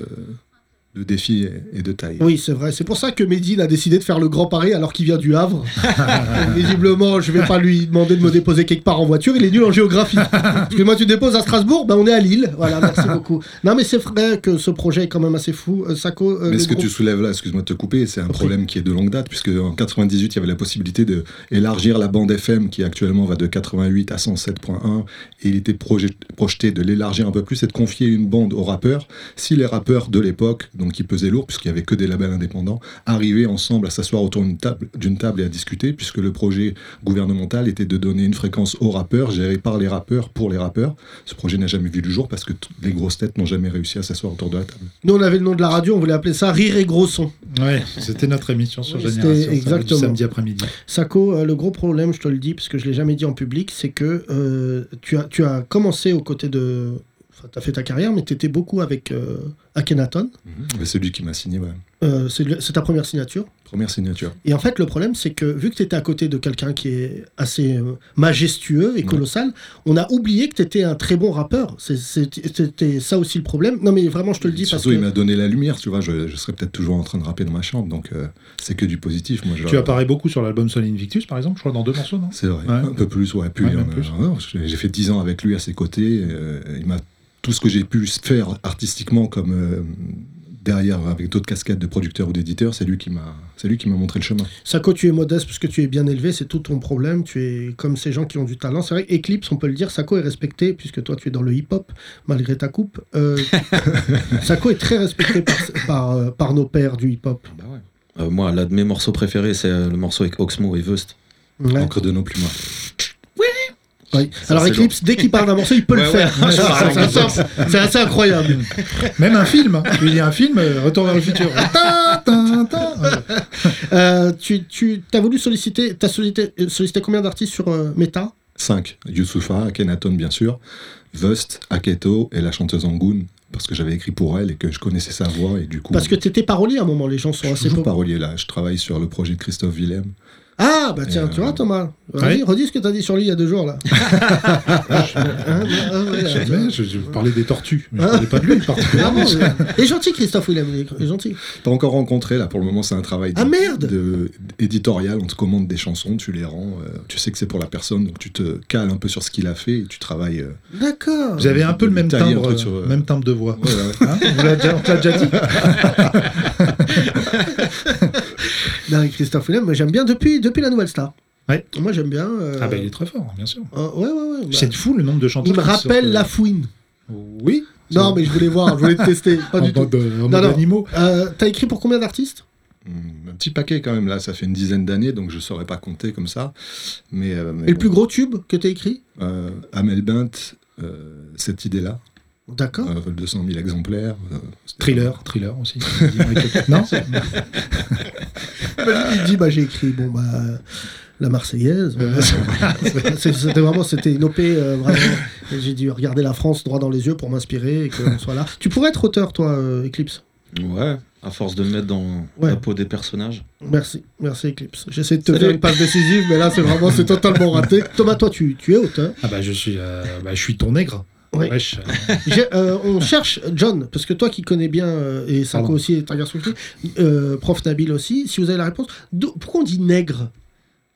Speaker 8: le défi est, est de taille.
Speaker 3: Oui, c'est vrai. C'est pour ça que Mehdi a décidé de faire le Grand Paris alors qu'il vient du Havre. Donc, Visiblement, je vais pas lui demander de me déposer quelque part en voiture. Il est nul en géographie. Parce que moi, tu déposes à Strasbourg, ben on est à Lille. Voilà, merci beaucoup. Non, mais c'est vrai que ce projet est quand même assez fou. Euh, Sako, euh,
Speaker 8: Mais
Speaker 3: le
Speaker 8: ce que
Speaker 3: groupe-
Speaker 8: tu soulèves là, excuse-moi de te couper, c'est un problème qui est de longue date, puisque en 98, il y avait la possibilité de élargir la bande FM qui actuellement va de 88 à 107.1, et il était projet- projeté de l'élargir un peu plus et de confier une bande aux rappeurs. Si les rappeurs de l'époque, donc qui pesaient lourd, puisqu'il y avait que des labels indépendants, arrivaient ensemble à s'asseoir autour d'une table, d'une table et à discuter, puisque le projet gouvernemental était de donner une fréquence aux rappeurs, gérée par les rappeurs, pour les rappeurs. Ce projet n'a jamais vu le jour parce que t- les grosses têtes n'ont jamais réussi à s'asseoir autour de la table.
Speaker 3: Nous, on avait le nom de la radio, on voulait appeler ça Rire et Gros Son.
Speaker 4: Ouais, c'était notre émission sur
Speaker 3: Oui,
Speaker 4: Génération.
Speaker 3: c'était
Speaker 4: ça, du
Speaker 3: exactement.
Speaker 4: Samedi après-midi.
Speaker 3: Sako, euh, le gros problème, je te le dis, parce que je l'ai jamais dit en public, c'est que euh, tu, as, tu as commencé aux côtés de. Enfin, tu as fait ta carrière, mais tu étais beaucoup avec euh, Akhenaton.
Speaker 8: Mais celui qui m'a signé, ouais.
Speaker 3: Euh, c'est le- c'est ta première signature.
Speaker 8: Première signature.
Speaker 3: Et en fait, le problème, c'est que vu que tu étais à côté de quelqu'un qui est assez euh, majestueux et colossal, on a oublié que tu étais un très bon rappeur. C'est- c'est- C'était ça aussi le problème. Non, mais vraiment, je te le dis parce
Speaker 8: Surtout,
Speaker 3: que.
Speaker 8: il m'a donné la lumière, tu vois. Je, je serais peut-être toujours en train de rapper dans ma chambre, donc euh, c'est que du positif. Moi, je-
Speaker 4: Tu apparais beaucoup sur l'album Sol Invictus, par exemple, je crois, dans deux morceaux, non
Speaker 8: C'est vrai,
Speaker 4: Ouais.
Speaker 8: un peu plus, ouais. Puis,
Speaker 4: Ouais, même
Speaker 8: euh,
Speaker 4: plus.
Speaker 8: non, j'ai j'ai fait 10 ans avec lui à ses côtés. euh, il m'a tout ce que j'ai pu faire artistiquement comme euh, derrière avec d'autres cascades de producteurs ou d'éditeurs, c'est lui qui m'a, c'est lui qui m'a montré le chemin.
Speaker 3: Sako, tu es modeste parce que tu es bien élevé, c'est tout ton problème. Tu es comme ces gens qui ont du talent. C'est vrai, Eclipse, on peut le dire, Sako est respecté puisque toi tu es dans le hip-hop malgré ta coupe. Euh, Sako est très respecté par, par, euh, par nos pères du hip-hop.
Speaker 11: Euh, moi, l'un de mes morceaux préférés, c'est euh, le morceau avec Oxmo et Vust.
Speaker 3: Ouais.
Speaker 8: Encore de nos plumes.
Speaker 3: Ouais. Alors
Speaker 11: c'est
Speaker 3: Eclipse, dès qu'il parle d'un morceau, il peut le
Speaker 11: Ouais,
Speaker 3: faire.
Speaker 11: ouais.
Speaker 3: C'est assez- C'est assez incroyable.
Speaker 4: Même un film. hein. Il y a un film, euh, Retour vers le futur. Ta, ta, ta.
Speaker 3: Euh, tu tu as voulu solliciter, t'as sollicité, euh, sollicité combien d'artistes sur euh, Meta
Speaker 8: 5. Youssoufa, Akhenaton, bien sûr. Vust, Aketo et la chanteuse Angoun, parce que j'avais écrit pour elle et que je connaissais sa voix et du coup.
Speaker 3: Parce que t'étais parolier à un moment, les gens sont
Speaker 8: Je suis
Speaker 3: assez
Speaker 8: toujours
Speaker 3: pauvres.
Speaker 8: parolier là. Je travaille sur le projet de Christophe Willem.
Speaker 3: Ah bah tiens,
Speaker 8: Euh,
Speaker 3: tu vois Thomas,
Speaker 8: ouais.
Speaker 3: redis, redis ce que t'as dit sur lui il y a deux jours là. Hein, ah, ouais, là, tu vois.
Speaker 4: Jamais, je, je parlais des tortues, mais je parlais pas de lui
Speaker 3: Ah bon,
Speaker 4: particulièrement.
Speaker 3: ouais. il est gentil Christophe Willem, il est- il est gentil.
Speaker 8: Pas encore rencontré là. Pour le moment, c'est un travail
Speaker 3: Ah,
Speaker 8: de-
Speaker 3: merde
Speaker 8: de- éditorial. On te commande des chansons, tu les rends. euh, tu sais que c'est pour la personne, donc tu te cales un peu sur ce qu'il a fait et tu travailles. euh,
Speaker 3: D'accord.
Speaker 4: J'avais un peu le même
Speaker 8: T'as dit un
Speaker 4: timbre,
Speaker 8: truc sur, euh,
Speaker 1: hein.
Speaker 4: même timbre de voix.
Speaker 8: ouais, ouais, ouais.
Speaker 4: Hein On vous l'a déjà- on te l'a déjà dit
Speaker 3: Larry Christophe Willem, moi, j'aime bien depuis, depuis la Nouvelle Star.
Speaker 1: Ouais.
Speaker 3: Moi j'aime bien. euh,
Speaker 1: Ah, bah, il est très fort, bien sûr.
Speaker 3: euh, ouais, ouais, ouais. bah,
Speaker 1: C'est fou le nombre de chanteurs.
Speaker 3: il me
Speaker 1: qui sortent,
Speaker 3: rappelle
Speaker 1: euh,
Speaker 3: La Fouine.
Speaker 1: Oui.
Speaker 3: Non, mais je voulais voir, je voulais te tester. Pas
Speaker 1: En
Speaker 3: du tout.
Speaker 1: mode, euh, en
Speaker 3: Non,
Speaker 1: mode
Speaker 3: non.
Speaker 1: animaux.
Speaker 3: Euh, T'as écrit pour combien d'artistes
Speaker 8: Un petit paquet quand même, là, ça fait une dizaine d'années, donc je ne saurais pas compter comme ça. Mais, euh, mais
Speaker 3: Et le
Speaker 8: bon.
Speaker 3: plus gros tube que t'as écrit
Speaker 8: Euh, Amel Bint, euh, cette idée-là.
Speaker 3: D'accord.
Speaker 8: Euh, 200 000 exemplaires. euh, c'était-
Speaker 1: Thriller, thriller aussi. Il dit Michael- non
Speaker 3: Bah, lui, Il dit bah j'ai écrit bon bah la Marseillaise. voilà. C'est- c'était vraiment c'était une OP euh, vraiment. Et J'ai dû regarder la France droit dans les yeux pour m'inspirer et qu'on soit là. Tu pourrais être auteur toi euh, Eclipse.
Speaker 11: Ouais, à force de me mettre dans
Speaker 3: Ouais.
Speaker 11: la peau des personnages.
Speaker 3: Merci, merci Eclipse. J'essaie de te
Speaker 11: Salut.
Speaker 3: faire une passe décisive, mais là c'est vraiment c'est totalement raté. Thomas, toi tu, tu es auteur.
Speaker 1: Ah, bah, je suis, euh, bah, je suis ton nègre.
Speaker 3: Oui.
Speaker 1: Wesh, euh,
Speaker 3: J'ai- euh, on cherche John, parce que toi qui connais bien, euh, et Sarko
Speaker 1: Pardon.
Speaker 3: aussi, et un garçon qui, euh, prof Nabil aussi, si vous avez la réponse, d'o- pourquoi on dit nègre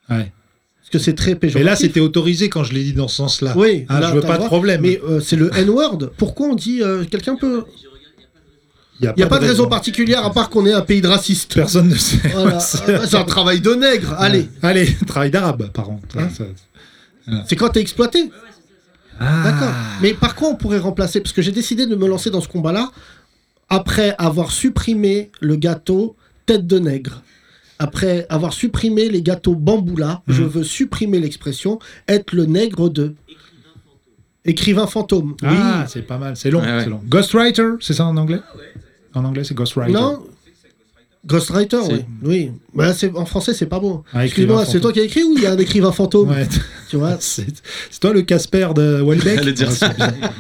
Speaker 1: ouais.
Speaker 3: Parce que c'est très
Speaker 1: Mais
Speaker 3: péjoratif.
Speaker 1: là, c'était autorisé quand je l'ai dit dans ce sens-là.
Speaker 3: Oui,
Speaker 1: Hein,
Speaker 3: là,
Speaker 1: je veux
Speaker 3: t'as
Speaker 1: pas
Speaker 3: le
Speaker 1: de
Speaker 3: droit.
Speaker 1: problème.
Speaker 3: Mais euh, c'est le N-word. Pourquoi on dit euh, quelqu'un peut.
Speaker 1: Il
Speaker 3: Il n'y a pas de raison particulière à part qu'on est un pays de racistes.
Speaker 1: Personne ne sait.
Speaker 3: Voilà. Ah, C'est un travail de nègre. Allez,
Speaker 1: Euh, Allez, travail d'arabe, par contre.
Speaker 3: Hein
Speaker 1: Ça-
Speaker 3: c'est quand t'es exploité.
Speaker 1: Ah.
Speaker 3: D'accord. Mais par quoi on pourrait remplacer Parce que j'ai décidé de me lancer dans ce combat-là après avoir supprimé le gâteau tête de nègre. Après avoir supprimé les gâteaux bamboula,
Speaker 1: Mmh.
Speaker 3: je veux supprimer l'expression être le nègre de. Écrivain fantôme.
Speaker 1: Ah, c'est pas mal, c'est long,
Speaker 11: Ouais, ouais.
Speaker 1: c'est long. Ghostwriter, c'est ça en anglais En anglais, c'est
Speaker 3: oui.
Speaker 1: Ghostwriter.
Speaker 3: Non Ghostwriter,
Speaker 11: Si.
Speaker 3: oui. oui. Bah, c'est- en français, c'est pas bon.
Speaker 1: Ah, écrivain
Speaker 3: Excuse-moi, c'est
Speaker 1: fantôme.
Speaker 3: toi qui as écrit ou il y a un écrivain fantôme
Speaker 1: Ouais,
Speaker 3: Tu vois
Speaker 1: c'est c'est toi le Casper de Welbeck Ah,
Speaker 11: J'allais dire ça.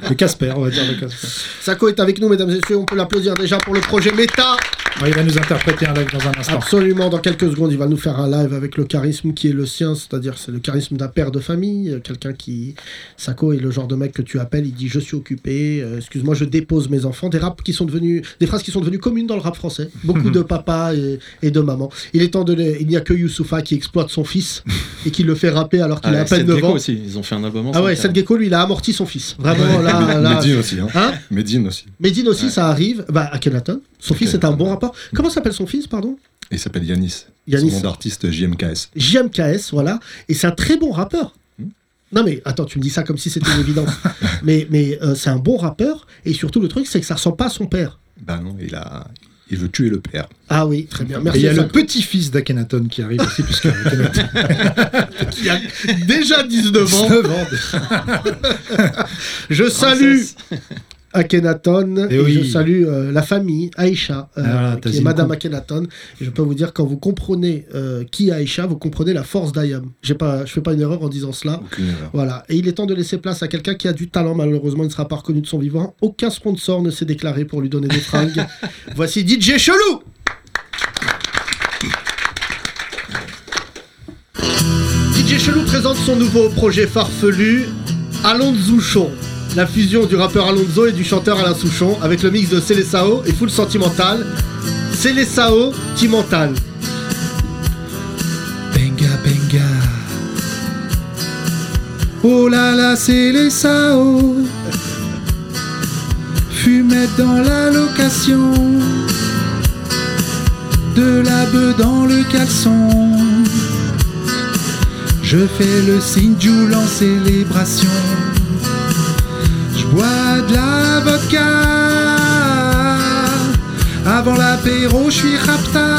Speaker 1: Le Casper, on va dire le Casper.
Speaker 3: Sako est avec nous, mesdames et messieurs. On peut l'applaudir déjà pour le projet Méta.
Speaker 1: Ouais, il va nous interpréter un live dans un instant.
Speaker 3: Absolument, dans quelques secondes, il va nous faire un live avec le charisme qui est le sien, c'est-à-dire c'est le charisme d'un père de famille, euh, quelqu'un qui... Sako est le genre de mec que tu appelles, il dit je suis occupé, euh, excuse-moi, je dépose mes enfants, des raps qui sont devenus... des phrases qui sont devenues communes dans le rap français, beaucoup de papas et, et de mamans. Il est temps de... les- Il n'y a que Youssoufa qui exploite son fils et qui le fait rapper alors qu'il a à
Speaker 11: Avec
Speaker 3: peine
Speaker 11: Ah Seth
Speaker 3: 9
Speaker 11: Gecko
Speaker 3: ans.
Speaker 11: aussi, ils ont fait un album
Speaker 3: Ah
Speaker 11: ensemble,
Speaker 3: ouais, Seth
Speaker 11: carrément.
Speaker 3: Gecko, lui, il a amorti son fils. Vraiment, là... Ah, là...
Speaker 8: Medine aussi. Hein.
Speaker 3: Hein
Speaker 8: Medine aussi.
Speaker 3: Medine aussi, ça arrive. Bah, Akhenaton. Son fils est un
Speaker 8: Akhenaton.
Speaker 3: bon rapport. Comment s'appelle son fils, pardon
Speaker 8: Et il s'appelle Yanis.
Speaker 3: Yanis.
Speaker 8: Son nom d'artiste JMKS.
Speaker 3: JMKS, voilà. Et c'est un très bon rappeur.
Speaker 1: Hmm.
Speaker 3: Non mais attends, tu me dis ça comme si c'était une évidence. mais mais euh, c'est un bon rappeur et surtout le truc c'est que ça ressemble pas à son père.
Speaker 8: Bah non, il, a... il veut tuer le père.
Speaker 3: Ah oui, très bien. Merci.
Speaker 1: Et il y a
Speaker 3: à
Speaker 1: le
Speaker 3: ça.
Speaker 1: petit-fils d'Akhenaton qui arrive aussi, puisque Akhenaton
Speaker 3: Il y a déjà 19 ans.
Speaker 1: 19 ans.
Speaker 3: Je salue
Speaker 11: Princesse.
Speaker 3: Ah, Akhenaton et,
Speaker 1: Eh oui.
Speaker 3: je salue euh, la famille Aïcha, euh,
Speaker 1: Ah, voilà,
Speaker 3: qui
Speaker 1: t'as
Speaker 3: est
Speaker 1: une
Speaker 3: Madame
Speaker 1: coupe.
Speaker 3: Akhenaton. Et je peux vous dire quand vous comprenez euh, qui est Aïcha, vous comprenez la force d'Ayam. J'ai pas, je fais pas une erreur en disant cela.
Speaker 8: Aucune erreur.
Speaker 3: Voilà, et il est temps de laisser place à quelqu'un qui a du talent, malheureusement il ne sera pas reconnu de son vivant. Aucun sponsor ne s'est déclaré pour lui donner des fringues. Voici DJ Chelou DJ Chelou présente son nouveau projet farfelu, Alonso Chon. La fusion du rappeur Alonso et du chanteur Alain Souchon avec le mix de Célessao et Full Sentimental. Célessao Timental.
Speaker 1: Benga Benga. Oh là là, c'est les Sao. Fumette dans la location. De la bœuf dans le caleçon. Je fais le signe Joule en célébration. Je bois de la vodka. Avant l'apéro, je suis rapta.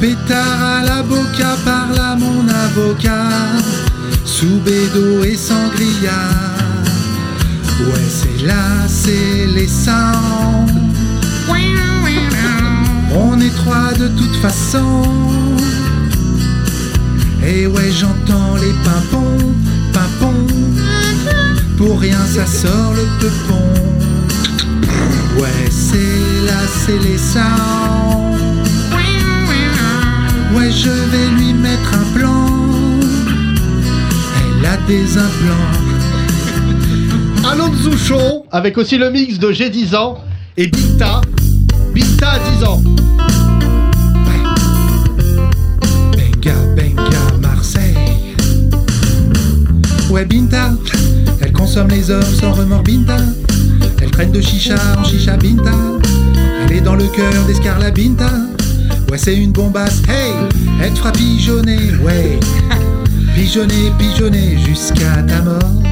Speaker 1: Pétard à la boca, parle à mon avocat. Sous bédo et sangria. Ouais, c'est là, c'est les sangs. On est trois de toute façon. Et ouais, j'entends les pimpons, pimpons. Pour rien, ça sort le peupon. Ouais, c'est là, c'est les sangs. Ouais, je vais lui mettre un plan. Elle a des implants.
Speaker 3: Alonso Chon, avec aussi le mix de J'ai 10 ans et Bicta. Bicta a 10 ans.
Speaker 1: Benga, benga, Marseille. Ouais, Binta, elle consomme les hommes sans remords, Binta. Elle traîne de chicha en chicha, Binta. Elle est dans le cœur d'Escarla, Binta.
Speaker 15: Ouais, c'est une bombasse. Hey, elle te fera pigeonner. Ouais, pigeonner, pigeonner jusqu'à ta mort.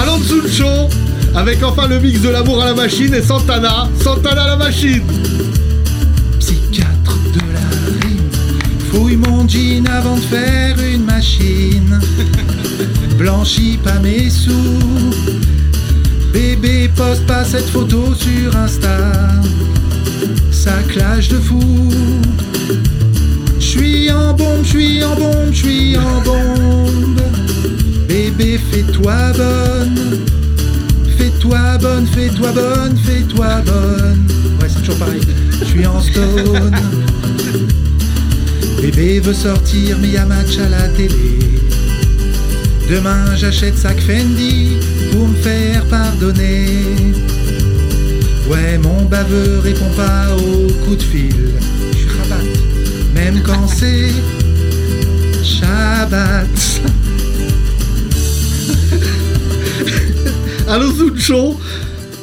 Speaker 3: Allons dessous le show avec enfin le mix de l'amour à la machine et Santana, Santana à la machine.
Speaker 15: Psychiatre de la rime, fouille mon jean avant de faire une machine. Blanchis pas mes sous. Bébé, poste pas cette photo sur Insta. Ça clash de fou. J'suis en bombe, j'suis en bombe, j'suis en bombe. Bébé, fais-toi bonne. Fais-toi bonne, fais-toi bonne, fais-toi bonne. Ouais, c'est toujours pareil. Je suis en stone. Bébé veut sortir, mais y a match à la télé. Demain, j'achète sac Fendi pour me faire pardonner. Ouais, mon baveux répond pas aux coups de fil. Je rabatte, même quand c'est Shabbat.
Speaker 3: Allons sous le show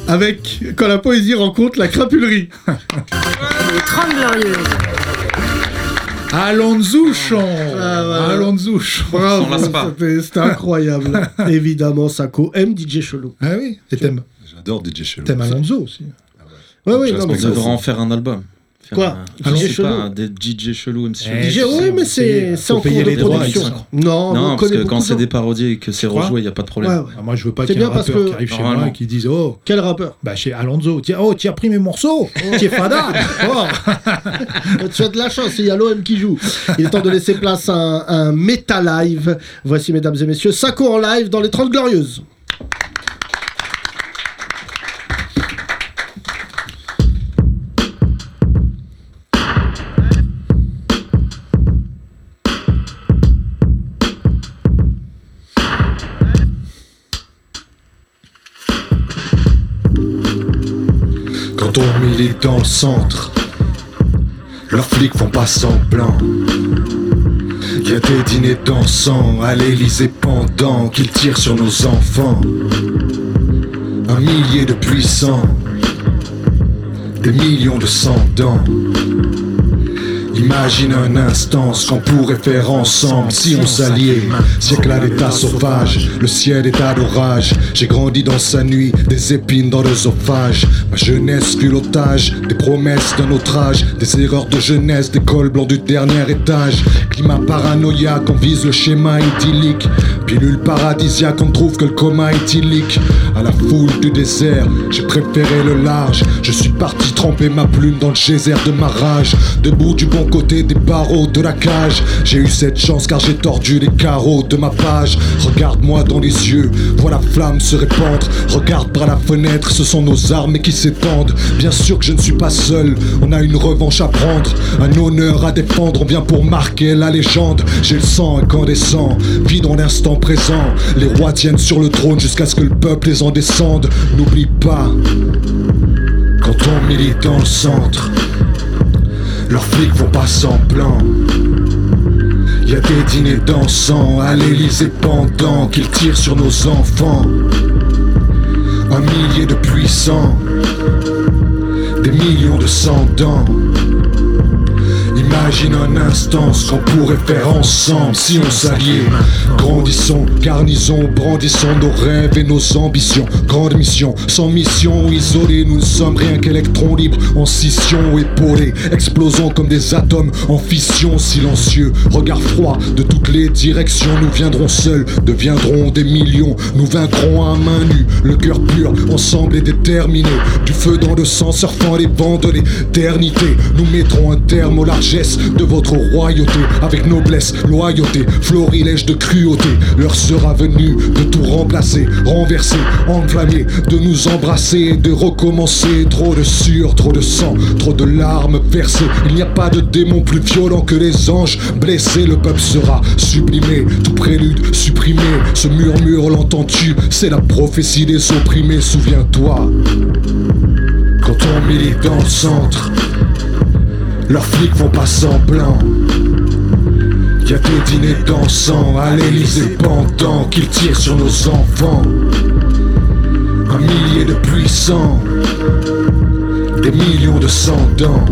Speaker 3: avec quand la poésie rencontre la crapulerie.
Speaker 2: Les 30 Glorieuses.
Speaker 3: Alonso Chon
Speaker 4: Ah,
Speaker 3: Alonso
Speaker 11: On s'en lasse pas.
Speaker 3: C'était incroyable. Évidemment, Sako aime DJ Chelou.
Speaker 4: Ah oui, et t'aimes.
Speaker 11: J'adore DJ Chelou.
Speaker 4: T'aimes Alonso aussi.
Speaker 3: Ouais,
Speaker 11: Je
Speaker 3: ouais,
Speaker 11: pense
Speaker 3: non, mais
Speaker 11: qu'on
Speaker 3: ça,
Speaker 11: devrait en faire un album. Faire
Speaker 3: Quoi
Speaker 11: un-
Speaker 3: DJ
Speaker 11: Je sais
Speaker 3: chelou
Speaker 11: pas, un des DJ chelou, MC
Speaker 3: Eh, DJ, oui, mais c'est- c'est en cours de production. Non,
Speaker 11: Non,
Speaker 3: mais on
Speaker 11: non parce
Speaker 3: connaît
Speaker 11: que quand
Speaker 3: beaucoup
Speaker 11: c'est
Speaker 3: de
Speaker 11: des
Speaker 3: gens.
Speaker 11: parodies et que c'est
Speaker 4: crois
Speaker 11: rejoué, il n'y a pas de problème.
Speaker 3: Ouais, ouais.
Speaker 4: Ah, moi, je veux pas
Speaker 3: C'est
Speaker 4: qu'il y ait un
Speaker 3: bien parce
Speaker 4: rappeur
Speaker 3: que-
Speaker 4: qui arrive chez moi et
Speaker 11: Normalement.
Speaker 4: qui dise Oh,
Speaker 3: Quel rappeur
Speaker 4: bah chez Alonso, tiens, oh, tu as pris mes morceaux, tu es fada. Oh.
Speaker 3: Tu as de la chance, il y a l'OM qui joue. Il est temps de laisser place à un, un méta live. Voici, mesdames et messieurs, Sako en live dans les 30 Glorieuses.
Speaker 15: Quand on milite dans le centre, leurs flics font pas semblant. Y a des dîners dansants à l'Élysée pendant qu'ils tirent sur nos enfants. Un millier de puissants, des millions de sans dents. Imagine un instant ce qu'on pourrait faire ensemble si on s'alliait. Siècle à l'état sauvage, le ciel est à l'orage. J'ai grandi dans sa nuit, des épines dans l'œsophage. Ma jeunesse fut l'otage, des promesses d'un naufrage, des erreurs de jeunesse, des cols blancs du dernier étage. Climat paranoïaque, on vise le schéma idyllique. Pilule paradisiaque, on trouve que le coma est idyllique. À la foule du désert, j'ai préféré le large. Je suis parti tremper ma plume dans le geyser de ma rage. Debout du bon côté des barreaux de la cage. J'ai eu cette chance car j'ai tordu les carreaux de ma page. Regarde-moi dans les yeux, vois la flamme se répandre. Regarde par la fenêtre, ce sont nos armes qui s'étendent. Bien sûr que je ne suis pas seul, on a une revanche à prendre. Un honneur à défendre, on vient pour marquer la légende. J'ai le sang incandescent, vis dans l'instant présent. Les rois tiennent sur le trône jusqu'à ce que le peuple les en descende. N'oublie pas, quand on milite dans le centre, leurs flics font pas semblant. Y a des dîners dansants à l'Élysée pendant qu'ils tirent sur nos enfants. Un millier de puissants, des millions de sans dents. Imagine un instant ce qu'on pourrait faire ensemble si on s'alliait. Grandissons, garnissons, brandissons nos rêves et nos ambitions. Grande mission, sans mission, isolés, nous ne sommes rien qu'électrons libres en scission, épaulés, explosons comme des atomes en fission, silencieux. Regard froid de toutes les directions, nous viendrons seuls, deviendrons des millions, nous vaincrons à main nue, le cœur pur, ensemble et déterminé. Du feu dans le sang, surfant les bancs de l'éternité. Nous mettrons un terme aux largesses de votre royauté. Avec noblesse, loyauté, florilège de cruauté. L'heure sera venue de tout remplacer, renverser, enflammer, de nous embrasser, et de recommencer. Trop de sueur, trop de sang, trop de larmes versées. Il n'y a pas de démon plus violent que les anges. Blessé, le peuple sera sublimé. Tout prélude supprimé. Ce murmure l'entends-tu C'est la prophétie des opprimés. Souviens-toi. Quand on milite dans le centre, leurs flics font pas semblant. Y a des dîners dansants à l'Élysée pendant qu'ils tirent sur nos enfants. Un millier de puissants, des millions de sans dents.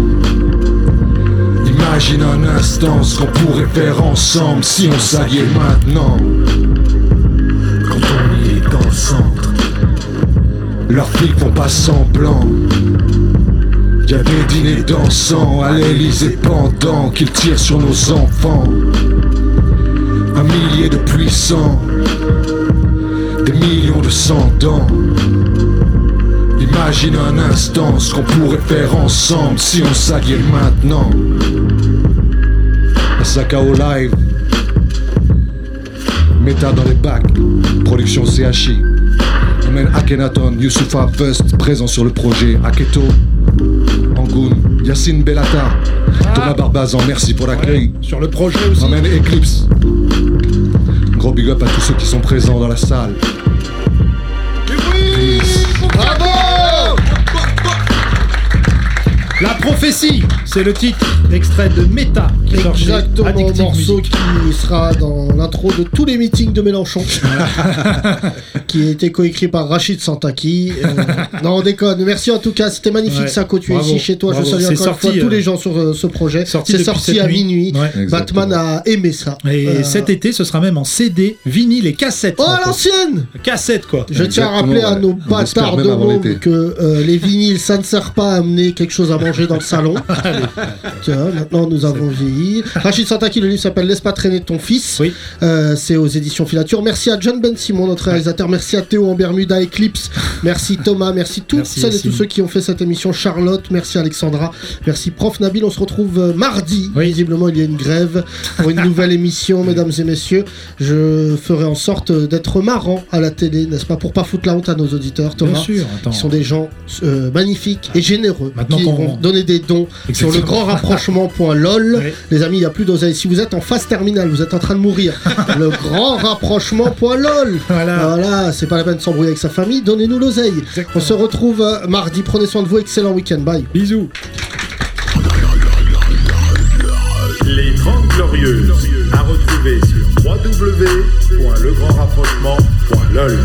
Speaker 15: Imagine un instant ce qu'on pourrait faire ensemble si on s'alliait maintenant. Quand on y est dans le centre, leurs flics font pas semblant. Y a des dîners dansants à l'Elysée pendant qu'ils tirent sur nos enfants. Un millier de puissants, des millions de sans dents. Imagine un instant ce qu'on pourrait faire ensemble si on s'alliait maintenant. Sakao Live, Meta dans les bacs, production CHI. Imen Akenaton, Youssoufa First, présent sur le projet Aketo, Angoun, Yacine Bellata, Thomas Barbazan, merci pour l'accueil.
Speaker 3: Ah. sur le projet aussi.
Speaker 15: Amen Eclipse. Gros big up à tous ceux qui sont présents dans la salle.
Speaker 3: Bravo La prophétie, c'est le titre extrait de Meta qui sort chez Exactement,
Speaker 4: Addictive
Speaker 3: morceau qui sera dans l'intro de tous les meetings de Mélenchon, qui a été coécrit par Rachid Santaki. euh, non, on déconne. Merci en tout cas, c'était magnifique,
Speaker 4: Ouais,
Speaker 3: Sako. Tu
Speaker 4: bravo,
Speaker 3: es ici chez toi.
Speaker 4: bravo.
Speaker 3: Je salue
Speaker 4: C'est
Speaker 3: encore une
Speaker 4: sorti,
Speaker 3: fois tous
Speaker 4: euh,
Speaker 3: les gens sur euh, ce projet. C'est
Speaker 4: depuis
Speaker 3: sorti
Speaker 4: cette
Speaker 3: à
Speaker 4: nuit.
Speaker 3: minuit.
Speaker 4: Ouais. Exactement.
Speaker 3: Batman a aimé ça.
Speaker 4: Et
Speaker 3: Euh,
Speaker 4: cet été, ce sera même en CD, vinyle et cassette.
Speaker 3: Oh, l'ancienne
Speaker 4: Cassette, quoi.
Speaker 3: Je tiens à rappeler à nos bâtards de mômes que euh, les vinyles, ça ne sert pas à amener quelque chose à manger dans le salon. Tu vois, maintenant nous avons vieilli. Rachid Santaki, le livre s'appelle Laisse pas traîner ton fils. Euh, c'est aux éditions Filature. Merci à John Ben Simon, notre réalisateur. Merci à Théo en Bermuda Eclipse. Merci Thomas. Merci toutes celles et
Speaker 4: Yacine.
Speaker 3: tous ceux qui ont fait cette émission. Charlotte, merci Alexandra. Merci Prof Nabil. On se retrouve euh, mardi. Visiblement, il y a une grève pour une nouvelle émission, mesdames et messieurs. Je ferai en sorte euh, d'être marrant à la télé, n'est-ce pas, pour pas foutre la honte à nos auditeurs,
Speaker 4: Bien
Speaker 3: Thomas.
Speaker 4: sûr, attends.
Speaker 3: Qui sont des gens euh, magnifiques et généreux
Speaker 4: Maintenant
Speaker 3: qui
Speaker 4: qu'on-
Speaker 3: vont donner des dons sur le
Speaker 4: Exactement.
Speaker 3: grand rapprochement.lol. Les amis, il n'y a plus d'oseille. Si vous êtes en phase terminale, vous êtes en train de mourir. le grand rapprochement.lol. Voilà. c'est pas la peine de s'embrouiller avec sa famille. Donnez-nous l'oseille. On se retrouve euh, mardi. Prenez soin de vous. Excellent week-end. Bye.
Speaker 4: Bisous.
Speaker 16: Les 30 Glorieuses, à retrouver sur www.legrandrapprochement.lol.